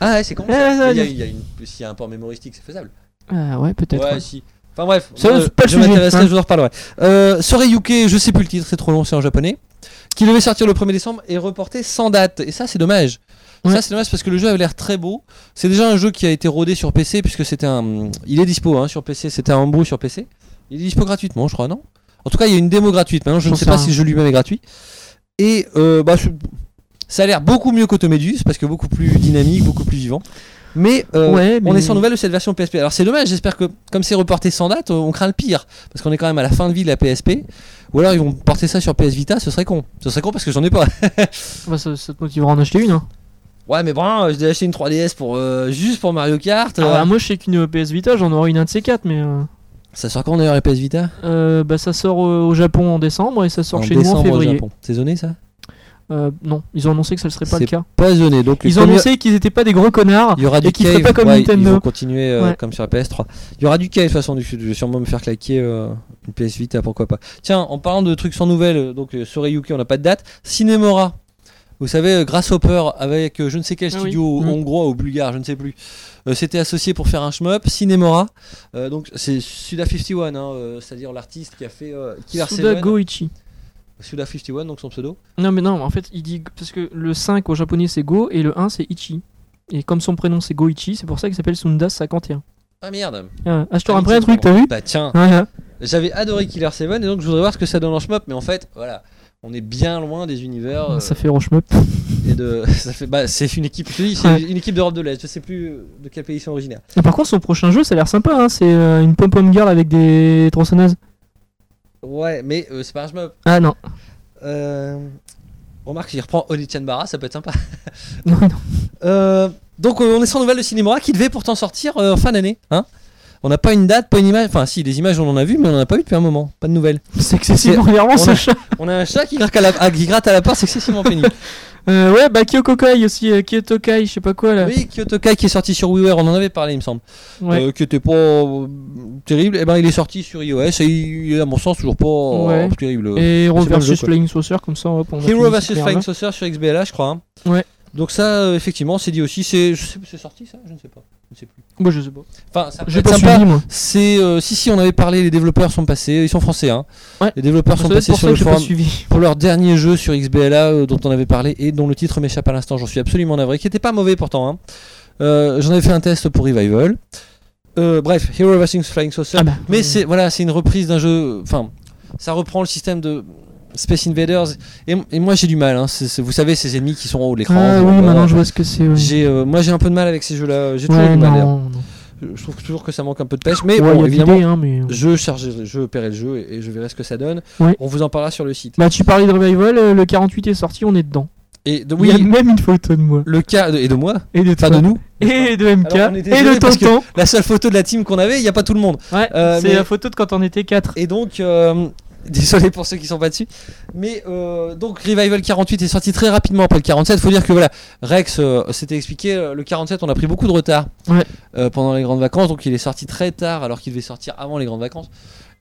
Speaker 2: Ah ouais, c'est con.
Speaker 1: Ouais,
Speaker 2: ça.
Speaker 1: ouais, ouais,
Speaker 2: Il y a-
Speaker 1: ouais.
Speaker 2: il y a une- S'il y a un port mémoristique, c'est faisable.
Speaker 1: Ah ouais, peut-être.
Speaker 2: Ouais,
Speaker 1: ouais.
Speaker 2: si. Enfin bref,
Speaker 1: Ça,
Speaker 2: moi,
Speaker 1: c'est pas le
Speaker 2: je
Speaker 1: sujet,
Speaker 2: m'intéresserai,
Speaker 1: hein.
Speaker 2: je vous en reparlerai. Euh, Soreyuke, je sais plus le titre, c'est trop long, c'est en japonais, qui devait sortir le 1er décembre et reporté sans date. Et ça, c'est dommage.
Speaker 1: Ouais.
Speaker 2: Ça, c'est dommage parce que le jeu avait l'air très beau. C'est déjà un jeu qui a été rodé sur PC, puisque c'était un. Il est dispo hein, sur PC, c'était un Homebrew sur PC. Il est dispo gratuitement, je crois, non En tout cas, il y a une démo gratuite. Maintenant, je
Speaker 1: J'en
Speaker 2: ne sais
Speaker 1: sais
Speaker 2: pas
Speaker 1: rien.
Speaker 2: si le jeu lui-même est gratuit. Et euh, bah, je- ça a l'air beaucoup mieux qu'Automedus, parce que beaucoup plus dynamique, beaucoup plus vivant. Mais, euh,
Speaker 1: Ouais, mais
Speaker 2: on est sans nouvelles de cette version PSP. Alors c'est dommage, j'espère que comme c'est reporté sans date, on craint le pire. Parce qu'on est quand même à la fin de vie de la PSP. Ou alors ils vont porter ça sur PS Vita, ce serait con. Ce serait con parce que j'en ai pas.
Speaker 1: Bah, ça, ça te motivera à en acheter une. hein.
Speaker 2: Ouais mais bon, euh, je l'ai acheté une 3DS pour euh, juste pour Mario Kart.
Speaker 1: Ah,
Speaker 2: Euh,
Speaker 1: bah, moi je sais qu'une PS Vita, j'en aurai une un de ces quatre, mais. euh,
Speaker 2: Ça sort quand d'ailleurs la PS Vita
Speaker 1: euh, bah ça sort euh, au Japon en décembre et ça sort chez nous en
Speaker 2: au
Speaker 1: février.
Speaker 2: Japon. C'est zoné ça
Speaker 1: Euh, non, ils ont annoncé que ça ne serait pas le
Speaker 2: C'est
Speaker 1: cas.
Speaker 2: Pas zoné. Donc
Speaker 1: Ils ont
Speaker 2: comme il y a-
Speaker 1: annoncé qu'ils n'étaient pas des gros connards.
Speaker 2: il y aura
Speaker 1: et
Speaker 2: du
Speaker 1: qu'ils
Speaker 2: cave,
Speaker 1: feraient pas comme
Speaker 2: ouais, Ils
Speaker 1: Nintendo.
Speaker 2: vont continuer euh,
Speaker 1: Ouais.
Speaker 2: comme sur la PS3. Il y aura du cave de toute façon. donc Je vais sûrement me faire claquer euh, une PS Vita, pourquoi pas. Tiens, en parlant de trucs sans nouvelles, euh, donc euh, Soreyuki, on n'a pas de date. Cinemora. Vous savez, euh, Grasshopper avec euh, je ne sais quel
Speaker 1: Ah oui.
Speaker 2: studio
Speaker 1: Mhm.
Speaker 2: hongrois ou bulgare, je ne sais plus, euh, s'était associé pour faire un shmup. Cinemora, euh, donc c'est Suda 51, hein, euh, c'est-à-dire l'artiste qui a fait euh, Killer
Speaker 1: Suda
Speaker 2: Seven.
Speaker 1: Goichi.
Speaker 2: Suda 51, donc son pseudo.
Speaker 1: Non mais non, en fait, il dit parce que le 5 au japonais c'est Go et le 1 c'est Ichi. Et comme son prénom c'est Goichi, c'est pour ça qu'il s'appelle Sunda 51.
Speaker 2: Ah merde.
Speaker 1: Ah, ah, je te
Speaker 2: Ah oui,
Speaker 1: rappelle un
Speaker 2: c'est
Speaker 1: truc,
Speaker 2: bon.
Speaker 1: t'as vu
Speaker 2: Bah tiens.
Speaker 1: Ouais, ouais.
Speaker 2: J'avais adoré Killer 7 et donc je voudrais voir ce que ça donne en shmup, mais en fait, voilà, on est bien loin des univers euh,
Speaker 1: Ah, Ça fait Rochemup.
Speaker 2: et de ça fait bah c'est une équipe, je te dis, c'est
Speaker 1: Ouais.
Speaker 2: une équipe d'Europe de l'Est, je sais plus euh, de quel pays ils sont originaires.
Speaker 1: Et Par contre, son prochain jeu, ça a l'air sympa. hein, C'est euh, une pom-pom girl avec des tronçonneuses.
Speaker 2: Ouais, mais euh, c'est pas un shmup.
Speaker 1: Ah non.
Speaker 2: Euh, remarque, il reprend Onichan Bara, ça peut être sympa.
Speaker 1: Non, non.
Speaker 2: Euh, donc euh, on est sans nouvelles de Cinémora qui devait pourtant sortir euh, en fin d'année, hein. On n'a pas une date, pas une image, enfin si, des images on en a vu, mais on n'en a pas eu depuis un moment, pas de nouvelles.
Speaker 1: C'est excessivement
Speaker 2: on
Speaker 1: énervant ce
Speaker 2: a-
Speaker 1: chat.
Speaker 2: On a un chat qui gratte à la, ah, qui gratte à la porte, c'est excessivement pénible.
Speaker 1: Euh, ouais, bah Kyoko Kai aussi, euh, Kyoto Kai, je sais pas quoi là.
Speaker 2: Oui, Kyoto Kai qui est sorti sur WiiWare, on en avait parlé il me semble.
Speaker 1: Ouais.
Speaker 2: euh, qui était pas euh, terrible, et ben il est sorti sur iOS et il est à mon sens toujours pas euh,
Speaker 1: Ouais.
Speaker 2: terrible.
Speaker 1: Et Hero
Speaker 2: c'est pas le jeu,
Speaker 1: versus
Speaker 2: quoi.
Speaker 1: Flying Saucer, comme ça, hop, on a fini
Speaker 2: Hero
Speaker 1: cette
Speaker 2: vs
Speaker 1: merde-là.
Speaker 2: Flying Saucer sur XBLA, je crois. hein.
Speaker 1: Ouais.
Speaker 2: Donc ça, euh, effectivement, c'est dit aussi. C'est, je sais- c'est sorti ça, je ne sais pas, je ne sais plus.
Speaker 1: Moi, je sais pas.
Speaker 2: Enfin, ça peut
Speaker 1: J'ai
Speaker 2: être
Speaker 1: pas
Speaker 2: sympa.
Speaker 1: suivi, moi.
Speaker 2: C'est euh, si si, on avait parlé. Les développeurs sont passés, ils sont français. Hein.
Speaker 1: Ouais.
Speaker 2: Les développeurs
Speaker 1: Ça
Speaker 2: sont
Speaker 1: doit être
Speaker 2: passés
Speaker 1: pour
Speaker 2: sur
Speaker 1: ça que
Speaker 2: le
Speaker 1: j'ai pas
Speaker 2: forum
Speaker 1: suivi.
Speaker 2: pour leur dernier jeu sur XBLA euh, dont on avait parlé et dont le titre m'échappe à l'instant, j'en suis absolument navré, qui était pas mauvais pourtant. hein. Euh, j'en avais fait un test pour Revival. Euh, bref, Hero vs Flying Saucer.
Speaker 1: Ah bah,
Speaker 2: Mais
Speaker 1: euh,
Speaker 2: c'est voilà, c'est une reprise d'un jeu. Enfin, ça reprend le système de Space Invaders. Et, et moi j'ai du mal. hein. C'est- c'est- vous savez ces ennemis qui sont en haut de l'écran.
Speaker 1: Ah
Speaker 2: en
Speaker 1: oui,
Speaker 2: bas.
Speaker 1: maintenant je vois ce que c'est. ouais.
Speaker 2: J'ai, euh, moi j'ai un peu de mal avec ces jeux-là. J'ai toujours
Speaker 1: Ouais,
Speaker 2: du mal.
Speaker 1: non, non.
Speaker 2: Je trouve toujours que ça manque un peu de pêche. Mais
Speaker 1: Ouais,
Speaker 2: bon,
Speaker 1: y a de
Speaker 2: évidemment,
Speaker 1: l'idée, hein, mais...
Speaker 2: je chargerai, je paierai le jeu et, et je verrai ce que ça donne.
Speaker 1: Ouais.
Speaker 2: On vous en parlera sur le site.
Speaker 1: Bah, tu parlais de Revival, euh, le 48 est sorti, on est dedans.
Speaker 2: Et de,
Speaker 1: Il y a
Speaker 2: oui,
Speaker 1: même une photo de moi.
Speaker 2: le cas de- et de moi,
Speaker 1: Et de,
Speaker 2: enfin
Speaker 1: toi.
Speaker 2: de nous.
Speaker 1: Et de MK.
Speaker 2: Alors, on est
Speaker 1: et
Speaker 2: désolé
Speaker 1: de
Speaker 2: parce que-
Speaker 1: Tonton.
Speaker 2: La seule photo de la team qu'on avait, il n'y a pas tout le monde.
Speaker 1: Ouais,
Speaker 2: Euh,
Speaker 1: c'est
Speaker 2: mais-
Speaker 1: la photo de quand on était 4.
Speaker 2: Et donc, euh, désolé pour ceux qui sont pas dessus, mais euh, donc Revival 48 est sorti très rapidement après le 47. Faut dire que voilà, Rex euh, s'était expliqué, euh, le 47 on a pris beaucoup de retard
Speaker 1: Ouais.
Speaker 2: euh, pendant les grandes vacances, donc il est sorti très tard alors qu'il devait sortir avant les grandes vacances.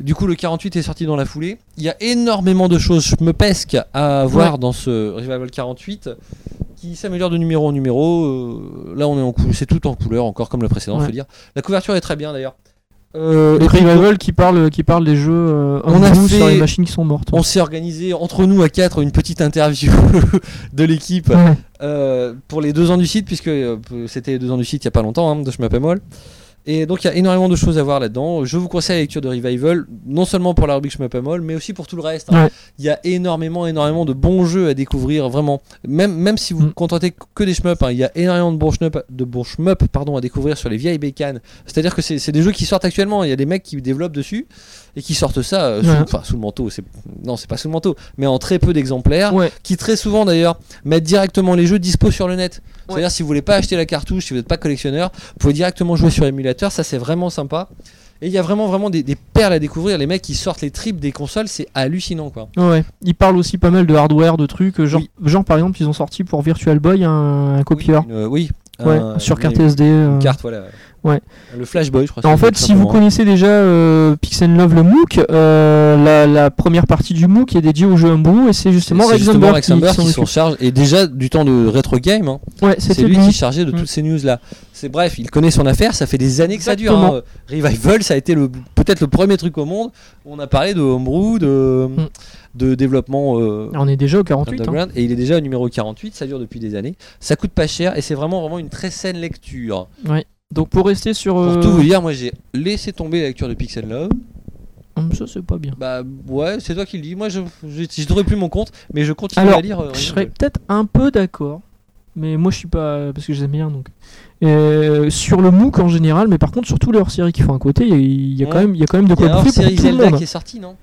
Speaker 2: Du coup, le 48 est sorti dans la foulée. Il y a énormément de choses, je me pesque, à voir dans ce Revival 48 qui s'améliore de numéro en numéro. Euh, là, on est en cou- c'est tout en couleur encore comme le précédent,
Speaker 1: Ouais.
Speaker 2: faut dire. La couverture est très bien d'ailleurs. Euh,
Speaker 1: Le
Speaker 2: les photos-
Speaker 1: Revival qui parle, qui parle des jeux euh,
Speaker 2: On a
Speaker 1: homebrew sur
Speaker 2: fait-
Speaker 1: les machines qui sont mortes.
Speaker 2: On s'est organisé entre nous à quatre une petite interview de l'équipe
Speaker 1: Ouais.
Speaker 2: euh, pour les deux ans du site, puisque euh, c'était les deux ans du site il n'y a pas longtemps, hein, de Je m'appelle Moll. Et donc il y a énormément de choses à voir là-dedans. Je vous conseille la lecture de Revival, non seulement pour la rubrique Je m'appelle Moll, mais aussi pour tout le reste. hein.
Speaker 1: Ouais.
Speaker 2: Il y a énormément, énormément de bons jeux à découvrir, vraiment. Même, même si vous
Speaker 1: Mm.
Speaker 2: ne contentez que des shmups, hein, il y a énormément de bons shmups, de bons shmups, pardon, à découvrir sur les vieilles bécanes. C'est-à-dire que c'est c'est des jeux qui sortent actuellement. hein. Il y a des mecs qui développent dessus et qui sortent ça euh, sous,
Speaker 1: Ouais.
Speaker 2: enfin, sous le manteau. C'est- Non, c'est pas sous le manteau, mais en très peu d'exemplaires
Speaker 1: Ouais.
Speaker 2: qui très souvent d'ailleurs mettent directement les jeux dispo sur le net.
Speaker 1: Ouais.
Speaker 2: C'est-à-dire si vous voulez pas acheter la cartouche, si vous n'êtes pas collectionneur, vous pouvez directement jouer sur émulateur, ça c'est vraiment sympa. Et il y a vraiment vraiment des, des perles à découvrir, les mecs qui sortent les tripes des consoles, c'est hallucinant quoi.
Speaker 1: Ouais. Ils parlent aussi pas mal de hardware, de trucs. euh, Genre,
Speaker 2: Oui.
Speaker 1: genre par exemple, ils ont sorti pour Virtual Boy un, un copieur.
Speaker 2: Oui, une- euh, oui,
Speaker 1: Ouais,
Speaker 2: un-
Speaker 1: sur
Speaker 2: une-
Speaker 1: carte SD. euh.
Speaker 2: Une carte voilà.
Speaker 1: Ouais.
Speaker 2: Le Flash Boy je crois. que
Speaker 1: En
Speaker 2: c'est
Speaker 1: fait,
Speaker 2: tout
Speaker 1: si vous
Speaker 2: simplement. hein.
Speaker 1: connaissez déjà euh, Pix and Love, le MOOC, euh, la, la première partie du MOOC est dédiée au jeu homebrew et c'est justement
Speaker 2: C'est
Speaker 1: Rex
Speaker 2: justement
Speaker 1: Amber
Speaker 2: Rex
Speaker 1: qui,
Speaker 2: Amber
Speaker 1: qui
Speaker 2: qui
Speaker 1: s'en
Speaker 2: s'en charge et déjà du temps de Retro Game hein,
Speaker 1: occupe. Ouais,
Speaker 2: c'est
Speaker 1: c'était
Speaker 2: lui
Speaker 1: lui.
Speaker 2: qui chargé de
Speaker 1: Mm.
Speaker 2: toutes ces news là. C'est bref, il connaît son affaire, ça fait des années que ça
Speaker 1: Exactement.
Speaker 2: dure. hein. Euh, Revival, ça a été le peut-être le premier truc au monde où on a parlé de homebrew, de,
Speaker 1: Mm.
Speaker 2: de développement euh,
Speaker 1: On est déjà au 48. hein.
Speaker 2: underground et il est déjà au numéro 48, ça dure depuis des années. Ça coûte pas cher et c'est vraiment vraiment une très saine lecture.
Speaker 1: Donc pour rester sur.
Speaker 2: Pour
Speaker 1: euh,
Speaker 2: tout vous dire, moi j'ai laissé tomber la lecture de Pixel Love.
Speaker 1: hum, Ça, c'est pas bien.
Speaker 2: Bah ouais, c'est toi qui le dis. Moi je j'ai- j'ai trouvé plus mon compte, mais je continue
Speaker 1: Alors,
Speaker 2: à lire. euh,
Speaker 1: Je
Speaker 2: Revival.
Speaker 1: serais peut-être un peu d'accord, mais moi je suis pas. parce que j'aime bien donc. Euh, sur le MOOC en général, mais par contre sur tous leurs séries qui font à côté, il y a- il y, a quand
Speaker 2: Ouais.
Speaker 1: même, il y a quand même de
Speaker 2: il y
Speaker 1: quoi
Speaker 2: a hors
Speaker 1: bouffer
Speaker 2: série
Speaker 1: pour tout le
Speaker 2: Zelda
Speaker 1: monde.
Speaker 2: qui est sorti, non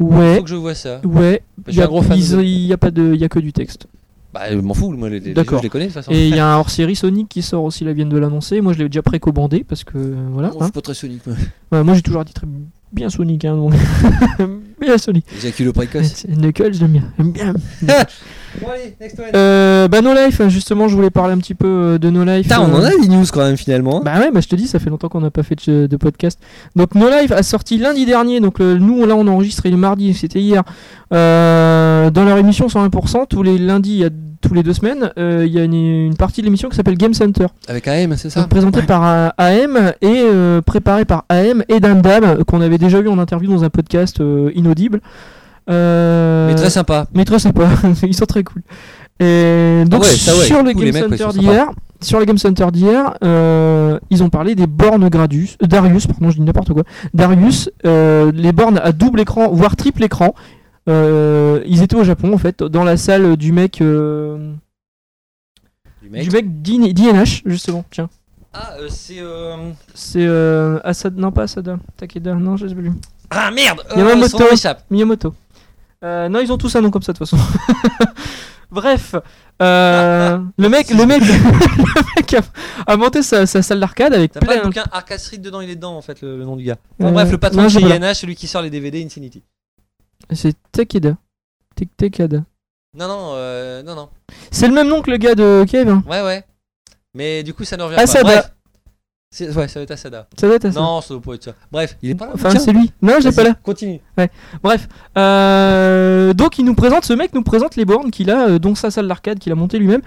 Speaker 2: Faut
Speaker 1: Ouais,
Speaker 2: que je vois ça.
Speaker 1: ouais.
Speaker 2: Je suis un gros fan.
Speaker 1: ils-
Speaker 2: de-
Speaker 1: Il n'y a pas de, il y a que du texte.
Speaker 2: Bah, je m'en fous, moi les, les jeux,
Speaker 1: D'accord.
Speaker 2: je les connais de toute façon.
Speaker 1: Et il y a un hors-série Sonic qui sort aussi, là viennent de l'annoncer. Moi je l'ai déjà précommandé parce que euh, voilà.
Speaker 2: Non,
Speaker 1: hein.
Speaker 2: je suis pas très Sonic, moi.
Speaker 1: Ouais, moi j'ai toujours dit très bien Sonic, hein, donc. bien Sonic.
Speaker 2: J'accule le précoce.
Speaker 1: C'est Knuckles, j'aime bien. J'aime bien.
Speaker 2: bon, allez, next one.
Speaker 1: Euh, bah No Life, justement, je voulais parler un petit peu euh, de No Life.
Speaker 2: Putain, on
Speaker 1: euh,
Speaker 2: en a des news quand même finalement. hein.
Speaker 1: Bah ouais, bah je te dis, ça fait longtemps qu'on n'a pas fait de, de podcast. Donc No Life a sorti lundi dernier, donc le- nous là on enregistré le mardi, c'était hier, euh, dans leur émission 101%, tous les lundis, il y a- tous les deux semaines, euh, il y a une, une partie de l'émission qui s'appelle Game Center,
Speaker 2: Avec AM, c'est ça
Speaker 1: donc présentée par euh, AM et euh, préparée par AM et Damdam, euh, qu'on avait déjà eu en interview dans un podcast euh, inaudible. Euh,
Speaker 2: Mais très sympa.
Speaker 1: mais très sympa, ils sont très cool. Et donc
Speaker 2: Ah ouais, ça ouais,
Speaker 1: sur le
Speaker 2: cool,
Speaker 1: Game
Speaker 2: les mecs, ouais, ils
Speaker 1: Center
Speaker 2: sont
Speaker 1: d'hier, sur le Game Center d'hier, euh, ils ont parlé des bornes Gradus, euh, Darius, pardon, je dis n'importe quoi, Darius, euh, les bornes à double écran, voire triple écran. Euh, ils étaient au Japon en fait, dans la salle du mec, euh,
Speaker 2: Du
Speaker 1: du mec d'I- d'INH justement. Tiens,
Speaker 2: Ah, euh, c'est. euh,
Speaker 1: c'est euh, Asada, non pas Asada, Takeda, non je sais plus.
Speaker 2: Ah merde
Speaker 1: Il y a
Speaker 2: euh,
Speaker 1: même
Speaker 2: son
Speaker 1: autre-
Speaker 2: nom m'échappe.
Speaker 1: Miyamoto. Euh, non, ils ont tous un nom comme ça de toute façon. Bref, euh, le mec, le mec, le mec a, a monté sa, sa salle d'arcade avec
Speaker 2: T'as pas le
Speaker 1: plein.
Speaker 2: bouquin Arcas Reed dedans, il est dedans en fait, le, le nom du gars. Enfin,
Speaker 1: Euh,
Speaker 2: bref, le patron
Speaker 1: non,
Speaker 2: de
Speaker 1: je
Speaker 2: chez
Speaker 1: sais pas.
Speaker 2: INH, celui qui sort les DVD Insanity.
Speaker 1: C'est Takeda. Tek- Takeda.
Speaker 2: Non, non, euh, non, non.
Speaker 1: C'est le même nom que le gars de Cave. hein.
Speaker 2: Ouais, ouais. Mais du coup, ça ne revient
Speaker 1: Asada.
Speaker 2: pas. Bref. C'est- Ouais, ça va être Asada.
Speaker 1: Ça doit être ça.
Speaker 2: Non, ça doit pas être ça. Bref, il est pas là.
Speaker 1: Enfin,
Speaker 2: tiens.
Speaker 1: c'est lui. Non, je l'ai
Speaker 2: Vas-y,
Speaker 1: pas là.
Speaker 2: Continue.
Speaker 1: Bref, euh, donc il nous présente, ce mec nous présente les bornes qu'il a, euh, dont sa salle d'arcade qu'il a montée lui-même.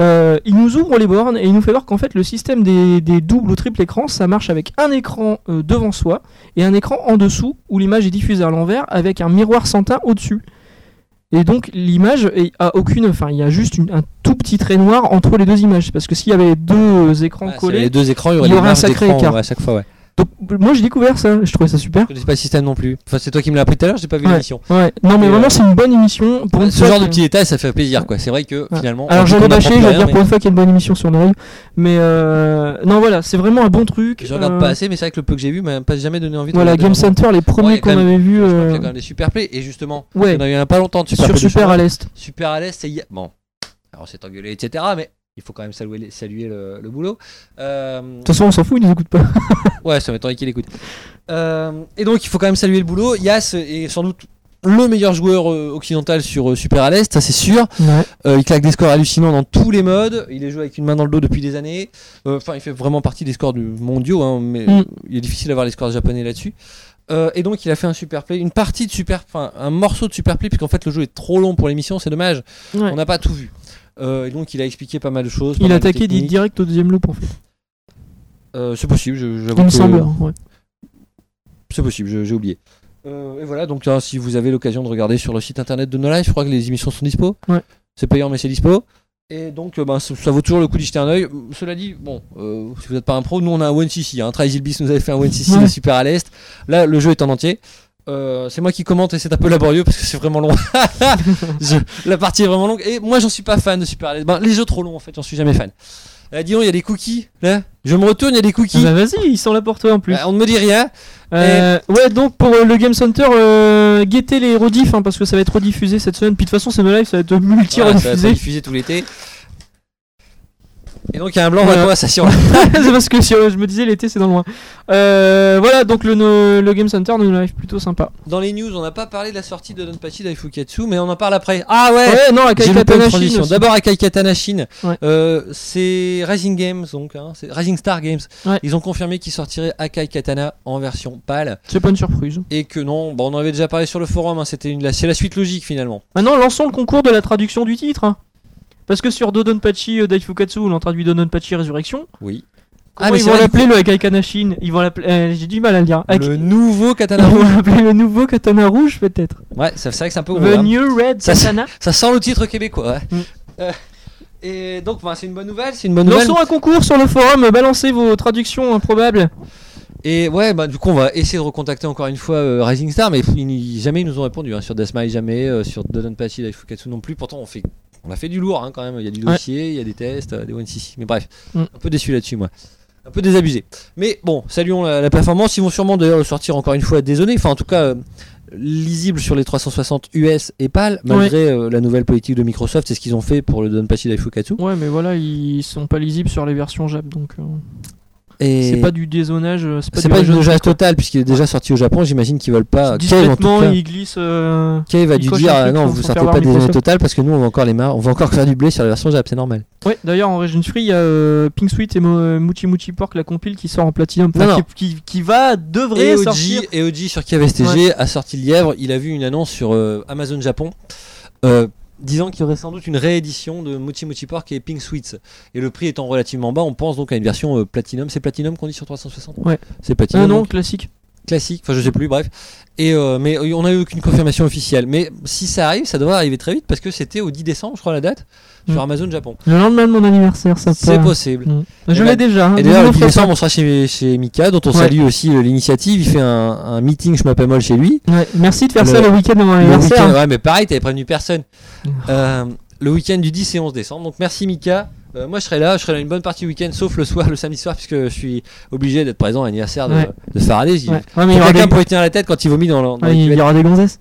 Speaker 1: Euh, il nous ouvre les bornes et il nous fait voir qu'en fait le système des, des doubles ou triples écrans, ça marche avec un écran euh, devant soi et un écran en dessous où l'image est diffusée à l'envers avec un miroir sans teint au-dessus. Et donc l'image est- a aucune, enfin il y a juste une- un tout petit trait noir entre les deux images parce que s'il y avait deux écrans
Speaker 2: Ah, s'il y avait
Speaker 1: collés,
Speaker 2: les deux écrans, il y aurait,
Speaker 1: il y
Speaker 2: des
Speaker 1: aurait un
Speaker 2: marges
Speaker 1: sacré
Speaker 2: d'écran,
Speaker 1: écart.
Speaker 2: ouais, à chaque fois, ouais.
Speaker 1: Donc, moi, j'ai découvert ça. Je trouvais ça super.
Speaker 2: Je connaissais pas le système non plus. Enfin, c'est toi qui me l'as appris tout à l'heure, j'ai pas vu l'émission.
Speaker 1: Ouais. Non, mais
Speaker 2: Et, euh,
Speaker 1: vraiment, c'est une bonne émission. Pour une
Speaker 2: Ce
Speaker 1: fois
Speaker 2: genre de
Speaker 1: que-
Speaker 2: petits détails, ça fait plaisir quoi. C'est vrai que
Speaker 1: Ouais.
Speaker 2: finalement.
Speaker 1: Alors,
Speaker 2: on-
Speaker 1: j'en
Speaker 2: on
Speaker 1: ai
Speaker 2: n'apprend
Speaker 1: bâché,
Speaker 2: plus
Speaker 1: je vais
Speaker 2: rien,
Speaker 1: dire
Speaker 2: mais
Speaker 1: pour une fois qu'il y a une bonne émission sur l'oreille. Mais euh, non, voilà, c'est vraiment un bon truc.
Speaker 2: Je regarde
Speaker 1: Euh,
Speaker 2: pas assez, mais c'est vrai que le peu que j'ai vu m'a pas jamais donné envie de
Speaker 1: Voilà, Game
Speaker 2: regarder vraiment.
Speaker 1: Center, les
Speaker 2: Ouais,
Speaker 1: premiers
Speaker 2: il y a
Speaker 1: qu'on
Speaker 2: quand même-
Speaker 1: avait vus.
Speaker 2: Je crois qu'il y
Speaker 1: euh,
Speaker 2: a quand même des super plays. Et justement,
Speaker 1: Ouais,
Speaker 2: on a eu un pas longtemps de super
Speaker 1: sur
Speaker 2: play de
Speaker 1: Super
Speaker 2: chemin.
Speaker 1: à l'Est.
Speaker 2: Super à l'Est, c'est hier- Bon, alors c'est engueulé, etc. Mais il faut quand même saluer, saluer le, le boulot. Euh,
Speaker 1: De toute façon, on s'en fout, ils nous écoutent pas.
Speaker 2: ouais, ça m'étonnerait qu'il écoute. Euh, et donc, il faut quand même saluer le boulot. Yass est sans doute le meilleur joueur euh, occidental sur euh, Super à l'Est, ça c'est sûr. Euh, il claque des scores hallucinants dans tous les modes. Il est joué avec une main dans le dos depuis des années. Euh, Enfin, il fait vraiment partie des scores du mondiaux, hein, mais
Speaker 1: Mm.
Speaker 2: il est difficile d'avoir les scores japonais là-dessus. Euh, et donc, il a fait un super play, une partie de super, enfin, un morceau de super play, puisqu'en fait, le jeu est trop long pour l'émission, c'est dommage.
Speaker 1: Ouais.
Speaker 2: On n'a pas tout vu. Euh, et donc, il a expliqué pas mal de choses. pas
Speaker 1: Il
Speaker 2: mal de
Speaker 1: attaquait
Speaker 2: techniques.
Speaker 1: direct au deuxième loop, en fait.
Speaker 2: Euh, c'est possible, je- j'avoue.
Speaker 1: Il me
Speaker 2: que-
Speaker 1: semble. ouais.
Speaker 2: C'est possible, je- j'ai oublié. Euh, et voilà, donc hein, si vous avez l'occasion de regarder sur le site internet de No Life, je crois que les émissions sont dispo.
Speaker 1: Ouais.
Speaker 2: C'est payant, mais c'est dispo. Et donc, euh, ben, ça, ça vaut toujours le coup d'y jeter un œil. Euh, Cela dit, bon, euh, si vous n'êtes pas un pro, nous on a un One CC. Hein. Trails Ilbis nous avait fait un One CC de
Speaker 1: Ouais.
Speaker 2: super à l'est. Là, le jeu est en entier. Euh, c'est moi qui commente et c'est un peu laborieux parce que c'est vraiment long. Je- la partie est vraiment longue. Et moi, j'en suis pas fan de super à l'est. Ben, les jeux trop longs, en fait, j'en suis jamais fan. Là, dis donc, il y a des cookies. Là, je me retourne, il y a des
Speaker 1: Ah
Speaker 2: cookies.
Speaker 1: bah vas-y, ils sont là pour toi en plus.
Speaker 2: Euh, on ne me dit rien. eh.
Speaker 1: Euh, ouais, donc pour euh, le Game Center, euh, guettez les rediffs hein, parce que ça va être rediffusé cette semaine. Puis de toute façon, c'est no live, ça va être
Speaker 2: Voilà, ça va être
Speaker 1: multi-rediffusé.
Speaker 2: diffusé tout l'été. Et donc il y a un blanc
Speaker 1: Voilà.
Speaker 2: à quoi ça sur
Speaker 1: c'est parce que si, euh, je me disais l'été, c'est dans le loin. Euh, voilà, donc le, no- le Game Center, nous live plutôt sympa.
Speaker 2: Dans les news, on n'a pas parlé de la sortie de Donpachi d'Aifukatsu, mais on en parle après. Ah ouais,
Speaker 1: Ouais, non, la
Speaker 2: J'ai loupé une
Speaker 1: Kaikata
Speaker 2: transition.
Speaker 1: Nashino.
Speaker 2: D'abord Akai Katanashin.
Speaker 1: Ouais.
Speaker 2: Euh, c'est Rising Games, donc, hein, c'est Rising Star Games.
Speaker 1: Ouais.
Speaker 2: Ils ont confirmé qu'ils sortiraient Akai Katana en version pâle.
Speaker 1: C'est pas une surprise.
Speaker 2: Et que non, bah, on en avait déjà parlé sur le forum, hein, c'était une, la- c'est la suite logique finalement.
Speaker 1: Maintenant, Ah lançons le concours de la traduction du titre. hein. Parce que sur Dodonpachi euh, Daifukatsu, on a traduit Dodonpachi Résurrection.
Speaker 2: Oui.
Speaker 1: Comment
Speaker 2: Ah, mais
Speaker 1: ils
Speaker 2: c'est
Speaker 1: vont
Speaker 2: vrai,
Speaker 1: l'appeler le Akai Kanashin Ils vont l'appeler. euh, J'ai du mal à le dire. Ak-
Speaker 2: Le nouveau Katana
Speaker 1: Ils vont
Speaker 2: rouge.
Speaker 1: l'appeler le nouveau katana rouge, peut-être.
Speaker 2: Ouais, ça- c'est vrai que c'est un peu gros,
Speaker 1: The
Speaker 2: hein.
Speaker 1: New Red
Speaker 2: Ça, c'est-
Speaker 1: Katana.
Speaker 2: Ça sent le titre québécois. ouais.
Speaker 1: Mm.
Speaker 2: Euh, et donc, bah, c'est une bonne nouvelle. C'est une bonne nouvelle.
Speaker 1: Lançons un concours sur le forum, balancez vos traductions improbables.
Speaker 2: Et ouais, bah, du coup, on va essayer de recontacter encore une fois euh, Rising Star, mais ils- ils- jamais ils nous ont répondu. hein, sur Dasmai, jamais. euh, sur Dodonpachi, Daifukatsu non plus. Pourtant, on, fait, on a fait du lourd hein, quand même. Il y a du
Speaker 1: Ouais.
Speaker 2: dossier, il y a des tests, euh, des 1cc. Mais bref,
Speaker 1: Mm.
Speaker 2: un peu déçu là-dessus, moi. Un peu désabusé. Mais bon, saluons la, la performance. Ils vont sûrement d'ailleurs le sortir encore une fois désonné. Enfin, en tout cas. euh, lisible sur les 360 US et PAL malgré euh, la nouvelle politique de Microsoft c'est ce qu'ils ont fait pour le Donpachi Daifukatsu
Speaker 1: Ouais, mais voilà, ils sont pas lisibles sur les versions JAP, donc euh,
Speaker 2: Et
Speaker 1: c'est pas du dézonage, euh, c'est pas
Speaker 2: C'est
Speaker 1: du
Speaker 2: pas une
Speaker 1: rajoute,
Speaker 2: jauge
Speaker 1: quoi.
Speaker 2: totale puisqu'il est déjà sorti au Japon. J'imagine qu'ils veulent pas. Cave, en tout
Speaker 1: Discrètement,
Speaker 2: cas,
Speaker 1: ils glissent. euh,
Speaker 2: Cave a
Speaker 1: il
Speaker 2: dû
Speaker 1: coche un
Speaker 2: dire euh,
Speaker 1: truc
Speaker 2: non,
Speaker 1: sans
Speaker 2: vous
Speaker 1: faire
Speaker 2: sortez
Speaker 1: voir
Speaker 2: pas des données
Speaker 1: Microsoft.
Speaker 2: totales parce que nous on va encore les marre, on va encore faire du blé sur la version Jap, c'est normal.
Speaker 1: Ouais, d'ailleurs, en Region Free, il y a euh, Pink Sweet et Mo- Mouchi Mouchi Pork, la compile qui sort en platinum. Enfin,
Speaker 2: Non, non.
Speaker 1: Qui, qui, qui va, devrait
Speaker 2: Et
Speaker 1: sortir.
Speaker 2: OG, et OG sur Cave STG a sorti Lièvre. Il a vu une annonce sur euh, Amazon Japon. euh, Disant qu'il y aurait sans doute une réédition de Mochi Mochi Pork et Pink Sweets. Et le prix étant relativement bas, on pense donc à une version euh, Platinum. C'est Platinum qu'on dit sur 360
Speaker 1: Ouais.
Speaker 2: C'est
Speaker 1: Ah
Speaker 2: Platinum.
Speaker 1: non,
Speaker 2: donc,
Speaker 1: classique.
Speaker 2: classique, enfin je sais plus, bref. Et euh, mais euh, on n'a eu aucune confirmation officielle. Mais si ça arrive, ça devrait arriver très vite parce que c'était au 10 décembre, je crois la date,
Speaker 1: Mm.
Speaker 2: sur Amazon Japon.
Speaker 1: Le lendemain de mon anniversaire, Ah, ça
Speaker 2: C'est
Speaker 1: part.
Speaker 2: possible.
Speaker 1: Je
Speaker 2: Et
Speaker 1: l'ai
Speaker 2: là-
Speaker 1: déjà. hein,
Speaker 2: Et
Speaker 1: ne
Speaker 2: d'ailleurs, le 10
Speaker 1: m'offrez pas.
Speaker 2: décembre, on sera chez, chez Mika, dont on
Speaker 1: Ouais.
Speaker 2: salue aussi euh, l'initiative. Il fait un, un meeting, je m'appelle Moll, chez lui.
Speaker 1: Ouais, merci de faire
Speaker 2: Le-
Speaker 1: ça le week-end de mon
Speaker 2: Le
Speaker 1: anniversaire.
Speaker 2: week-end- ouais, mais pareil, t'avais prévenu personne.
Speaker 1: Oh.
Speaker 2: Euh, le week-end du 10 et 11 décembre. Donc merci Mika. Euh, moi je serai là, je serai là une bonne partie du week-end, sauf le soir, le samedi soir, puisque je suis obligé d'être présent à l'anniversaire de,
Speaker 1: Ouais.
Speaker 2: de Faraday. J'y-
Speaker 1: Ouais. Ouais, mais
Speaker 2: Faut
Speaker 1: il y aura
Speaker 2: Quelqu'un
Speaker 1: des-
Speaker 2: pourrait tenir la tête quand il vomit dans, le- dans
Speaker 1: ouais,
Speaker 2: les
Speaker 1: il y aura des gonzesses.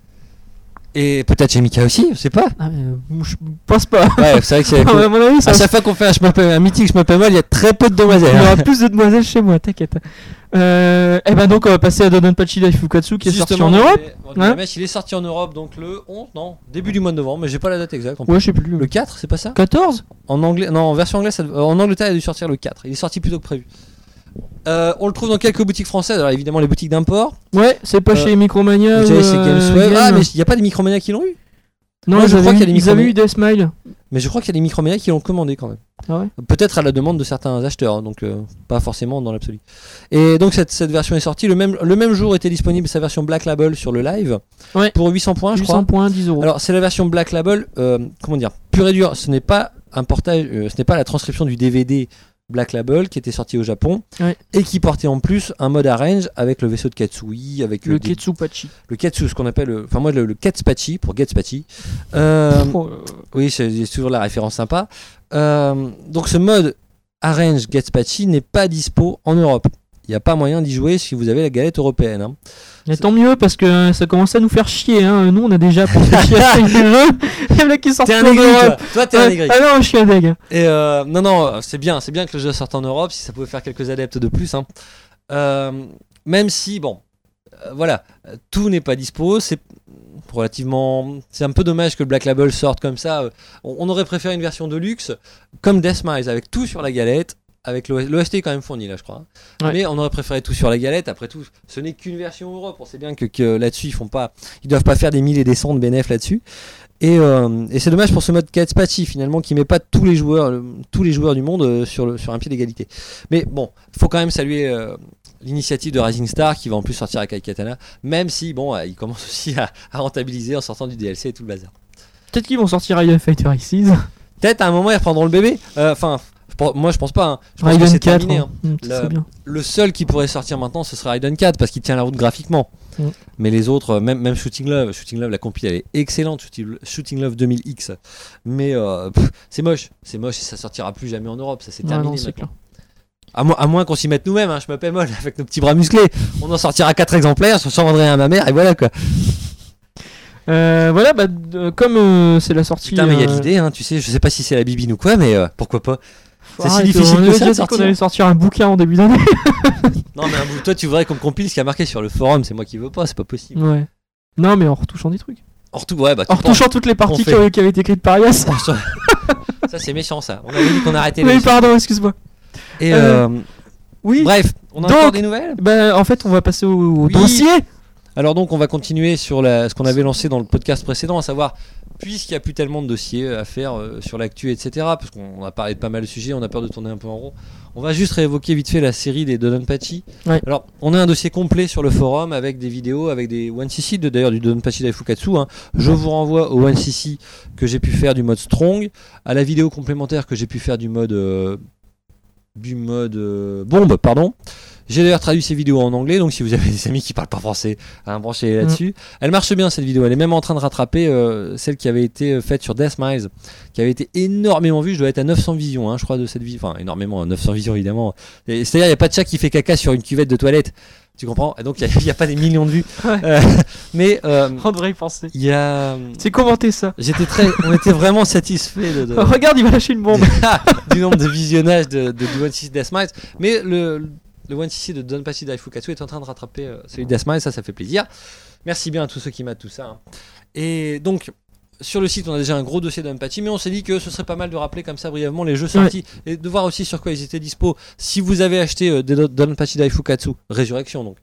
Speaker 2: Et peut-être chez Mika aussi, je sais pas.
Speaker 1: Ah, mais, euh, je pense pas.
Speaker 2: Ouais, c'est vrai que c'est.
Speaker 1: Ah, mais à mon avis, ça
Speaker 2: À chaque fois qu'on fait un, je m'appelle- un meeting, je m'appelle mal, il y a très peu
Speaker 1: Il
Speaker 2: de
Speaker 1: y
Speaker 2: demoiselles. hein.
Speaker 1: aura plus de demoiselles chez moi, t'inquiète. Euh, et ben donc on va passer à Dodonpachi Daifukatsu qui est sorti en Europe. hein Ouais.
Speaker 2: il est sorti en Europe donc le 11, non, début du mois de novembre, mais j'ai pas la date exacte. en plus.
Speaker 1: Ouais, je sais plus.
Speaker 2: Le 4, c'est pas ça
Speaker 1: 14
Speaker 2: En anglais, non, en version anglaise, ça dev- euh, en Angleterre, il a dû sortir le 4. Il est sorti plus tôt que prévu. Euh, on le trouve dans quelques boutiques françaises, alors évidemment les boutiques d'import.
Speaker 1: Ouais, c'est pas
Speaker 2: Euh,
Speaker 1: chez Micromania.
Speaker 2: Vous
Speaker 1: ou,
Speaker 2: savez, c'est
Speaker 1: euh,
Speaker 2: Gamesweb. Ah,
Speaker 1: Game.
Speaker 2: mais il n'y a pas des Micromania qui l'ont eu
Speaker 1: Non,
Speaker 2: Moi,
Speaker 1: ils
Speaker 2: je crois
Speaker 1: avaient
Speaker 2: qu'il y a
Speaker 1: eu-
Speaker 2: des
Speaker 1: ils avaient
Speaker 2: micro-
Speaker 1: eu des smiles.
Speaker 2: Mais je crois qu'il y a des Micromania qui l'ont commandé quand même.
Speaker 1: Ah ouais
Speaker 2: Peut-être à la demande de certains acheteurs, donc euh, pas forcément dans l'absolu. Et donc cette, cette version est sortie. Le même, le même jour était disponible sa version Black Label sur le live
Speaker 1: Ouais.
Speaker 2: pour 800 points, je
Speaker 1: 800
Speaker 2: crois.
Speaker 1: points, 10 euros.
Speaker 2: Alors c'est la version Black Label, euh, comment dire, pure et dure. Ce n'est pas un portage, euh, ce n'est pas la transcription du DVD Black Label qui était sorti au Japon
Speaker 1: Ouais.
Speaker 2: et qui portait en plus un mode arrange avec le vaisseau de Katsui, avec euh,
Speaker 1: Le
Speaker 2: des-
Speaker 1: Ketsupachi.
Speaker 2: le Katsu, ce qu'on appelle, le- enfin moi le, le Katsupachi pour Gatsupachi. Euh,
Speaker 1: Oh, euh,
Speaker 2: oui, c'est c'est toujours la référence sympa. Euh, donc ce mode Arrange Gatspachi n'est pas dispo en Europe. Il n'y a pas moyen d'y jouer si vous avez la galette européenne. hein.
Speaker 1: mais tant mieux parce que euh, ça commence à nous faire chier. Hein. Nous, on a déjà pensé chier avec des jeux. Il y en a qui sortent
Speaker 2: T'es un
Speaker 1: en
Speaker 2: aigri,
Speaker 1: Europe.
Speaker 2: toi. Toi, t'es un
Speaker 1: Ouais.
Speaker 2: aigri.
Speaker 1: Ah non, je suis un deg.
Speaker 2: Et euh, non, non, c'est bien, c'est bien que le jeu sorte en Europe, si ça pouvait faire quelques adeptes de plus. hein. Euh, même si, bon, euh, voilà, euh, tout n'est pas dispo, c'est relativement... C'est un peu dommage que le Black Label sorte comme ça. Euh, On, on aurait préféré une version de luxe, comme Deathmise, avec tout sur la galette, avec l'O- l'OST est quand même fourni là, je crois. hein.
Speaker 1: Ouais.
Speaker 2: Mais on aurait préféré tout sur la galette, après tout, ce n'est qu'une version Europe, on sait bien que, que là-dessus, ils font pas... Ils doivent pas faire des mille et des cents de bénéfices là-dessus. Et, euh, et c'est dommage pour ce mode Catspati finalement qui met pas tous les joueurs, euh, tous les joueurs du monde euh, sur, le, sur un pied d'égalité. Mais bon, faut quand même saluer euh, l'initiative de Rising Star qui va en plus sortir avec Aikatana, même si bon, euh, il commence aussi à, à rentabiliser en sortant du DLC et tout le bazar.
Speaker 1: Peut-être qu'ils vont sortir Iron Fighter X6.
Speaker 2: Peut-être à un moment ils reprendront le bébé. Euh, Enfin, je pense- moi je pense pas. hein. Je pense que
Speaker 1: Raiden
Speaker 2: c'est
Speaker 1: 4.
Speaker 2: terminé,
Speaker 1: hein. Mm, ça
Speaker 2: Le-
Speaker 1: serait bien.
Speaker 2: Le seul qui pourrait sortir maintenant, ce serait Raiden 4 parce qu'il tient la route graphiquement.
Speaker 1: Mm.
Speaker 2: Mais les autres, euh, même, même Shooting Love, Shooting Love, la compil elle est excellente, Shooting, Shooting Love 2000X. Mais euh, pff, c'est moche, c'est moche et ça sortira plus jamais en Europe, ça c'est
Speaker 1: Ouais,
Speaker 2: terminé.
Speaker 1: non, c'est
Speaker 2: maintenant.
Speaker 1: clair.
Speaker 2: à, moins- à moins qu'on s'y mette nous-mêmes, hein, je me paie molle avec nos petits bras musclés. On en sortira 4 exemplaires, je s'en vendrai un à ma mère et voilà quoi.
Speaker 1: Euh, voilà, bah, d- euh, comme euh, c'est la sortie.
Speaker 2: Putain, mais il y a
Speaker 1: euh,
Speaker 2: l'idée, hein, tu sais, je sais pas si c'est la bibine ou quoi, mais euh, pourquoi pas.
Speaker 1: faut
Speaker 2: C'est si
Speaker 1: arrêter,
Speaker 2: difficile
Speaker 1: Ah, on
Speaker 2: que
Speaker 1: avait
Speaker 2: ça
Speaker 1: déjà
Speaker 2: de
Speaker 1: dit
Speaker 2: sortir.
Speaker 1: qu'on allait sortir un bouquin en début d'année.
Speaker 2: Non, mais un bout- toi tu voudrais qu'on compile ce qui a marqué sur le forum, c'est moi qui veux pas, c'est pas possible.
Speaker 1: ouais. Non, mais en retouchant des trucs.
Speaker 2: Or tout, ouais, bah tu
Speaker 1: En retouchant toutes les parties
Speaker 2: on
Speaker 1: qui
Speaker 2: fait.
Speaker 1: avaient qui avaient été écrites par Yas.
Speaker 2: penses- Ça c'est méchant ça. On avait dit qu'on arrêtait les
Speaker 1: Oui, pardon, excuse-moi.
Speaker 2: Et
Speaker 1: Euh,
Speaker 2: euh,
Speaker 1: Oui,
Speaker 2: bref, on a
Speaker 1: Donc-
Speaker 2: encore des nouvelles.
Speaker 1: bah, en fait, on va passer au, au
Speaker 2: Oui.
Speaker 1: dossier.
Speaker 2: Alors donc on va continuer sur la, ce qu'on avait lancé dans le podcast précédent, à savoir puisqu'il n'y a plus tellement de dossiers à faire euh, sur l'actu, etc. Parce qu'on a parlé de pas mal de sujets, on a peur de tourner un peu en rond. On va juste réévoquer vite fait la série des Don Pachi.
Speaker 1: Ouais.
Speaker 2: Alors on a un dossier complet sur le forum avec des vidéos, avec des 1cc, de- d'ailleurs du Don Pachi d'Aifukatsu. hein. Je vous renvoie au 1cc que j'ai pu faire du mode Strong, à la vidéo complémentaire que j'ai pu faire du mode... euh, du mode euh, bombe, pardon. J'ai d'ailleurs traduit ces vidéos en anglais, donc si vous avez des amis qui parlent pas français, hein, branchez là-dessus. Elle marche bien cette vidéo, elle est même en train de rattraper euh, celle qui avait été euh, faite sur Deathmise, qui avait été énormément vue, je dois être à 900 visions, hein, je crois, de cette vidéo, enfin énormément, 900 visions évidemment. Et- C'est-à-dire, il n'y a pas de chat qui fait caca sur une cuvette de toilette, tu comprends Et Donc il n'y a, pas des millions de vues.
Speaker 1: Ouais.
Speaker 2: Euh, mais euh,
Speaker 1: On devrait y penser.
Speaker 2: il y a...
Speaker 1: C'est commenter ça. Oh,
Speaker 2: J'étais très... On était vraiment satisfaits de- de,
Speaker 1: Regarde, il va lâcher une bombe.
Speaker 2: du nombre de visionnages de, de, du One Six Deathmite. Mais le, le One Six de Don Pachi Daifukatsu est en train de rattraper euh, celui de Deathmite, ça, ça fait plaisir. Merci bien à tous ceux qui matent tout ça. hein. Et donc. Sur le site, on a déjà un gros dossier d'Unpatchy, mais on s'est dit que ce serait pas mal de rappeler comme ça brièvement les jeux sortis et de voir aussi sur quoi ils étaient dispo. Si vous avez acheté euh, des d'Unpatchy Daifukatsu, Résurrection donc,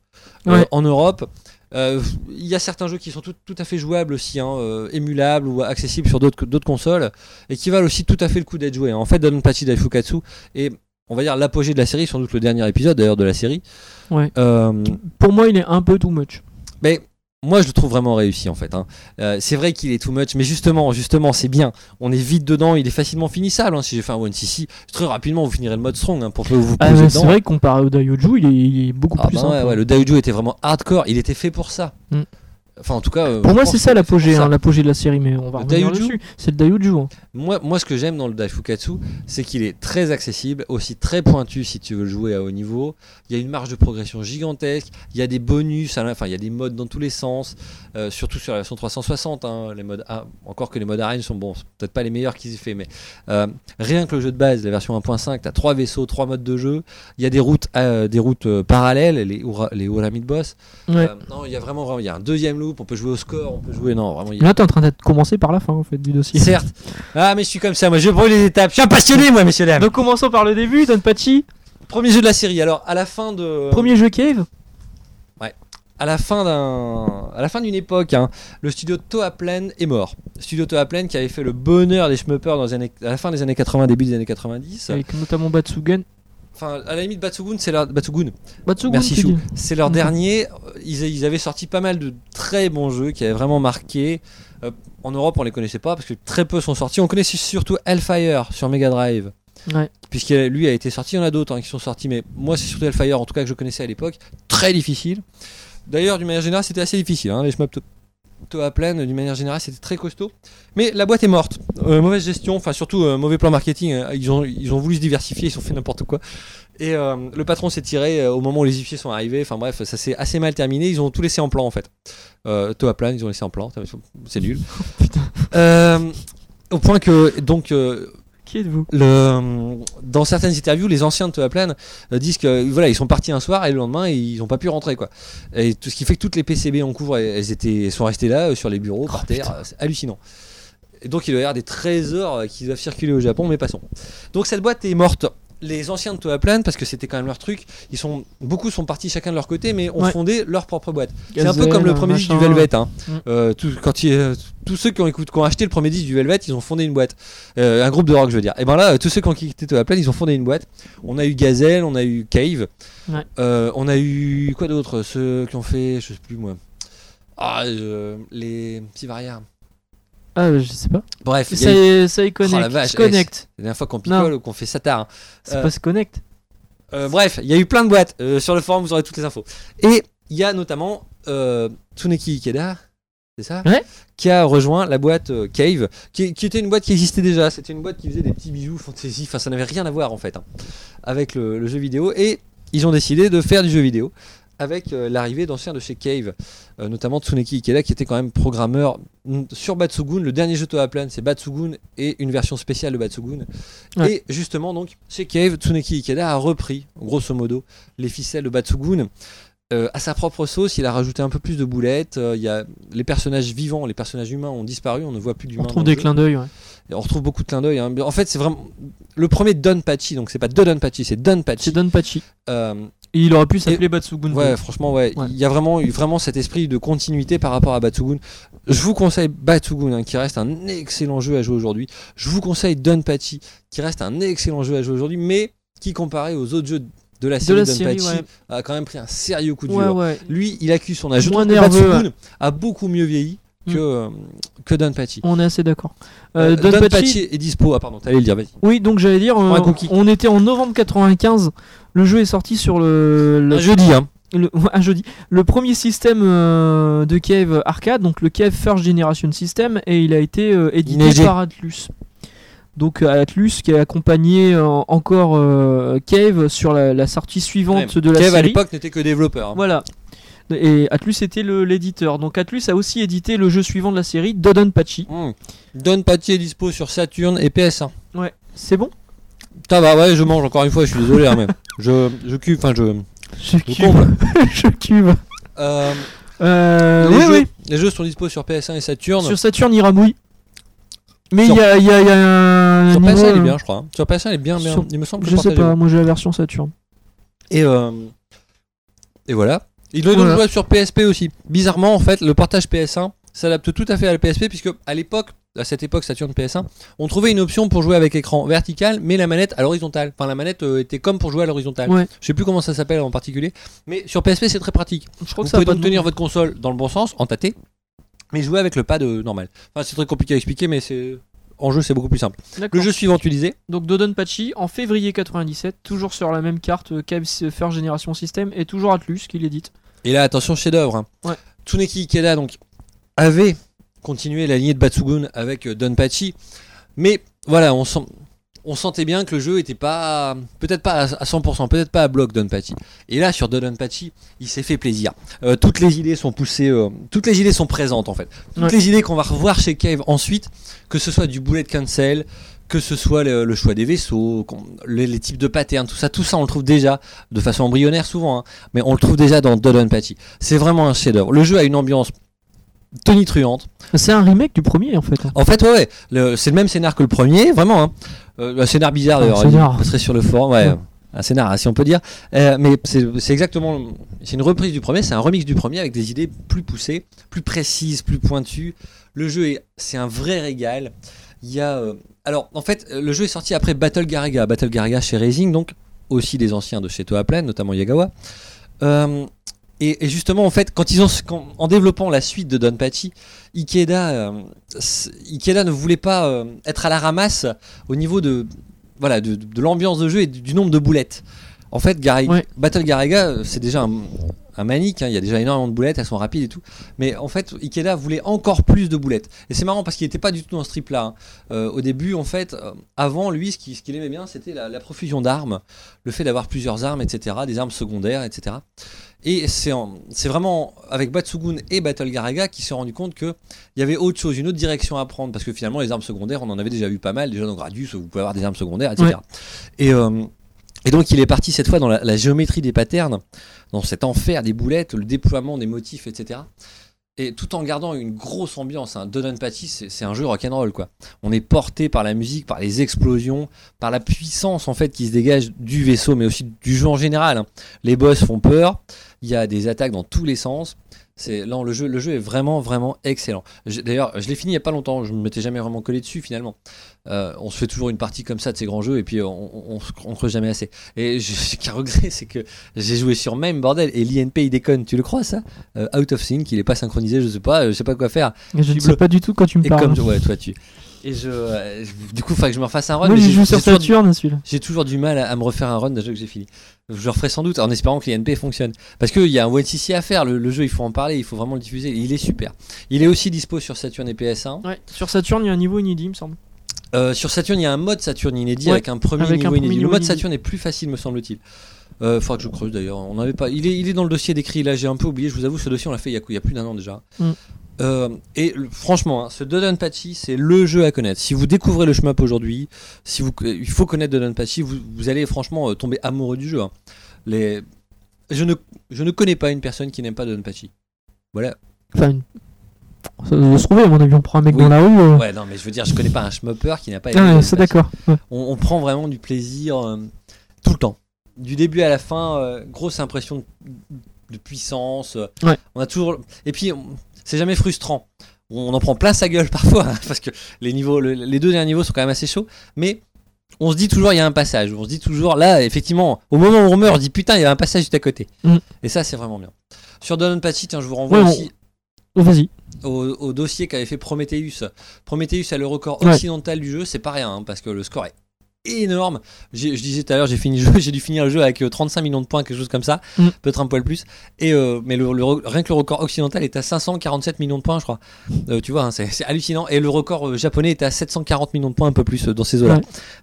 Speaker 2: euh,
Speaker 1: Ouais.
Speaker 2: en Europe, euh, il y a certains jeux qui sont tout, tout à fait jouables aussi, hein, euh, émulables ou accessibles sur d'autres d'autres consoles et qui valent aussi tout à fait le coup d'être joué. En fait, Danpachi Daifukatsu est, on va dire, l'apogée de la série, sans doute le dernier épisode d'ailleurs de la série.
Speaker 1: Ouais.
Speaker 2: Euh,
Speaker 1: Pour moi, il est un peu too much.
Speaker 2: mais moi, je le trouve vraiment réussi en fait. hein. Euh, c'est vrai qu'il est too much, mais justement, justement, c'est bien. On est vite dedans, il est facilement finissable. hein. Si j'ai fait un one cc, très rapidement, vous finirez le mode strong hein, pour que vous
Speaker 1: Ah,
Speaker 2: posiez
Speaker 1: mais c'est
Speaker 2: dedans.
Speaker 1: vrai que comparé au Daioju, il est, il est beaucoup
Speaker 2: Ah,
Speaker 1: plus
Speaker 2: bah
Speaker 1: simple. hein.
Speaker 2: ouais, ouais, le Daoju était vraiment hardcore. Il était fait pour ça.
Speaker 1: Mm.
Speaker 2: Enfin, en tout cas. euh,
Speaker 1: Pour
Speaker 2: je
Speaker 1: moi,
Speaker 2: pense
Speaker 1: c'est ça
Speaker 2: que
Speaker 1: l'apogée,
Speaker 2: pour ça.
Speaker 1: hein, l'apogée de la série, mais on va
Speaker 2: Le
Speaker 1: revenir
Speaker 2: Daioju
Speaker 1: dessus. C'est le Daioju. hein.
Speaker 2: Moi, moi, ce que j'aime dans le Daifukatsu, c'est qu'il est très accessible, aussi très pointu si tu veux le jouer à haut niveau. Il y a une marge de progression gigantesque, il y a des bonus, à la- enfin, il y a des modes dans tous les sens, euh, surtout sur la version 360. hein, les modes, ah, encore que les modes arène sont bons, c'est peut-être pas les meilleurs qu'ils aient fait, mais euh, rien que le jeu de base, la version 1.5, tu as trois vaisseaux, trois modes de jeu, il y a des routes, euh, des routes euh, parallèles, les, Ura- les Uramid Boss.
Speaker 1: Ouais.
Speaker 2: Euh, non, il y a vraiment, vraiment, il y a un deuxième loop, on peut jouer au score, on peut jouer, non, vraiment, il y a-
Speaker 1: Là, t'es en train de commencer par la fin en fait, du dossier.
Speaker 2: Certes. Ah, mais je suis comme ça, moi je brûle les étapes. Je suis un passionné, moi, messieurs dames.
Speaker 1: Donc, commençons par le début, Donpachi.
Speaker 2: Premier jeu de la série. Alors, à la fin de.
Speaker 1: Premier jeu Cave.
Speaker 2: À la fin d'un. À la fin d'une époque, hein, le studio Toaplan est mort. Le studio Toaplan qui avait fait le bonheur des schmuppers dans les années... à la fin des années 80, début des années 90.
Speaker 1: Avec notamment Batsugan.
Speaker 2: Enfin, à la limite, Batsugun, c'est leur. Batsugun.
Speaker 1: Batsugan,
Speaker 2: Merci
Speaker 1: tu
Speaker 2: Chou.
Speaker 1: dis.
Speaker 2: C'est leur
Speaker 1: Mhm.
Speaker 2: dernier. Ils, ils avaient sorti pas mal de très bons jeux qui avaient vraiment marqué. Euh, en Europe, on les connaissait pas parce que très peu sont sortis. On connaissait surtout Hellfire sur Mega Drive.
Speaker 1: Ouais.
Speaker 2: puisque lui a été sorti. Il y en a d'autres hein, qui sont sortis, mais moi c'est surtout Hellfire, en tout cas que je connaissais à l'époque, très difficile. D'ailleurs, d'une manière générale, c'était assez difficile. hein, les shmup to- Toa Plane, d'une manière générale, c'était très costaud. Mais la boîte est morte. Euh, mauvaise gestion, enfin surtout euh, mauvais plan marketing. hein, Ils ont, ils ont voulu se diversifier, ils ont fait n'importe quoi. Et euh, le patron s'est tiré euh, au moment où les huissiers sont arrivés. Enfin bref, ça s'est assez mal terminé. Ils ont tout laissé en plan en fait. Euh, Toa Plane, ils ont laissé en plan. C'est nul. Euh, au point que donc euh,
Speaker 1: Qui êtes-vous
Speaker 2: le, euh, dans certaines interviews, les anciens de Toa Plane euh, disent que voilà, ils sont partis un soir et le lendemain ils n'ont pas pu rentrer quoi. Et tout ce qui fait que toutes les PCB en cours, elles- elles étaient, elles sont restées là euh, sur les bureaux par terre, euh, c'est hallucinant. Et donc il doit y avoir des trésors euh, qui doivent circuler au Japon, mais passons. Donc cette boîte est morte. Les anciens de Toa Plane, parce que c'était quand même leur truc, ils sont beaucoup sont partis chacun de leur côté, mais ont
Speaker 1: Ouais.
Speaker 2: fondé leur propre boîte. C'est un peu comme le premier disque du
Speaker 1: machin.
Speaker 2: Velvet. Hein.
Speaker 1: Mm.
Speaker 2: Euh, tout- quand il- euh, tous ceux qui ont, écout- qui ont acheté le premier disque du Velvet, ils ont fondé une boîte. Euh, un groupe de rock, je veux dire. Et ben là, euh, tous ceux qui ont quitté Toa Plane, ils ont fondé une boîte. On a eu Gazelle, on a eu Cave.
Speaker 1: Ouais.
Speaker 2: Euh, on a eu quoi d'autre Ceux qui ont fait, je sais plus moi. Ah, euh, les petits variards.
Speaker 1: Ah, je sais pas.
Speaker 2: Bref, il y a
Speaker 1: Ça
Speaker 2: eu- Oh,
Speaker 1: est, ça est connect.
Speaker 2: la vache,
Speaker 1: se connect.
Speaker 2: la dernière fois qu'on picole ou qu'on fait satar.
Speaker 1: C'est
Speaker 2: Euh,
Speaker 1: pas se connect.
Speaker 2: Euh, bref, il y a eu plein de boîtes. Euh, sur le forum, vous aurez toutes les infos. Et il y a notamment euh, Tsuneki Ikeda, c'est ça
Speaker 1: Ouais.
Speaker 2: Qui a rejoint la boîte euh, Cave, qui, qui était une boîte qui existait déjà. C'était une boîte qui faisait des petits bijoux fantasy. Enfin, ça n'avait rien à voir en fait hein, avec le, le jeu vidéo. Et ils ont décidé de faire du jeu vidéo avec euh, l'arrivée d'anciens de chez Cave, euh, notamment Tsuneki Ikeda, qui était quand même programmeur mm, sur Batsugun. Le dernier jeu Toa Plane, c'est Batsugun et une version spéciale de Batsugun.
Speaker 1: Ouais.
Speaker 2: Et justement, donc, chez Cave, Tsuneki Ikeda a repris, grosso modo, les ficelles de Batsugun. euh, à sa propre sauce, il a rajouté un peu plus de boulettes. euh, Il y a les personnages vivants, les personnages humains ont disparu, on ne voit plus d'humains.
Speaker 1: On trouve
Speaker 2: dans le
Speaker 1: des
Speaker 2: jeu.
Speaker 1: clins d'œil. ouais.
Speaker 2: Et On retrouve beaucoup de clins d'œil. hein. En fait, c'est vraiment le premier Don Pachi, donc c'est pas de Don Pachi, c'est Don
Speaker 1: C'est
Speaker 2: Pachi.
Speaker 1: Don Pachi.
Speaker 2: Euh,
Speaker 1: Et il aurait pu s'appeler Batsugun.
Speaker 2: Ouais, franchement, ouais.
Speaker 1: Ouais.
Speaker 2: Il y a vraiment eu vraiment cet esprit de continuité par rapport à Batsugun. Je vous conseille Batsugun, hein, qui reste un excellent jeu à jouer aujourd'hui. Je vous conseille Donpachi, qui reste un excellent jeu à jouer aujourd'hui, mais qui comparé aux autres jeux de la
Speaker 1: de
Speaker 2: série
Speaker 1: la
Speaker 2: Donpachi
Speaker 1: série, ouais.
Speaker 2: a quand même pris un sérieux coup de
Speaker 1: Ouais,
Speaker 2: dur.
Speaker 1: ouais.
Speaker 2: Lui, il accuse son âge. Je
Speaker 1: Moins
Speaker 2: trouve que
Speaker 1: nerveux,
Speaker 2: Batsugun a beaucoup mieux vieilli que,
Speaker 1: Mm.
Speaker 2: euh, que Donpachi.
Speaker 1: On est assez d'accord.
Speaker 2: Euh,
Speaker 1: Euh, Don
Speaker 2: Don
Speaker 1: Pachi,
Speaker 2: Pachi est dispo. Ah, pardon, t'allais le dire, vas-y.
Speaker 1: Oui, donc j'allais dire, euh,
Speaker 2: un cookie.
Speaker 1: on était en novembre 95. Le jeu est sorti sur le, le-
Speaker 2: Un jeudi, hein.
Speaker 1: le- ouais, un jeudi. Le premier système euh, de Cave Arcade, donc le Cave First Generation System, et il a été euh, édité
Speaker 2: Neigé.
Speaker 1: par Atlus. Donc euh, Atlus qui a accompagné euh, encore euh, Cave sur la, la sortie suivante de la
Speaker 2: Kev, à
Speaker 1: série.
Speaker 2: l'époque, n'était que développeur. hein.
Speaker 1: Voilà. Et Atlus était le- l'éditeur. Donc Atlus a aussi édité le jeu suivant de la série, Dodonpachi.
Speaker 2: Mm. Donpachi est dispo sur Saturn et PS1.
Speaker 1: Ouais, c'est bon
Speaker 2: Ça va, ouais, je mange encore une fois, je suis désolé, hein, mais je, je cuve, enfin je,
Speaker 1: Je
Speaker 2: je
Speaker 1: cuve.
Speaker 2: comble.
Speaker 1: Je cuve.
Speaker 2: Euh,
Speaker 1: Euh,
Speaker 2: les,
Speaker 1: oui,
Speaker 2: jeux,
Speaker 1: oui.
Speaker 2: les jeux sont dispo sur PS1 et Saturn.
Speaker 1: Sur Saturn, il ramouille. Mais il
Speaker 2: Sur-
Speaker 1: y a, il y a- il y a un.
Speaker 2: Sur
Speaker 1: niveau,
Speaker 2: PS1, il est
Speaker 1: euh,
Speaker 2: bien, je crois. hein. Sur PS1, il est bien, bien.
Speaker 1: sur-
Speaker 2: Il me semble que
Speaker 1: Je sais
Speaker 2: partagez.
Speaker 1: pas, moi j'ai la version Saturn.
Speaker 2: Et, euh, et voilà. Ils l'ont
Speaker 1: Voilà.
Speaker 2: donc joué sur PSP aussi. Bizarrement, en fait, le portage PS1 s'adapte tout à fait à la PSP, puisque à l'époque, à cette époque Saturn PS1, on trouvait une option pour jouer avec écran vertical, mais la manette à l'horizontale. Enfin, la manette euh, était comme pour jouer à l'horizontale.
Speaker 1: Ouais.
Speaker 2: Je sais plus comment ça s'appelle en particulier, mais sur PSP, c'est très pratique.
Speaker 1: Je crois
Speaker 2: Vous
Speaker 1: que ça
Speaker 2: pouvez
Speaker 1: va pas
Speaker 2: donc tenir votre console dans le bon sens, en tâté, mais jouer avec le pad euh, normal. Enfin, c'est très compliqué à expliquer, mais c'est en jeu, c'est beaucoup plus simple. Le jeu suivant, tu disais
Speaker 1: Donc Dodonpachi en février 97, toujours sur la même carte euh, Cave First Generation System et toujours Atlus qui l'édite.
Speaker 2: Et là, attention, chef-d'œuvre. hein.
Speaker 1: Ouais.
Speaker 2: Tsuneki Ikeda, donc, avait continué la lignée de Batsugun avec euh, Donpachi, mais voilà, on sent. On sentait bien que le jeu était pas, peut-être pas à 100%, peut-être pas à bloc Donpachi. Et là, sur Donpachi, il s'est fait plaisir. Euh, toutes les idées sont poussées, euh, toutes les idées sont présentes en fait. Toutes
Speaker 1: Ouais.
Speaker 2: les idées qu'on va revoir chez Cave ensuite, que ce soit du bullet cancel, que ce soit le, le choix des vaisseaux, qu'on- les, les types de patterns, tout ça, tout ça, on le trouve déjà de façon embryonnaire souvent, hein, mais on le trouve déjà dans Dodonpachi. C'est vraiment un chef-d'œuvre. Le jeu a une ambiance tonitruante.
Speaker 1: C'est un remake du premier en fait.
Speaker 2: En fait, ouais, ouais. Le- c'est le même scénar que le premier, vraiment. hein. Euh, un scénar bizarre
Speaker 1: Un
Speaker 2: d'ailleurs.
Speaker 1: scénar.
Speaker 2: Il serait sur le forum, ouais.
Speaker 1: Ouais.
Speaker 2: Un scénar, si on peut dire. Euh, mais c'est c'est exactement. C'est une reprise du premier, c'est un remix du premier avec des idées plus poussées, plus précises, plus pointues. Le jeu est. C'est un vrai régal. Il y a. euh, alors, en fait, euh, le jeu est sorti après Battle Garaga. Battle Garaga chez Racing, donc aussi des anciens de chez Toa Plane, notamment Yagawa. Euh, et, et justement, en fait, quand ils ont, quand- en développant la suite de Donpachi, Ikeda, euh, s- Ikeda ne voulait pas euh, être à la ramasse au niveau de, voilà, de, de- de l'ambiance de jeu et du, du nombre de boulettes. En fait, Gare-
Speaker 1: Ouais.
Speaker 2: Battle Garega, euh, c'est déjà un, un manique, hein, il y a déjà énormément de boulettes, elles sont rapides et tout. Mais en fait, Ikeda voulait encore plus de boulettes. Et c'est marrant parce qu'il n'était pas du tout dans ce trip-là. hein. Euh, au début, en fait, euh, avant, lui, ce qui- ce qu'il aimait bien, c'était la, la profusion d'armes, le fait d'avoir plusieurs armes, etc., des armes secondaires, etc. Et c'est en- c'est vraiment avec Batsugun et Battle Garaga qu'il s'est rendu compte que il y avait autre chose, une autre direction à prendre, parce que finalement, les armes secondaires, on en avait déjà vu pas mal, déjà dans Gradius, vous pouvez avoir des armes secondaires, etc.
Speaker 1: Ouais.
Speaker 2: Et, euh, et donc, il est parti cette fois dans la, la géométrie des patterns, dans cet enfer des boulettes, le déploiement des motifs, etc. Et tout en gardant une grosse ambiance, hein. Don Patty, c'est c'est un jeu rock'n'roll, quoi. On est porté par la musique, par les explosions, par la puissance, en fait, qui se dégage du vaisseau, mais aussi du jeu en général. hein. Les boss font peur, il y a des attaques dans tous les sens. C'est là le jeu, le jeu est vraiment vraiment excellent. J'ai- D'ailleurs, je l'ai fini il y a pas longtemps. Je ne m'étais jamais vraiment collé dessus finalement. Euh, on se fait toujours une partie comme ça de ces grands jeux et puis on, on, on se- on creuse jamais assez. Et je- ce qui est un regret, c'est que j'ai joué sur même bordel et l'INP il déconne. Tu le crois ça Euh, Out of sync, il est pas synchronisé. Je sais pas, euh, je sais pas quoi faire.
Speaker 1: Je ne
Speaker 2: Cible.
Speaker 1: sais pas du tout de quoi tu me
Speaker 2: Et
Speaker 1: parles.
Speaker 2: comme ouais toi tu. Et je, euh, du coup, faudrait que je me refasse un run.
Speaker 1: Moi,
Speaker 2: mais
Speaker 1: j'ai joué sur
Speaker 2: toujours du-
Speaker 1: Saturn, hein, celui-là.
Speaker 2: j'ai toujours du mal à, à me refaire un run d'un jeu que j'ai fini. Je le referai sans doute en espérant que les NP fonctionnent. Parce qu'il y a un WCC à faire, le, le jeu il faut en parler, il faut vraiment le diffuser, il est super. Il est aussi dispo sur Saturn et PS1.
Speaker 1: Sur Saturn, il y a un niveau inédit, il me semble.
Speaker 2: Euh, sur Saturn il y a un mode Saturn inédit
Speaker 1: Ouais,
Speaker 2: avec un premier
Speaker 1: avec un
Speaker 2: niveau
Speaker 1: premier
Speaker 2: inédit. Le
Speaker 1: niveau
Speaker 2: mode
Speaker 1: inédit.
Speaker 2: Saturn est plus facile me semble-t-il. Euh, faudra que je creuse d'ailleurs, on n'avait pas. Il est, il est dans le dossier décrit, là j'ai un peu oublié, je vous avoue, ce dossier on l'a fait il y a, il y a plus d'un an déjà.
Speaker 1: Mm.
Speaker 2: Euh, et le- franchement, hein, ce Dodon Patchy, c'est le jeu à connaître. Si vous découvrez le shmup aujourd'hui, si vous, euh, il faut connaître Don Pachi, vous, vous allez franchement euh, tomber amoureux du jeu. hein. Les, je, ne, je ne connais pas une personne qui n'aime pas Don Pachi. Voilà.
Speaker 1: Enfin, une- ça doit se trouver, à mon avis. On prend un mec
Speaker 2: Oui.
Speaker 1: dans la rue. euh.
Speaker 2: Ouais, non, mais je veux dire, je connais pas un schmopper qui n'a pas aimé
Speaker 1: Ah
Speaker 2: Don
Speaker 1: ouais, c'est
Speaker 2: Pachi.
Speaker 1: d'accord. Ouais.
Speaker 2: On, on prend vraiment du plaisir euh, tout le temps. Du début à la fin, euh, grosse impression de, de puissance. euh,
Speaker 1: Ouais.
Speaker 2: On a toujours. Et puis, on- c'est jamais frustrant. On en prend plein sa gueule parfois, hein, parce que les, niveaux, le- les deux derniers niveaux sont quand même assez chauds. Mais on se dit toujours, il y a un passage. On se dit toujours, là, effectivement, au moment où on meurt, on dit putain, il y a un passage juste à côté.
Speaker 1: Mm.
Speaker 2: Et ça, c'est vraiment bien. Sur Don Pachi, tiens, je vous renvoie
Speaker 1: Ouais, on-
Speaker 2: aussi
Speaker 1: Oh, Vas-y.
Speaker 2: au, au dossier qu'avait fait Prometheus. Prometheus a le record
Speaker 1: Ouais.
Speaker 2: occidental du jeu, c'est pas rien, hein, parce que le score est énorme. J'ai- Je disais tout à l'heure, j'ai fini le jeu, j'ai dû finir le jeu avec euh, 35 millions de points, quelque chose comme ça,
Speaker 1: Mm.
Speaker 2: peut-être un poil plus. Et euh, mais le, le re- rien que le record occidental est à 547 millions de points, je crois. Euh, tu vois, hein, c'est c'est hallucinant. Et le record euh, japonais est à 740 millions de points, un peu plus euh, dans ces eaux-là.
Speaker 1: Ouais.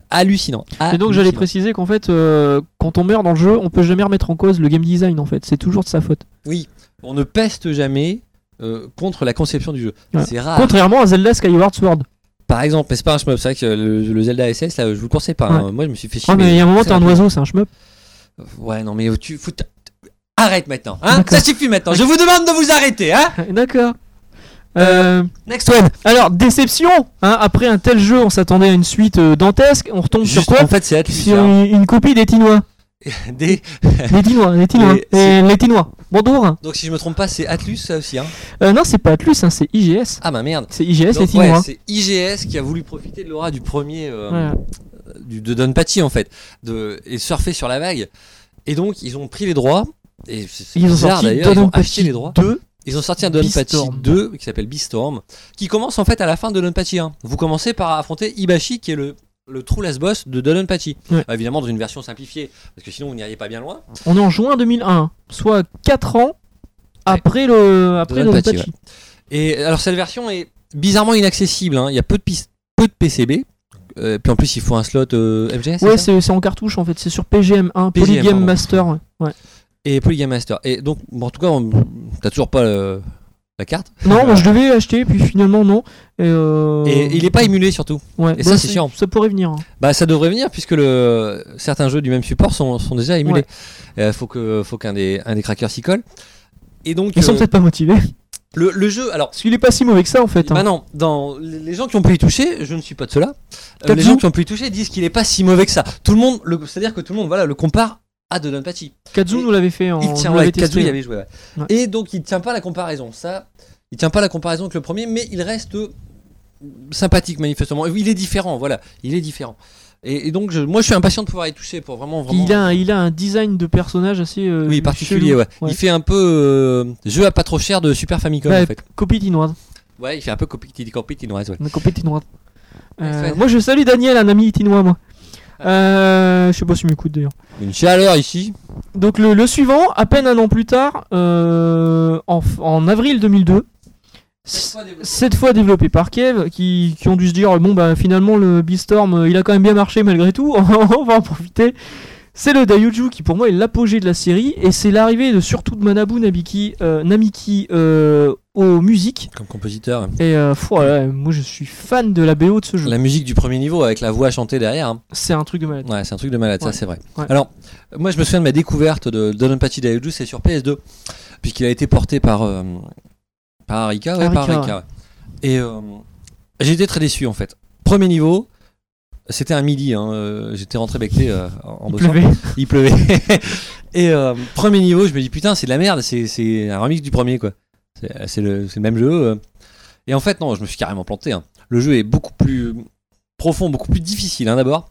Speaker 2: Hallucinant.
Speaker 1: Et donc, j'allais
Speaker 2: hallucinant.
Speaker 1: préciser qu'en fait, euh, quand on meurt dans le jeu, on peut jamais remettre en cause le game design, en fait. C'est toujours de sa faute.
Speaker 2: Oui, on ne peste jamais. euh, contre la conception du jeu.
Speaker 1: Ouais.
Speaker 2: C'est rare.
Speaker 1: Contrairement à Zelda Skyward Sword.
Speaker 2: Par exemple, mais c'est pas un shmup, c'est vrai que le, le Zelda SS, là, je vous le conseille pas. hein. Moi, je me suis fait chier.
Speaker 1: Ah, mais il y a un moment,
Speaker 2: c'est
Speaker 1: t'es un
Speaker 2: rapide.
Speaker 1: oiseau, c'est un shmup.
Speaker 2: Ouais, non, mais oh, tu. Faut t- t- Arrête maintenant, hein
Speaker 1: D'accord.
Speaker 2: Ça suffit maintenant. Je vous demande de vous arrêter, hein
Speaker 1: D'accord. Euh,
Speaker 2: Next one.
Speaker 1: alors, déception hein, Après un tel jeu, on s'attendait à une suite euh, dantesque. On retombe
Speaker 2: Juste,
Speaker 1: sur quoi
Speaker 2: en fait, c'est Atlus.
Speaker 1: Sur
Speaker 2: hein.
Speaker 1: une, une copie des Tinois.
Speaker 2: Des-
Speaker 1: Les Tinois, les Tinois.
Speaker 2: Et
Speaker 1: Et les Tinois. Bonjour.
Speaker 2: Donc, si je me trompe pas, c'est Atlus, ça aussi, hein
Speaker 1: Euh, non, c'est pas Atlus, hein, c'est IGS.
Speaker 2: Ah bah merde.
Speaker 1: Eh, C'est hein. IGS, les
Speaker 2: Donc, ouais,
Speaker 1: Tinois.
Speaker 2: c'est IGS qui a voulu profiter de l'aura du premier. euh,
Speaker 1: Voilà.
Speaker 2: du, de Don Patty, en fait. De, et surfer sur la vague. Et donc, ils ont pris les droits. Et c'est c'est
Speaker 1: Ils ont
Speaker 2: bizarre
Speaker 1: sorti
Speaker 2: d'ailleurs, ils
Speaker 1: Don
Speaker 2: ont acheté
Speaker 1: Pachi
Speaker 2: les droits.
Speaker 1: 2.
Speaker 2: Ils ont sorti un Don Pachi
Speaker 1: Beastorm.
Speaker 2: 2 qui s'appelle Beastorm, qui commence en fait à la fin de Don Pachi 1. Vous commencez par affronter Ibashi qui est le, le true last boss de Don Pachi.
Speaker 1: Ouais.
Speaker 2: Euh, Évidemment dans une version simplifiée, parce que sinon vous n'iriez pas bien loin.
Speaker 1: On est en juin 2001, soit 4 ans après le après
Speaker 2: Donut
Speaker 1: le
Speaker 2: Patchy,
Speaker 1: Patchy.
Speaker 2: Et alors cette version est bizarrement inaccessible, hein. il y a peu de, pis- peu de PCB, Euh, puis en plus il faut un slot euh, MGS. c'est
Speaker 1: Ouais,
Speaker 2: ça
Speaker 1: c'est c'est en cartouche en fait, c'est sur PGM1,
Speaker 2: PGM,
Speaker 1: Polygame
Speaker 2: pardon.
Speaker 1: Master. ouais. Ouais.
Speaker 2: et Polygame Master. Et donc bon, en tout cas, on- t'as toujours pas euh, la carte.
Speaker 1: Non, moi, je devais acheter, puis finalement non. Et, euh,
Speaker 2: Et il est pas émulé surtout.
Speaker 1: Ouais.
Speaker 2: et ça,
Speaker 1: bah,
Speaker 2: c'est chiant.
Speaker 1: Ça pourrait venir. hein.
Speaker 2: Bah ça devrait venir puisque le, certains jeux du même support sont, sont déjà émulés. Euh, faut que faut qu'un des un des crackers s'y colle. Et donc
Speaker 1: Ils sont
Speaker 2: euh,
Speaker 1: peut-être pas motivés.
Speaker 2: le, le jeu alors
Speaker 1: Parce qu'il est pas si mauvais que ça en fait. hein.
Speaker 2: maintenant dans les les gens qui ont pu y toucher, je ne suis pas de cela.
Speaker 1: Tatsu
Speaker 2: les gens qui ont pu y toucher disent qu'il est pas si mauvais que ça. Tout le monde le- c'est-à-dire que tout le monde voilà le compare à Dodon Pachi.
Speaker 1: Kazu
Speaker 2: il-
Speaker 1: nous l'avait fait en.
Speaker 2: Il tient
Speaker 1: nous
Speaker 2: ouais,
Speaker 1: l'avait
Speaker 2: Kazu
Speaker 1: testé.
Speaker 2: y avait joué. ouais.
Speaker 1: Ouais.
Speaker 2: Et donc il tient pas la comparaison ça. Il tient pas la comparaison avec le premier mais il reste euh, sympathique manifestement. Il est différent voilà, il est différent. Et, et donc je- moi je suis impatient de pouvoir y toucher pour vraiment vraiment
Speaker 1: hein. Il a, il a un design de personnage assez. euh,
Speaker 2: Oui, particulier,
Speaker 1: chelou.
Speaker 2: ouais. Il fait un peu euh, jeu à pas trop cher de Super Famicom
Speaker 1: Ouais.
Speaker 2: en fait.
Speaker 1: Copie tinoise.
Speaker 2: Ouais, il fait un peu copie, copie tinoise, ouais.
Speaker 1: Une copie tinoise.
Speaker 2: Ouais,
Speaker 1: Euh,
Speaker 2: Fred.
Speaker 1: moi je salue Daniel, un ami tinois moi. Euh, je sais pas si m'écoute d'ailleurs.
Speaker 2: Une chaleur ici.
Speaker 1: Donc le, le suivant, à peine un an plus tard, euh, en, f- en avril 2002, s- cette fois développé par Kev, qui, qui ont dû se dire bon bah finalement le Beastorm euh, il a quand même bien marché malgré tout, on va en profiter. C'est le Daioju qui pour moi est l'apogée de la série et c'est l'arrivée de surtout de Manabu Nabiki, euh, Namiki euh, aux musiques
Speaker 2: Comme compositeur.
Speaker 1: et euh, pff, ouais, moi je suis fan de la BO de ce jeu.
Speaker 2: La musique du premier niveau avec la voix chantée derrière. hein.
Speaker 1: C'est un truc de malade.
Speaker 2: Ouais, c'est un truc de malade,
Speaker 1: Ouais.
Speaker 2: ça c'est vrai.
Speaker 1: Ouais.
Speaker 2: Alors, euh, moi je me souviens de ma découverte de Donpati Daioju, c'est sur PS2, puisqu'il a été porté par, euh, par Arika. ouais, par
Speaker 1: Arika,
Speaker 2: Arika, ouais. Et euh, j'ai été très déçu en fait. Premier niveau, c'était un midi, hein, euh, j'étais rentré becté euh, en en
Speaker 1: Il
Speaker 2: bossant.
Speaker 1: pleuvait.
Speaker 2: Il pleuvait. et euh, premier niveau, je me dis putain, c'est de la merde, c'est, c'est un remix du premier quoi. C'est, c'est le, c'est le même jeu. euh. Et en fait, non, je me suis carrément planté. hein. Le jeu est beaucoup plus profond, beaucoup plus difficile hein, d'abord.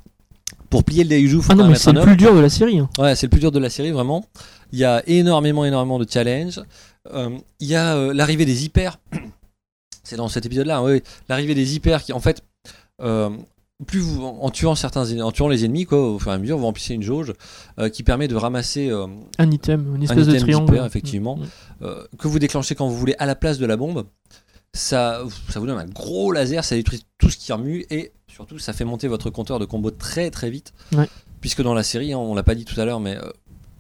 Speaker 2: Pour plier le Daiju, faut
Speaker 1: Ah
Speaker 2: quand
Speaker 1: non
Speaker 2: même
Speaker 1: mais
Speaker 2: être
Speaker 1: c'est
Speaker 2: un
Speaker 1: le
Speaker 2: homme.
Speaker 1: plus dur de la série. hein.
Speaker 2: Ouais, c'est le plus dur de la série, vraiment. Il y a énormément, énormément de challenges. Euh, il y a euh, l'arrivée des hyper. C'est dans cet épisode-là, hein, oui. L'arrivée des hyper qui, en fait, euh, plus vous, en tuant certains, en tuant les ennemis, quoi, au fur et à mesure, vous remplissez une jauge euh, qui permet de ramasser euh,
Speaker 1: Un item, une espèce de
Speaker 2: item
Speaker 1: triangle. Mm,
Speaker 2: d'hyper, effectivement. euh, que vous déclenchez quand vous voulez à la place de la bombe. Ça, ça vous donne un gros laser, ça détruit tout ce qui remue et surtout ça fait monter votre compteur de combo très très vite.
Speaker 1: Ouais.
Speaker 2: Puisque dans la série, hein, on l'a pas dit tout à l'heure, mais euh,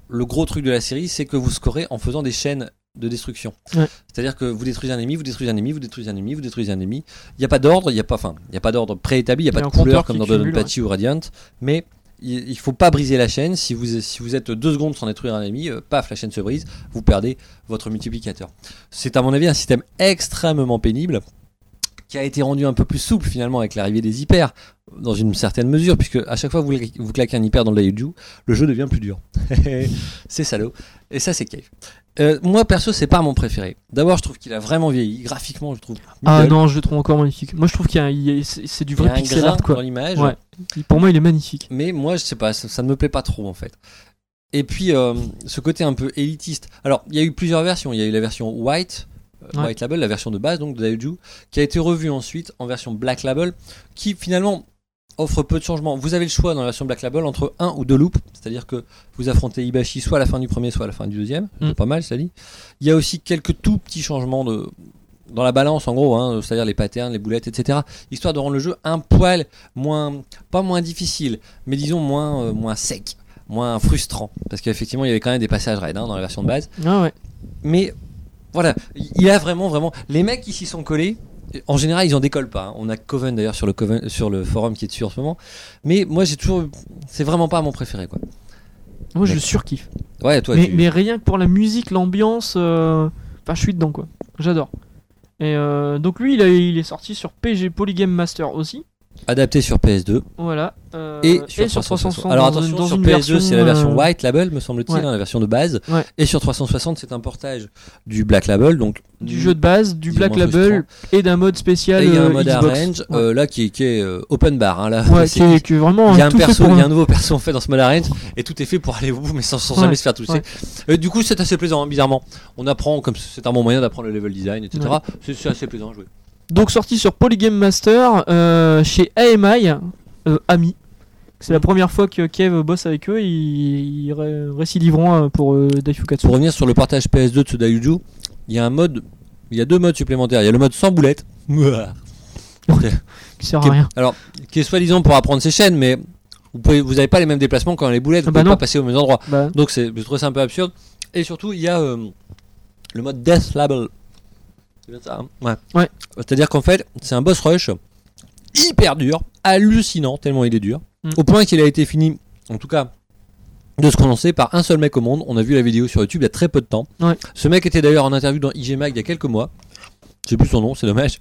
Speaker 2: le gros truc de la série, c'est que vous scorez en faisant des chaînes de destruction.
Speaker 1: Ouais.
Speaker 2: C'est-à-dire que vous détruisez un ennemi, vous détruisez un ennemi, vous détruisez un ennemi, vous détruisez un ennemi. Il n'y a pas d'ordre, il n'y a pas, enfin, il y a pas d'ordre préétabli, il n'y
Speaker 1: Il
Speaker 2: a
Speaker 1: y
Speaker 2: pas
Speaker 1: a
Speaker 2: de
Speaker 1: un compteur
Speaker 2: couleur comme
Speaker 1: qui
Speaker 2: dans
Speaker 1: cumule,
Speaker 2: Donut Patty ou Radiant, mais il il faut pas briser la chaîne. Si vous, si vous êtes deux secondes sans détruire un ennemi, euh, paf, la chaîne se brise, vous perdez votre multiplicateur. C'est à mon avis un système extrêmement pénible qui a été rendu un peu plus souple finalement avec l'arrivée des hyper dans une certaine mesure puisque à chaque fois que vous, le- vous claquez un hyper dans le Daiju, le jeu devient plus dur. c'est salaud et ça c'est cave. Euh, moi perso c'est pas mon préféré. D'abord je trouve qu'il a vraiment vieilli graphiquement je trouve.
Speaker 1: Ah
Speaker 2: middle.
Speaker 1: non, je le trouve encore magnifique. Moi, je trouve qu'il y a, il y a- c'est c'est du
Speaker 2: il y
Speaker 1: vrai
Speaker 2: a un
Speaker 1: pixel
Speaker 2: grain
Speaker 1: art quoi.
Speaker 2: dans l'image.
Speaker 1: Ouais. Pour moi, il est magnifique.
Speaker 2: Mais moi, je sais pas, ça, ça ne me plaît pas trop en fait. Et puis, euh, ce côté un peu élitiste. Alors, il y a eu plusieurs versions. Il y a eu la version White, euh,
Speaker 1: Ouais.
Speaker 2: White Label, la version de base donc de Daiju, qui a été revue ensuite en version Black Label, qui finalement offre peu de changements. Vous avez le choix dans la version Black Label entre un ou deux loops, c'est-à-dire que vous affrontez Ibashi soit à la fin du premier, soit à la fin du deuxième.
Speaker 1: Mm.
Speaker 2: C'est pas mal, ça dit. Il y a aussi quelques tout petits changements de dans la balance en gros, hein, c'est-à-dire les patterns, les boulettes, etc. Histoire de rendre le jeu un poil moins, pas moins difficile, mais disons moins, euh, moins sec, moins frustrant. Parce qu'effectivement, il y avait quand même des passages raides hein, dans la version de base.
Speaker 1: Ah ouais.
Speaker 2: Mais voilà, il a vraiment, vraiment. Les mecs qui s'y sont collés, en général, ils en décollent pas. hein. On a Coven d'ailleurs sur le, Coven- sur le forum qui est dessus en ce moment. Mais moi, j'ai toujours. C'est vraiment pas mon préféré, quoi.
Speaker 1: Moi, je
Speaker 2: Mais-
Speaker 1: surkiffe.
Speaker 2: Ouais, toi,
Speaker 1: mais,
Speaker 2: tu-
Speaker 1: mais rien que pour la musique, l'ambiance, euh, enfin, je suis dedans quoi. J'adore. Et euh, donc lui, il, a- il est sorti sur PG Polygame Master aussi.
Speaker 2: adapté sur PS2
Speaker 1: Voilà. euh,
Speaker 2: et, sur, 360. Alors
Speaker 1: dans-
Speaker 2: attention,
Speaker 1: dans
Speaker 2: sur
Speaker 1: une
Speaker 2: PS2, c'est la version
Speaker 1: euh,
Speaker 2: White Label, me semble-t-il,
Speaker 1: ouais.
Speaker 2: hein, la version de base.
Speaker 1: Ouais.
Speaker 2: Et sur 360, c'est un portage du Black Label, donc
Speaker 1: du jeu de base, du
Speaker 2: Disons
Speaker 1: Black
Speaker 2: moins
Speaker 1: Label et d'un mode
Speaker 2: Et
Speaker 1: spécial
Speaker 2: il y a un
Speaker 1: euh,
Speaker 2: mode
Speaker 1: Xbox.
Speaker 2: arrange
Speaker 1: Ouais.
Speaker 2: euh, là qui, qui est euh, open bar. hein, là,
Speaker 1: Ouais,
Speaker 2: C'est-
Speaker 1: qui est, qui est vraiment
Speaker 2: il y a un
Speaker 1: tout fait
Speaker 2: perso,
Speaker 1: pour
Speaker 2: il y a
Speaker 1: un-
Speaker 2: un nouveau perso en fait dans ce mode arrange et tout est fait pour aller au bout mais sans, sans
Speaker 1: Ouais,
Speaker 2: jamais se faire tousser.
Speaker 1: ouais.
Speaker 2: Et du coup c'est assez plaisant hein, bizarrement. On apprend comme c'est un bon moyen d'apprendre le level design etc.
Speaker 1: Ouais.
Speaker 2: C'est- C'est assez plaisant à jouer.
Speaker 1: Donc sorti sur Polygame Master euh, chez AMI, euh, AMI. C'est la première fois que Kev bosse avec eux, ils, ils ré- récidiveront euh, pour euh, Daifukatsu.
Speaker 2: Pour revenir sur le partage PS2 de ce Daiju, il y a un mode, il y a deux modes supplémentaires. Il y a le mode sans boulettes
Speaker 1: qui sert
Speaker 2: qui
Speaker 1: à
Speaker 2: est,
Speaker 1: rien.
Speaker 2: alors qui est soi-disant pour apprendre ses chaînes mais vous pouvez, vous avez pas les mêmes déplacements quand les boulettes, vous
Speaker 1: Ah bah
Speaker 2: pouvez
Speaker 1: non.
Speaker 2: pas passer au même endroit.
Speaker 1: Bah,
Speaker 2: Donc c'est, je trouve ça un peu absurde. Et surtout, il y a euh, le mode Death Label. C'est bien ça, hein ouais.
Speaker 1: Ouais.
Speaker 2: C'est-à-dire qu'en fait, c'est un boss rush hyper dur, hallucinant tellement il est dur,
Speaker 1: Mm.
Speaker 2: au point qu'il a été fini, en tout cas, de ce qu'on en sait, par un seul mec au monde. On a vu la vidéo sur YouTube il y a très peu de temps.
Speaker 1: Ouais.
Speaker 2: Ce mec était d'ailleurs en interview dans IG Mag il y a quelques mois. Je sais plus son nom, c'est dommage.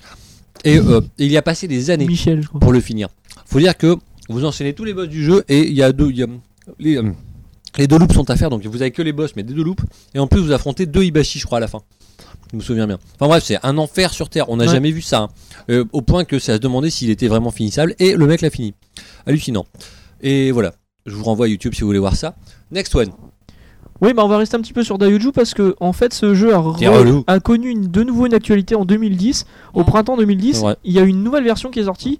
Speaker 2: Et euh, il y a passé des années
Speaker 1: Michel, je crois.
Speaker 2: pour le finir. Faut dire que vous enchaînez tous les boss du jeu et il y a deux. il y a- les, euh, les deux loops sont à faire, donc vous avez que les boss, mais des deux loops. Et en plus, vous affrontez deux Ibashi, je crois, à la fin. Je me souviens bien. Enfin bref, c'est un enfer sur Terre. On n'a
Speaker 1: Ouais.
Speaker 2: jamais vu ça. hein. Euh, au point que c'est à se demander s'il était vraiment finissable. Et le mec l'a fini. Hallucinant. Et voilà. Je vous renvoie à YouTube si vous voulez voir ça. Next one.
Speaker 1: Oui, bah on va rester un petit peu sur Daioju parce que en fait ce jeu a, re-
Speaker 2: T'es relou.
Speaker 1: a connu une- de nouveau une actualité en 2010. Au
Speaker 2: Mhm.
Speaker 1: printemps 2010,
Speaker 2: Ouais.
Speaker 1: il y a une nouvelle version qui est sortie,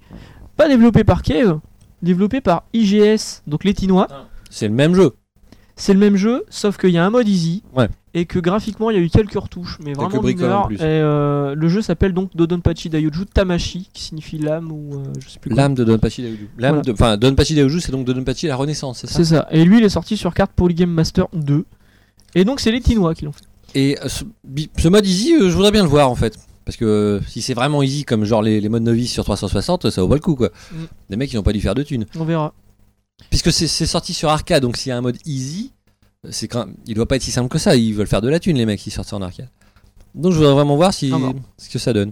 Speaker 1: pas développée par Cave, développé par IGS, donc les Tinois.
Speaker 2: C'est le même jeu.
Speaker 1: C'est le même jeu, sauf qu'il y a un mode easy.
Speaker 2: Ouais.
Speaker 1: Et que graphiquement, il y a eu quelques retouches, mais vraiment
Speaker 2: bricoles en
Speaker 1: mineures.
Speaker 2: plus.
Speaker 1: Et, euh, le jeu s'appelle donc Dodonpachi Daioju Tamashi, qui signifie l'âme ou euh, je sais plus quoi.
Speaker 2: L'âme de Donpachi Daoju. L'âme
Speaker 1: Voilà.
Speaker 2: de- Enfin, Donpachi Daoju, c'est donc Donpachi la Renaissance, c'est ça
Speaker 1: C'est ça. Et lui, il est sorti sur carte Polygame Master 2. Et donc, c'est les Tinois qui l'ont fait.
Speaker 2: Et euh, ce, bi- ce mode easy, euh, je voudrais bien le voir en fait. Parce que euh, si c'est vraiment easy, comme genre les, les modes novices sur 360, ça vaut pas le coup quoi.
Speaker 1: Mm.
Speaker 2: Les mecs, ils n'ont pas dû faire de thunes.
Speaker 1: On verra.
Speaker 2: Puisque c'est c'est sorti sur arcade, donc s'il y a un mode easy, euh, c'est quand même- il doit pas être si simple que ça. Ils veulent faire de la thune, les mecs, qui sortent ça en arcade. Donc je voudrais vraiment voir si,
Speaker 1: Ah bon.
Speaker 2: ce que ça donne.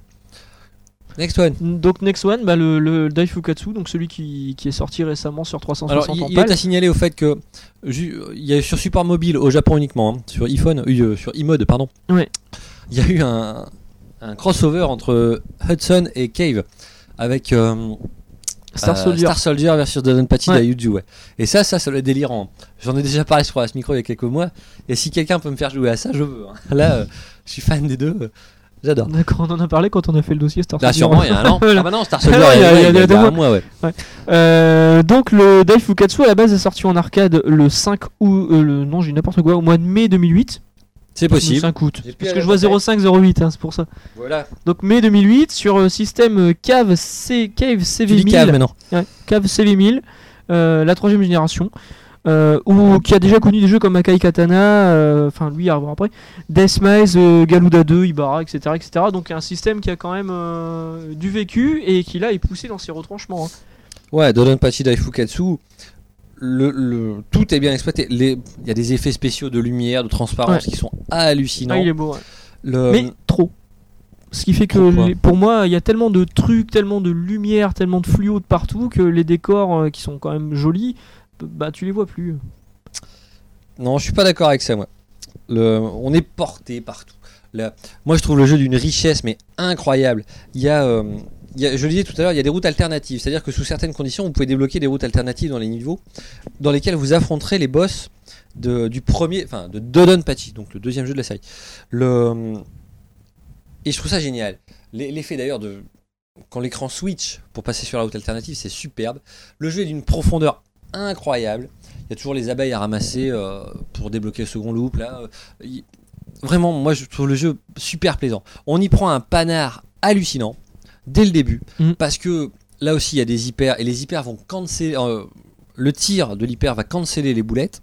Speaker 2: Next one.
Speaker 1: Donc, Next One, bah, le, le Dai Fukatsu, donc celui qui, qui est sorti récemment sur
Speaker 2: Alors,
Speaker 1: 360
Speaker 2: il,
Speaker 1: en
Speaker 2: il est
Speaker 1: PAL.
Speaker 2: à signaler au fait que ju- il y a eu sur support mobile au Japon uniquement, hein, sur iPhone, euh, sur iMode, pardon.
Speaker 1: Ouais.
Speaker 2: Il y a eu un, un crossover entre Hudson et Cave avec euh,
Speaker 1: Star
Speaker 2: euh,
Speaker 1: Soldier.
Speaker 2: Star Soldier versus Donpachi
Speaker 1: Ouais.
Speaker 2: Dayuju. Ouais. Et ça, ça, ça doit être délirant. hein. J'en ai déjà parlé sur ce micro il y a quelques mois. Et si quelqu'un peut me faire jouer à ça, je veux. hein. Là, euh, je suis fan des deux. euh, J'adore.
Speaker 1: D'accord, on en a parlé quand on a fait le dossier Star
Speaker 2: Là,
Speaker 1: Soldier.
Speaker 2: sûrement, il y a un an.
Speaker 1: Voilà.
Speaker 2: Ah bah non, Star
Speaker 1: Ah
Speaker 2: Soldier,
Speaker 1: non,
Speaker 2: il y a, ouais, il y a
Speaker 1: deux mois.
Speaker 2: un mois, ouais.
Speaker 1: Euh, donc le Dai Fukatsu à la base est sorti en arcade le 5 août, euh, le, non j'ai n'importe quoi, au mois de mai 2008.
Speaker 2: C'est
Speaker 1: Le
Speaker 2: possible.
Speaker 1: 5 août.
Speaker 2: J'ai plus
Speaker 1: Parce
Speaker 2: à
Speaker 1: que
Speaker 2: la
Speaker 1: je vois
Speaker 2: bataille.
Speaker 1: 0508, hein, c'est pour ça.
Speaker 2: Voilà.
Speaker 1: Donc mai 2008 sur euh, système euh, Cave, C, Cave
Speaker 2: Tu dis Cave
Speaker 1: CV1000.
Speaker 2: maintenant.
Speaker 1: Ouais, Cave CV1000, euh, la troisième génération. euh, ou qui a déjà connu des jeux comme Akai Katana, euh, enfin lui à revoir après, Death Maze, euh, Galuda 2, Ibarra, etc., etc. Donc un système qui a quand même euh, du vécu et qui là est poussé dans ses retranchements. hein.
Speaker 2: Ouais, Dodonpachi Daifukatsu, le, le, tout est bien exploité. Les- Il y a des effets spéciaux de lumière, de transparence qui sont hallucinants.
Speaker 1: Ah, il est beau. ouais.
Speaker 2: Le-
Speaker 1: mais trop. Ce qui fait que
Speaker 2: Trop quoi.
Speaker 1: les- pour moi, il y a tellement de trucs, tellement de lumière, tellement de fluo de partout que les décors euh, qui sont quand même jolis, b- bah tu les vois plus.
Speaker 2: Non, je suis pas d'accord avec ça, moi. Le, on est porté partout. La- moi, je trouve le jeu d'une richesse, mais incroyable. Il y a, euh, il y a- je le disais tout à l'heure, il y a des routes alternatives. C'est-à-dire que sous certaines conditions, vous pouvez débloquer des routes alternatives dans les niveaux dans lesquels vous affronterez les boss de, du premier, enfin, de Dodonpachi, donc le deuxième jeu de la série. Le, et je trouve ça génial. L'e- L'effet d'ailleurs de quand l'écran switch pour passer sur la route alternative, c'est superbe. Le jeu est d'une profondeur incroyable. Il y a toujours les abeilles à ramasser euh, pour débloquer le second loop. Là. Euh, il- Vraiment, moi je trouve le jeu super plaisant. On y prend un panard hallucinant dès le début.
Speaker 1: Mhm.
Speaker 2: Parce que là aussi il y a des hyper et les hyper vont canceller. euh, le tir de l'hyper va canceller les boulettes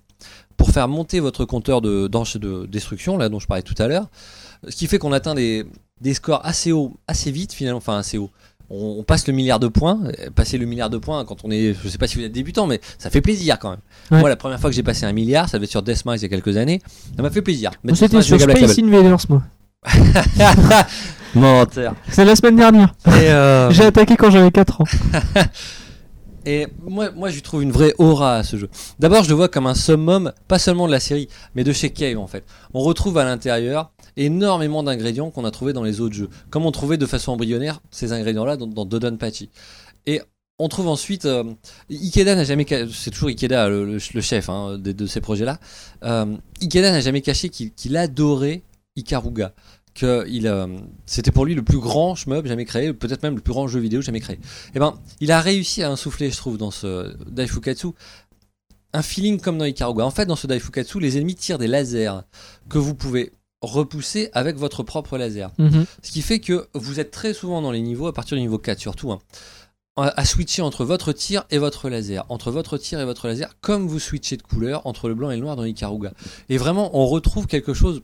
Speaker 2: pour faire monter votre compteur de, d'enche- de destruction, là dont je parlais tout à l'heure. Ce qui fait qu'on atteint des, des scores assez hauts, assez vite finalement, enfin assez haut. On, on passe le milliard de points. Euh, Passer le milliard de points quand on est, je sais pas si vous êtes débutant, mais ça fait plaisir quand même.
Speaker 1: Ouais.
Speaker 2: Moi, la première fois que j'ai passé un milliard, ça devait être sur Deathmise il y a quelques années. Ça m'a fait plaisir. Mais
Speaker 1: C'était
Speaker 2: Deathmatch,
Speaker 1: sur
Speaker 2: Mega Black
Speaker 1: Space Invaders, moi.
Speaker 2: Label. Menteur.
Speaker 1: C'est la semaine dernière.
Speaker 2: Et, euh,
Speaker 1: J'ai attaqué quand j'avais 4 ans.
Speaker 2: Et moi, moi, je lui trouve une vraie aura à ce jeu. D'abord, je le vois comme un summum, pas seulement de la série, mais de chez Cave en fait. On retrouve à l'intérieur énormément d'ingrédients qu'on a trouvés dans les autres jeux, comme on trouvait de façon embryonnaire ces ingrédients-là dans, dans Dodonpachi. Et on trouve ensuite euh, Ikeda n'a jamais, ca- c'est toujours Ikeda le, le- le chef hein, de, de ces projets-là. Euh, Ikeda n'a jamais caché qu'il qu'il adorait Ikaruga, que il, euh, c'était pour lui le plus grand shmup jamais créé, peut-être même le plus grand jeu vidéo jamais créé. Eh ben, il a réussi à insuffler, je trouve, dans ce Daifukatsu, un feeling comme dans Ikaruga. En fait, dans ce Daifukatsu, les ennemis tirent des lasers que vous pouvez repousser avec votre propre laser.
Speaker 1: Mhm.
Speaker 2: Ce qui fait que vous êtes très souvent dans les niveaux, à partir du niveau 4 surtout, hein, à à switcher entre votre tir et votre laser. Entre votre tir et votre laser, comme vous switchez de couleur entre le blanc et le noir dans Ikaruga. Et vraiment, on retrouve quelque chose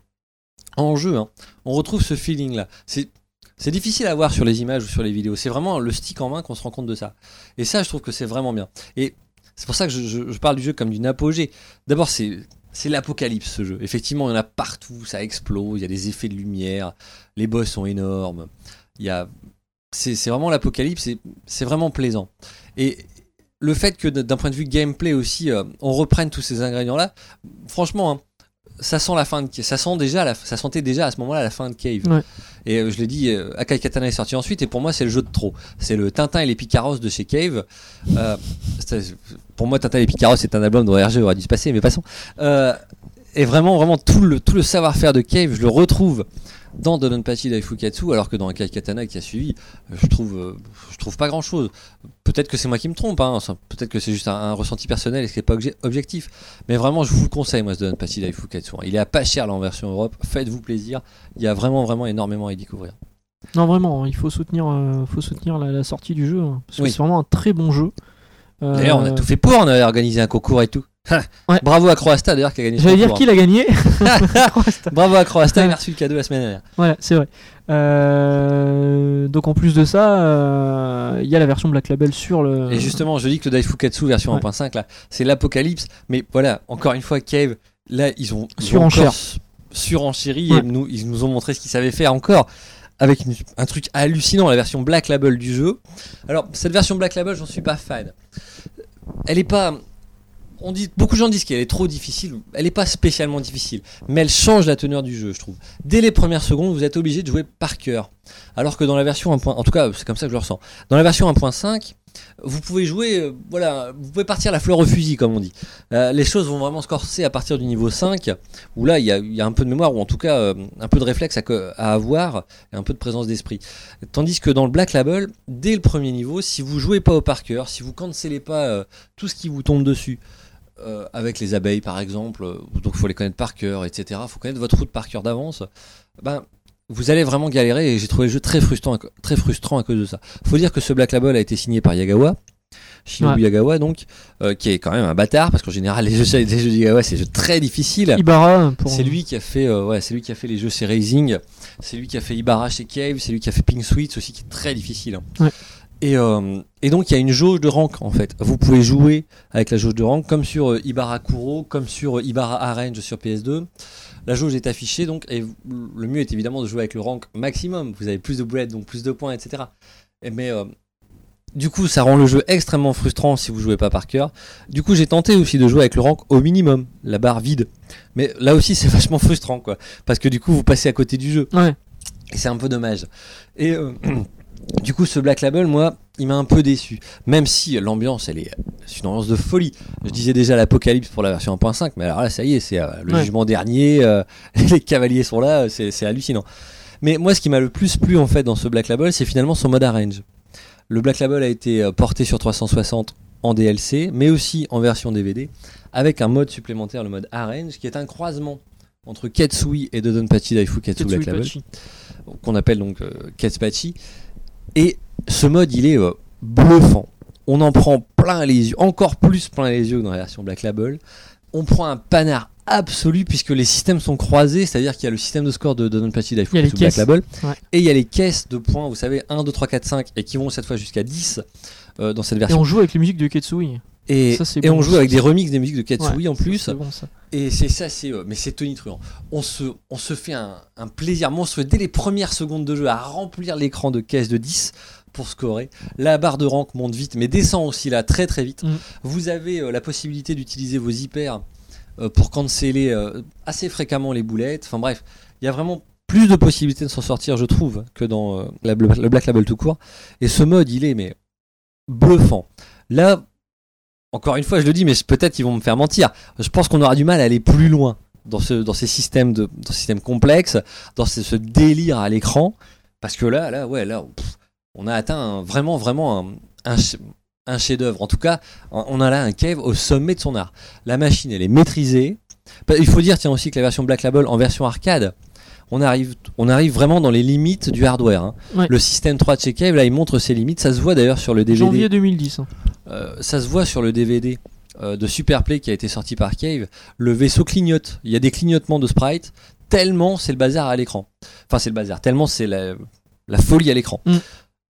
Speaker 2: en jeu. hein. On retrouve ce feeling-là. C'est. C'est difficile à voir sur les images ou sur les vidéos. C'est vraiment le stick en main qu'on se rend compte de ça. Et ça, je trouve que c'est vraiment bien. Et c'est pour ça que je, je- je parle du jeu comme d'une apogée. D'abord, c'est c'est l'apocalypse ce jeu. Effectivement, il y en a partout, ça explose, il y a des effets de lumière, les boss sont énormes. Il y a c'est c'est vraiment l'apocalypse et c'est vraiment plaisant. Et le fait que d'un point de vue gameplay aussi, euh, on reprenne tous ces ingrédients là, franchement, hein, ça sent la fin de ça sent déjà la- ça sentait déjà à ce moment-là la fin de Cave.
Speaker 1: Ouais.
Speaker 2: Et euh, je l'ai dit, euh, Akai Katana est sorti ensuite et pour moi c'est le jeu de trop. C'est le Tintin et les Picaros de chez Cave. Euh, c'est- pour moi Tintin et les Picaros c'est un album dont RG aurait dû se passer, mais passons. Euh, et vraiment, vraiment, tout le, tout le savoir-faire de Cave, je le retrouve dans Dononpachi Daifukatsu, alors que dans Akai Katana qui a suivi, je trouve, euh, je trouve pas grand-chose. Peut-être que c'est moi qui me trompe, hein, ça- peut-être que c'est juste un, un ressenti personnel et ce qui n'est pas obje- objectif. Mais vraiment, je vous le conseille, moi, ce Dononpachi Daifukatsu. hein. Il est à pas cher, là, en version Europe. Faites-vous plaisir. Il y a vraiment, vraiment énormément à y découvrir.
Speaker 1: Non, vraiment, hein, il faut soutenir, euh, faut soutenir la, la sortie du jeu. hein, parce que
Speaker 2: Oui.
Speaker 1: c'est vraiment un très bon jeu. Euh,
Speaker 2: D'ailleurs, on a tout fait pour, on avait organisé un concours et tout. Ha
Speaker 1: Ouais.
Speaker 2: Bravo à Croasta, d'ailleurs, qui a gagné ce
Speaker 1: J'allais dire
Speaker 2: concours. hein.
Speaker 1: qui l'a gagné.
Speaker 2: Bravo à Croasta, il
Speaker 1: Ouais.
Speaker 2: a reçu le cadeau la semaine dernière.
Speaker 1: voilà, c'est vrai. Euh, donc en plus de ça, euh, il y a la version Black Label sur le.
Speaker 2: Et justement, je dis que le Daifukatsu version
Speaker 1: Euh. Ouais.
Speaker 2: 1.5, là, c'est l'apocalypse. Mais voilà, encore une fois, Cave, là, ils ont. ils ont
Speaker 1: Surenchère.
Speaker 2: encore s- Surenchéri
Speaker 1: Ouais.
Speaker 2: et nous, ils nous ont montré ce qu'ils savaient faire encore. Avec une- un truc hallucinant, la version Black Label du jeu. Alors, cette version Black Label, j'en suis pas fan. Elle est pas. On dit, beaucoup de gens disent qu'elle est trop difficile. Elle est pas spécialement difficile, mais elle change la teneur du jeu, je trouve. Dès les premières secondes, vous êtes obligé de jouer par cœur. Alors que dans la version 1. En tout cas, c'est comme ça que je le ressens. Dans la version 1.5, vous pouvez jouer, euh, voilà, vous pouvez partir la fleur au fusil, comme on dit. Euh, les choses vont vraiment se corser à partir du niveau 5, où là, il y a, il y a un peu de mémoire, ou en tout cas, euh, un peu de réflexe à, co- à avoir, et un peu de présence d'esprit. Tandis que dans le Black Label, dès le premier niveau, si vous jouez pas au par cœur, si vous cancellez pas euh, tout ce qui vous tombe dessus, euh, avec les abeilles par exemple, euh, donc il faut les connaître par cœur, etc. Il faut connaître votre route par cœur d'avance. Ben, vous allez vraiment galérer et j'ai trouvé le jeu très frustrant, à co- très frustrant à cause de ça. Faut dire que ce Black Label a été signé par Yagawa, Shinobu
Speaker 1: Ouais.
Speaker 2: Yagawa donc, euh, qui est quand même un bâtard parce qu'en général les jeux, les jeux d'Yagawa c'est des jeux très difficiles.
Speaker 1: Ibarra pour.
Speaker 2: C'est lui qui a fait, euh, ouais, c'est lui qui a fait les jeux chez Raising, c'est lui qui a fait Ibarra chez Cave, c'est lui qui a fait Pink Sweets aussi qui est très difficile. hein.
Speaker 1: Ouais.
Speaker 2: Et, euh, et donc il y a une jauge de rank en fait. Vous pouvez jouer avec la jauge de rank comme sur euh, Ibarra Kuro, comme sur euh, Ibarra Arrange sur PS2. La jauge est affichée donc et vous- le mieux est évidemment de jouer avec le rank maximum. Vous avez plus de bullets donc plus de points etc. Et mais euh, du coup, ça rend le jeu extrêmement frustrant si vous jouez pas par cœur. Du coup, j'ai tenté aussi de jouer avec le rank au minimum, la barre vide. Mais là aussi, c'est vachement frustrant, quoi. Parce que du coup, vous passez à côté du jeu.
Speaker 1: Ouais.
Speaker 2: Et c'est un peu dommage. Et euh, du coup, ce Black Label, moi, il m'a un peu déçu. Même si l'ambiance, elle est, c'est une ambiance de folie. Je disais déjà l'apocalypse pour la version 1.5, mais alors là, ça y est, c'est euh, le
Speaker 1: Ouais.
Speaker 2: jugement dernier. euh, les cavaliers sont là, euh, c'est c'est hallucinant. Mais moi, ce qui m'a le plus plu en fait dans ce Black Label, c'est finalement son mode arrange. Le Black Label a été euh, porté sur 360 en DLC, mais aussi en version DVD, avec un mode supplémentaire, le mode arrange, qui est un croisement entre Katsui et Dodonpachi Daifukatsu
Speaker 1: Tetsuya
Speaker 2: Black Label
Speaker 1: Ipachi.
Speaker 2: qu'on appelle donc euh, Katspachi. Et ce mode, il est euh, bluffant. On en prend plein les yeux, encore plus plein les yeux que dans la version Black Label. On prend un panard absolu puisque les systèmes sont croisés, c'est-à-dire qu'il y a le système de score de Dononpachi
Speaker 1: Il y a les
Speaker 2: Daifukatsu Black
Speaker 1: caisses.
Speaker 2: Label
Speaker 1: Ouais.
Speaker 2: et il y a les caisses de points, vous savez, 1, 2, 3, 4, 5 et qui vont cette fois jusqu'à 10 euh, dans cette
Speaker 1: Et
Speaker 2: version.
Speaker 1: on joue avec les musiques de Ketsui.
Speaker 2: Et,
Speaker 1: ça, c'est
Speaker 2: et
Speaker 1: bon,
Speaker 2: on joue
Speaker 1: ça.
Speaker 2: avec des remixes des musiques de Katsui en plus.
Speaker 1: C'est bon ça.
Speaker 2: Et c'est ça, c'est euh, mais c'est tonitruant. On se, on se fait un, un plaisir monstrueux dès les premières secondes de jeu à remplir l'écran de caisse de 10 pour scorer. La barre de rank monte vite, mais descend aussi là très très vite.
Speaker 1: Mm.
Speaker 2: Vous avez euh, la possibilité d'utiliser vos hyper euh, pour canceller euh, assez fréquemment les boulettes. Enfin bref, il y a vraiment plus de possibilités de s'en sortir, je trouve, que dans euh, la- le Black Label tout court. Et ce mode, il est mais bluffant. Là, encore une fois, je le dis, mais peut-être qu'ils vont me faire mentir. Je pense qu'on aura du mal à aller plus loin dans, ce, dans ces systèmes de, dans ces systèmes complexes, dans ce, ce délire à l'écran, parce que là, là, ouais, là, pff, on a atteint un- vraiment, vraiment un, un ch- un chef-d'œuvre. En tout cas, on a là un cave au sommet de son art. La machine, elle est maîtrisée. Bah, Il faut dire, tiens aussi que la version Black Label en version arcade. On arrive, on arrive vraiment dans les limites du hardware. hein.
Speaker 1: Ouais.
Speaker 2: Le système 3 de chez Cave, là, il montre ses limites. Ça se voit d'ailleurs sur le DVD.
Speaker 1: Janvier 2010. hein.
Speaker 2: Euh, ça se voit sur le DVD euh, de Superplay qui a été sorti par Cave, le vaisseau clignote. Il y a des clignotements de sprites, tellement c'est le bazar à l'écran. Enfin, c'est le bazar, tellement c'est la, la folie à l'écran.
Speaker 1: Mm.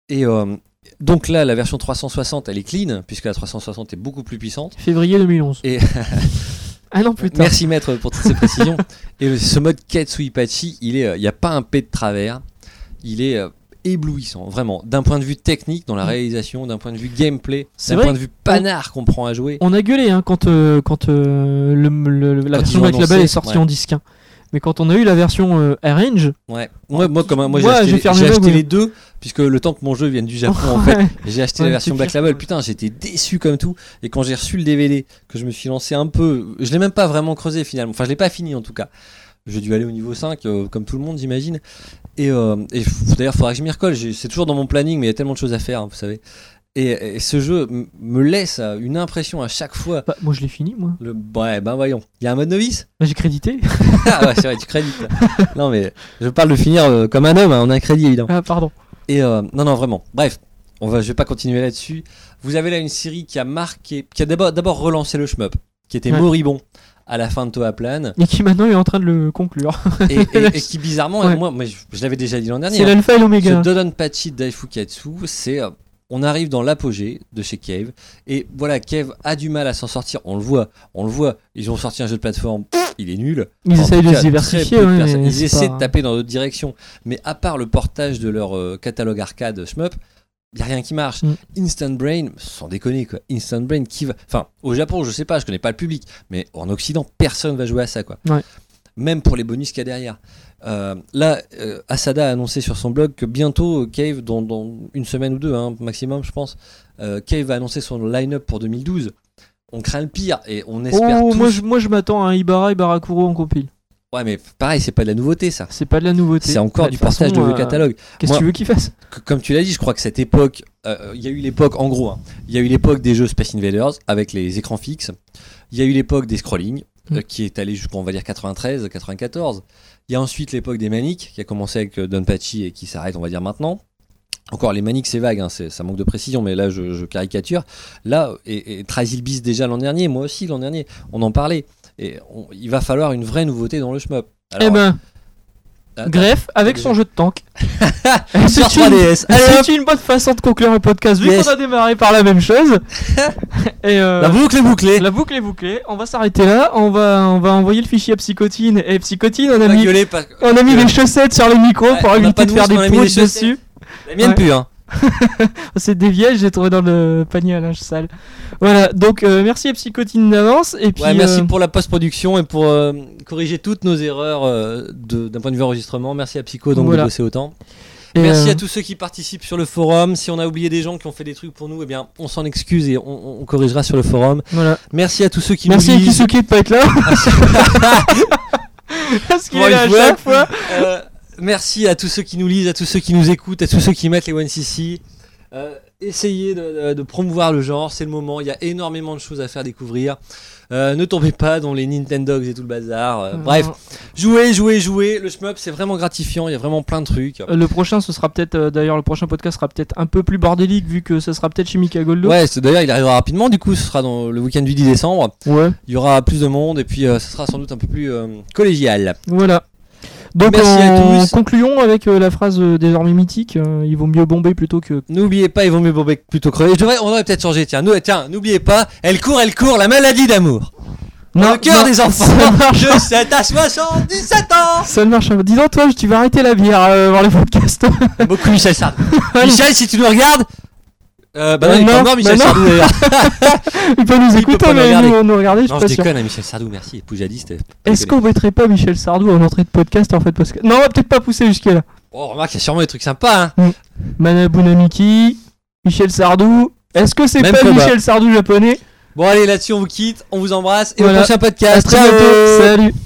Speaker 2: Et euh, donc là, la version 360, elle est clean, puisque la 360 est beaucoup plus puissante.
Speaker 1: Février 2011.
Speaker 2: Et-
Speaker 1: ah non, putain.
Speaker 2: Merci maître pour toutes ces précisions. Et le- ce mode Katsuipachi, il est, euh, il n'y a pas un P de travers. Il est euh, éblouissant, vraiment. D'un point de vue technique, dans la
Speaker 1: Mm.
Speaker 2: réalisation, d'un point de vue gameplay,
Speaker 1: C'est
Speaker 2: d'un
Speaker 1: vrai
Speaker 2: point de vue panard qu'on prend à jouer.
Speaker 1: On a gueulé hein, quand, euh, quand euh, le, le- le- la
Speaker 2: Quand ils
Speaker 1: version
Speaker 2: ont
Speaker 1: Black Label
Speaker 2: annoncé,
Speaker 1: est sortie
Speaker 2: ouais.
Speaker 1: en disque. hein. Mais quand on a eu la version euh, Arrange,
Speaker 2: Ouais. Moi, moi, comme, un- moi, j'ai
Speaker 1: Moi,
Speaker 2: acheté,
Speaker 1: j'ai
Speaker 2: les-
Speaker 1: fermé
Speaker 2: j'ai
Speaker 1: ma
Speaker 2: acheté
Speaker 1: gueule.
Speaker 2: les deux, puisque le temps que mon jeu vienne du Japon, en fait, j'ai acheté
Speaker 1: Ouais,
Speaker 2: la version
Speaker 1: c'est
Speaker 2: Black
Speaker 1: pire.
Speaker 2: Label. Putain, j'étais déçu comme tout. Et quand j'ai reçu le DVD, que je me suis lancé un peu, je l'ai même pas vraiment creusé finalement. Enfin, je l'ai pas fini en tout cas. J'ai dû aller au niveau 5, euh, comme tout le monde, j'imagine. Et, euh, et f- d'ailleurs, faudra que je m'y recolle. J'ai- C'est toujours dans mon planning, mais il y a tellement de choses à faire, hein, vous savez. Et, et ce jeu m- me laisse euh, une impression à chaque fois.
Speaker 1: Bah, moi je l'ai fini moi.
Speaker 2: Le... Ouais, ben voyons. Il y a un mode novice
Speaker 1: Bah, J'ai crédité.
Speaker 2: ah ouais, c'est vrai, tu crédites. Non, mais je parle de finir euh, comme un homme, hein, on a un crédit évidemment.
Speaker 1: Ah pardon.
Speaker 2: Et euh, non, non, vraiment. Bref, on va, je vais pas continuer là-dessus. Vous avez là une série qui a marqué, qui a d'abord d'abord relancé le shmup, qui était
Speaker 1: Ouais.
Speaker 2: moribond à la fin de Toa Plan,
Speaker 1: Et qui maintenant est en train de le conclure.
Speaker 2: et, et- et qui bizarrement,
Speaker 1: Ouais.
Speaker 2: moi, mais je, je l'avais déjà dit l'an dernier,
Speaker 1: C'est
Speaker 2: hein,
Speaker 1: l'alpha et l'oméga.
Speaker 2: ce Dodonpachi Daifukatsu, c'est euh, on arrive dans l'apogée de chez Cave, et voilà, Cave a du mal à s'en sortir, on le voit, on le voit, ils ont sorti un jeu de plateforme, il est nul,
Speaker 1: Ils
Speaker 2: en
Speaker 1: essayent
Speaker 2: tout
Speaker 1: de
Speaker 2: cas,
Speaker 1: se diversifier.
Speaker 2: très peu de
Speaker 1: ouais,
Speaker 2: personnes.
Speaker 1: mais
Speaker 2: Ils
Speaker 1: c'est
Speaker 2: essaient
Speaker 1: pas-
Speaker 2: de taper dans d'autres directions. Mais à part le portage de leur euh, catalogue arcade Shmup, il n'y a rien qui marche.
Speaker 1: Mm.
Speaker 2: Instant Brain, sans déconner, quoi. Instant Brain, qui va. Enfin, au Japon, je sais pas, je connais pas le public, mais en Occident, personne va jouer à ça, quoi.
Speaker 1: Ouais.
Speaker 2: Même pour les bonus qu'il y a derrière. Euh, là, euh, Asada a annoncé sur son blog que bientôt, euh, Cave, dans, dans une semaine ou deux, hein, maximum, je pense, euh, Cave va annoncer son line-up pour 2012. On craint le pire et on espère
Speaker 1: Oh,
Speaker 2: tous-
Speaker 1: moi je, moi, je m'attends à un Ibarra et Barakuro en compile.
Speaker 2: Ouais, mais pareil, c'est pas de la nouveauté, ça.
Speaker 1: C'est pas de la nouveauté.
Speaker 2: C'est encore
Speaker 1: De
Speaker 2: du
Speaker 1: toute façon,
Speaker 2: partage de
Speaker 1: euh,
Speaker 2: vieux catalogues.
Speaker 1: Qu'est-ce que
Speaker 2: Moi-
Speaker 1: tu veux qu'il fasse
Speaker 2: C- Comme tu l'as dit, je crois que cette époque, euh, il y a eu l'époque, en gros, hein, il y a eu l'époque des jeux Space Invaders avec les écrans fixes. Il y a eu l'époque des scrolling euh,
Speaker 1: Mm.
Speaker 2: qui est allée jusqu'en, on va dire, 93, 94. Il y a ensuite l'époque des maniques qui a commencé avec euh, Donpachi et qui s'arrête, on va dire, maintenant. Encore, les maniques, c'est vague, hein, c'est- ça manque de précision, mais là, je, je caricature. Là, et, et Trazil Beast déjà l'an dernier, moi aussi l'an dernier, on en parlait. Et on- il va falloir une vraie nouveauté dans le shmup.
Speaker 1: Eh
Speaker 2: Alors,
Speaker 1: ben,
Speaker 2: ah,
Speaker 1: greffe avec son jeu de tank.
Speaker 2: sur
Speaker 1: C'est une-
Speaker 2: 3DS. Allez, hop.
Speaker 1: C'est une bonne façon de conclure un podcast vu
Speaker 2: Yes.
Speaker 1: qu'on a démarré par la même chose. et euh,
Speaker 2: La boucle est bouclée.
Speaker 1: la boucle est bouclée. On va s'arrêter là. On va, on va envoyer le fichier à Psychotine. Et Psychotine, on a
Speaker 2: On a
Speaker 1: mis,
Speaker 2: gueulé parce que-
Speaker 1: on a mis
Speaker 2: Ouais.
Speaker 1: les chaussettes sur les micros
Speaker 2: Ouais, on
Speaker 1: pour
Speaker 2: a pas
Speaker 1: éviter
Speaker 2: de
Speaker 1: de faire
Speaker 2: mousse, on a
Speaker 1: des
Speaker 2: mis les
Speaker 1: pouces
Speaker 2: chaussettes.
Speaker 1: dessus.
Speaker 2: La mienne
Speaker 1: Ouais.
Speaker 2: pue, hein.
Speaker 1: C'est des vieilles, j'ai trouvé dans le panier à linge sale. Voilà, donc euh, merci à Psychotine d'avance. Et puis,
Speaker 2: Ouais, merci
Speaker 1: euh,
Speaker 2: pour la post-production et pour euh, corriger toutes nos erreurs euh, de- d'un point de vue enregistrement. Merci à Psycho donc
Speaker 1: Voilà.
Speaker 2: de bosser autant.
Speaker 1: et,
Speaker 2: merci
Speaker 1: euh,
Speaker 2: à tous ceux qui participent sur le forum. Si on a oublié des gens qui ont fait des trucs pour nous, eh bien, on s'en excuse et on, on corrigera sur le forum.
Speaker 1: Voilà.
Speaker 2: Merci à tous ceux qui
Speaker 1: Merci
Speaker 2: nous
Speaker 1: à
Speaker 2: lisent.
Speaker 1: Kisuke de pas être là. Parce qu'il
Speaker 2: Pour
Speaker 1: est là à
Speaker 2: une fois.
Speaker 1: chaque fois.
Speaker 2: Euh, merci à tous ceux qui nous lisent, à tous ceux qui nous écoutent, à tous ceux qui mettent les 1cc. Euh, essayez de, de- de promouvoir le genre, c'est le moment. Il y a énormément de choses à faire découvrir. Euh, ne tombez pas dans les Nintendogs et tout le bazar. Euh, Bref, jouez, jouez, jouez. Le shmup, c'est vraiment gratifiant. Il y a vraiment plein de trucs.
Speaker 1: Euh, Le prochain, ce sera peut-être. euh, D'ailleurs, le prochain podcast sera peut-être un peu plus bordélique vu que ça sera peut-être chez Mika Goldo.
Speaker 2: Ouais, c'est- d'ailleurs, il arrivera rapidement. Du coup, ce sera dans le week-end du 10 décembre.
Speaker 1: Ouais.
Speaker 2: Il y aura plus de monde et puis euh, ce sera sans doute un peu plus euh, collégial.
Speaker 1: Voilà. Donc,
Speaker 2: Merci à
Speaker 1: en
Speaker 2: tous.
Speaker 1: concluons avec euh, la phrase euh, désormais mythique euh, il vaut mieux bomber plutôt que.
Speaker 2: N'oubliez pas, il vaut mieux bomber que plutôt crever. Je devrais- on devrait peut-être changer. Tiens, nous, tiens, n'oubliez pas, elle court, elle court, la maladie d'amour. Dans le cœur
Speaker 1: non,
Speaker 2: des
Speaker 1: ça
Speaker 2: enfants
Speaker 1: marche.
Speaker 2: de 7 à 77 ans
Speaker 1: Ça ne marche pas. Dis donc, toi, tu vas arrêter la bière euh, avant les podcasts.
Speaker 2: Beaucoup Michel Sardou. Michel, si tu nous regardes. Euh, bah non,
Speaker 1: Euh,
Speaker 2: il est pas
Speaker 1: non,
Speaker 2: mort, Michel
Speaker 1: bah non.
Speaker 2: Sardou d'ailleurs.
Speaker 1: Il peut nous
Speaker 2: Il peut
Speaker 1: écouter,
Speaker 2: pas nous
Speaker 1: mais
Speaker 2: regarder.
Speaker 1: nous, nous regarder, je
Speaker 2: Non,
Speaker 1: suis
Speaker 2: je
Speaker 1: pas sûr.
Speaker 2: déconne, hein, Michel Sardou, merci. Poujadiste. euh,
Speaker 1: Est-ce
Speaker 2: déconne.
Speaker 1: qu'on mettrait pas Michel Sardou en entrée de podcast en fait parce que... Non, on va peut-être pas pousser jusqu'à là.
Speaker 2: Oh, remarque, il y a sûrement des trucs sympas, hein.
Speaker 1: Manabunamiki, Michel Sardou. Est-ce que c'est
Speaker 2: Même
Speaker 1: pas
Speaker 2: combat.
Speaker 1: Michel Sardou japonais
Speaker 2: Bon, allez, là-dessus, on vous quitte, on vous embrasse et
Speaker 1: Voilà.
Speaker 2: au prochain
Speaker 1: À
Speaker 2: podcast.
Speaker 1: très
Speaker 2: Ciao.
Speaker 1: bientôt. Salut.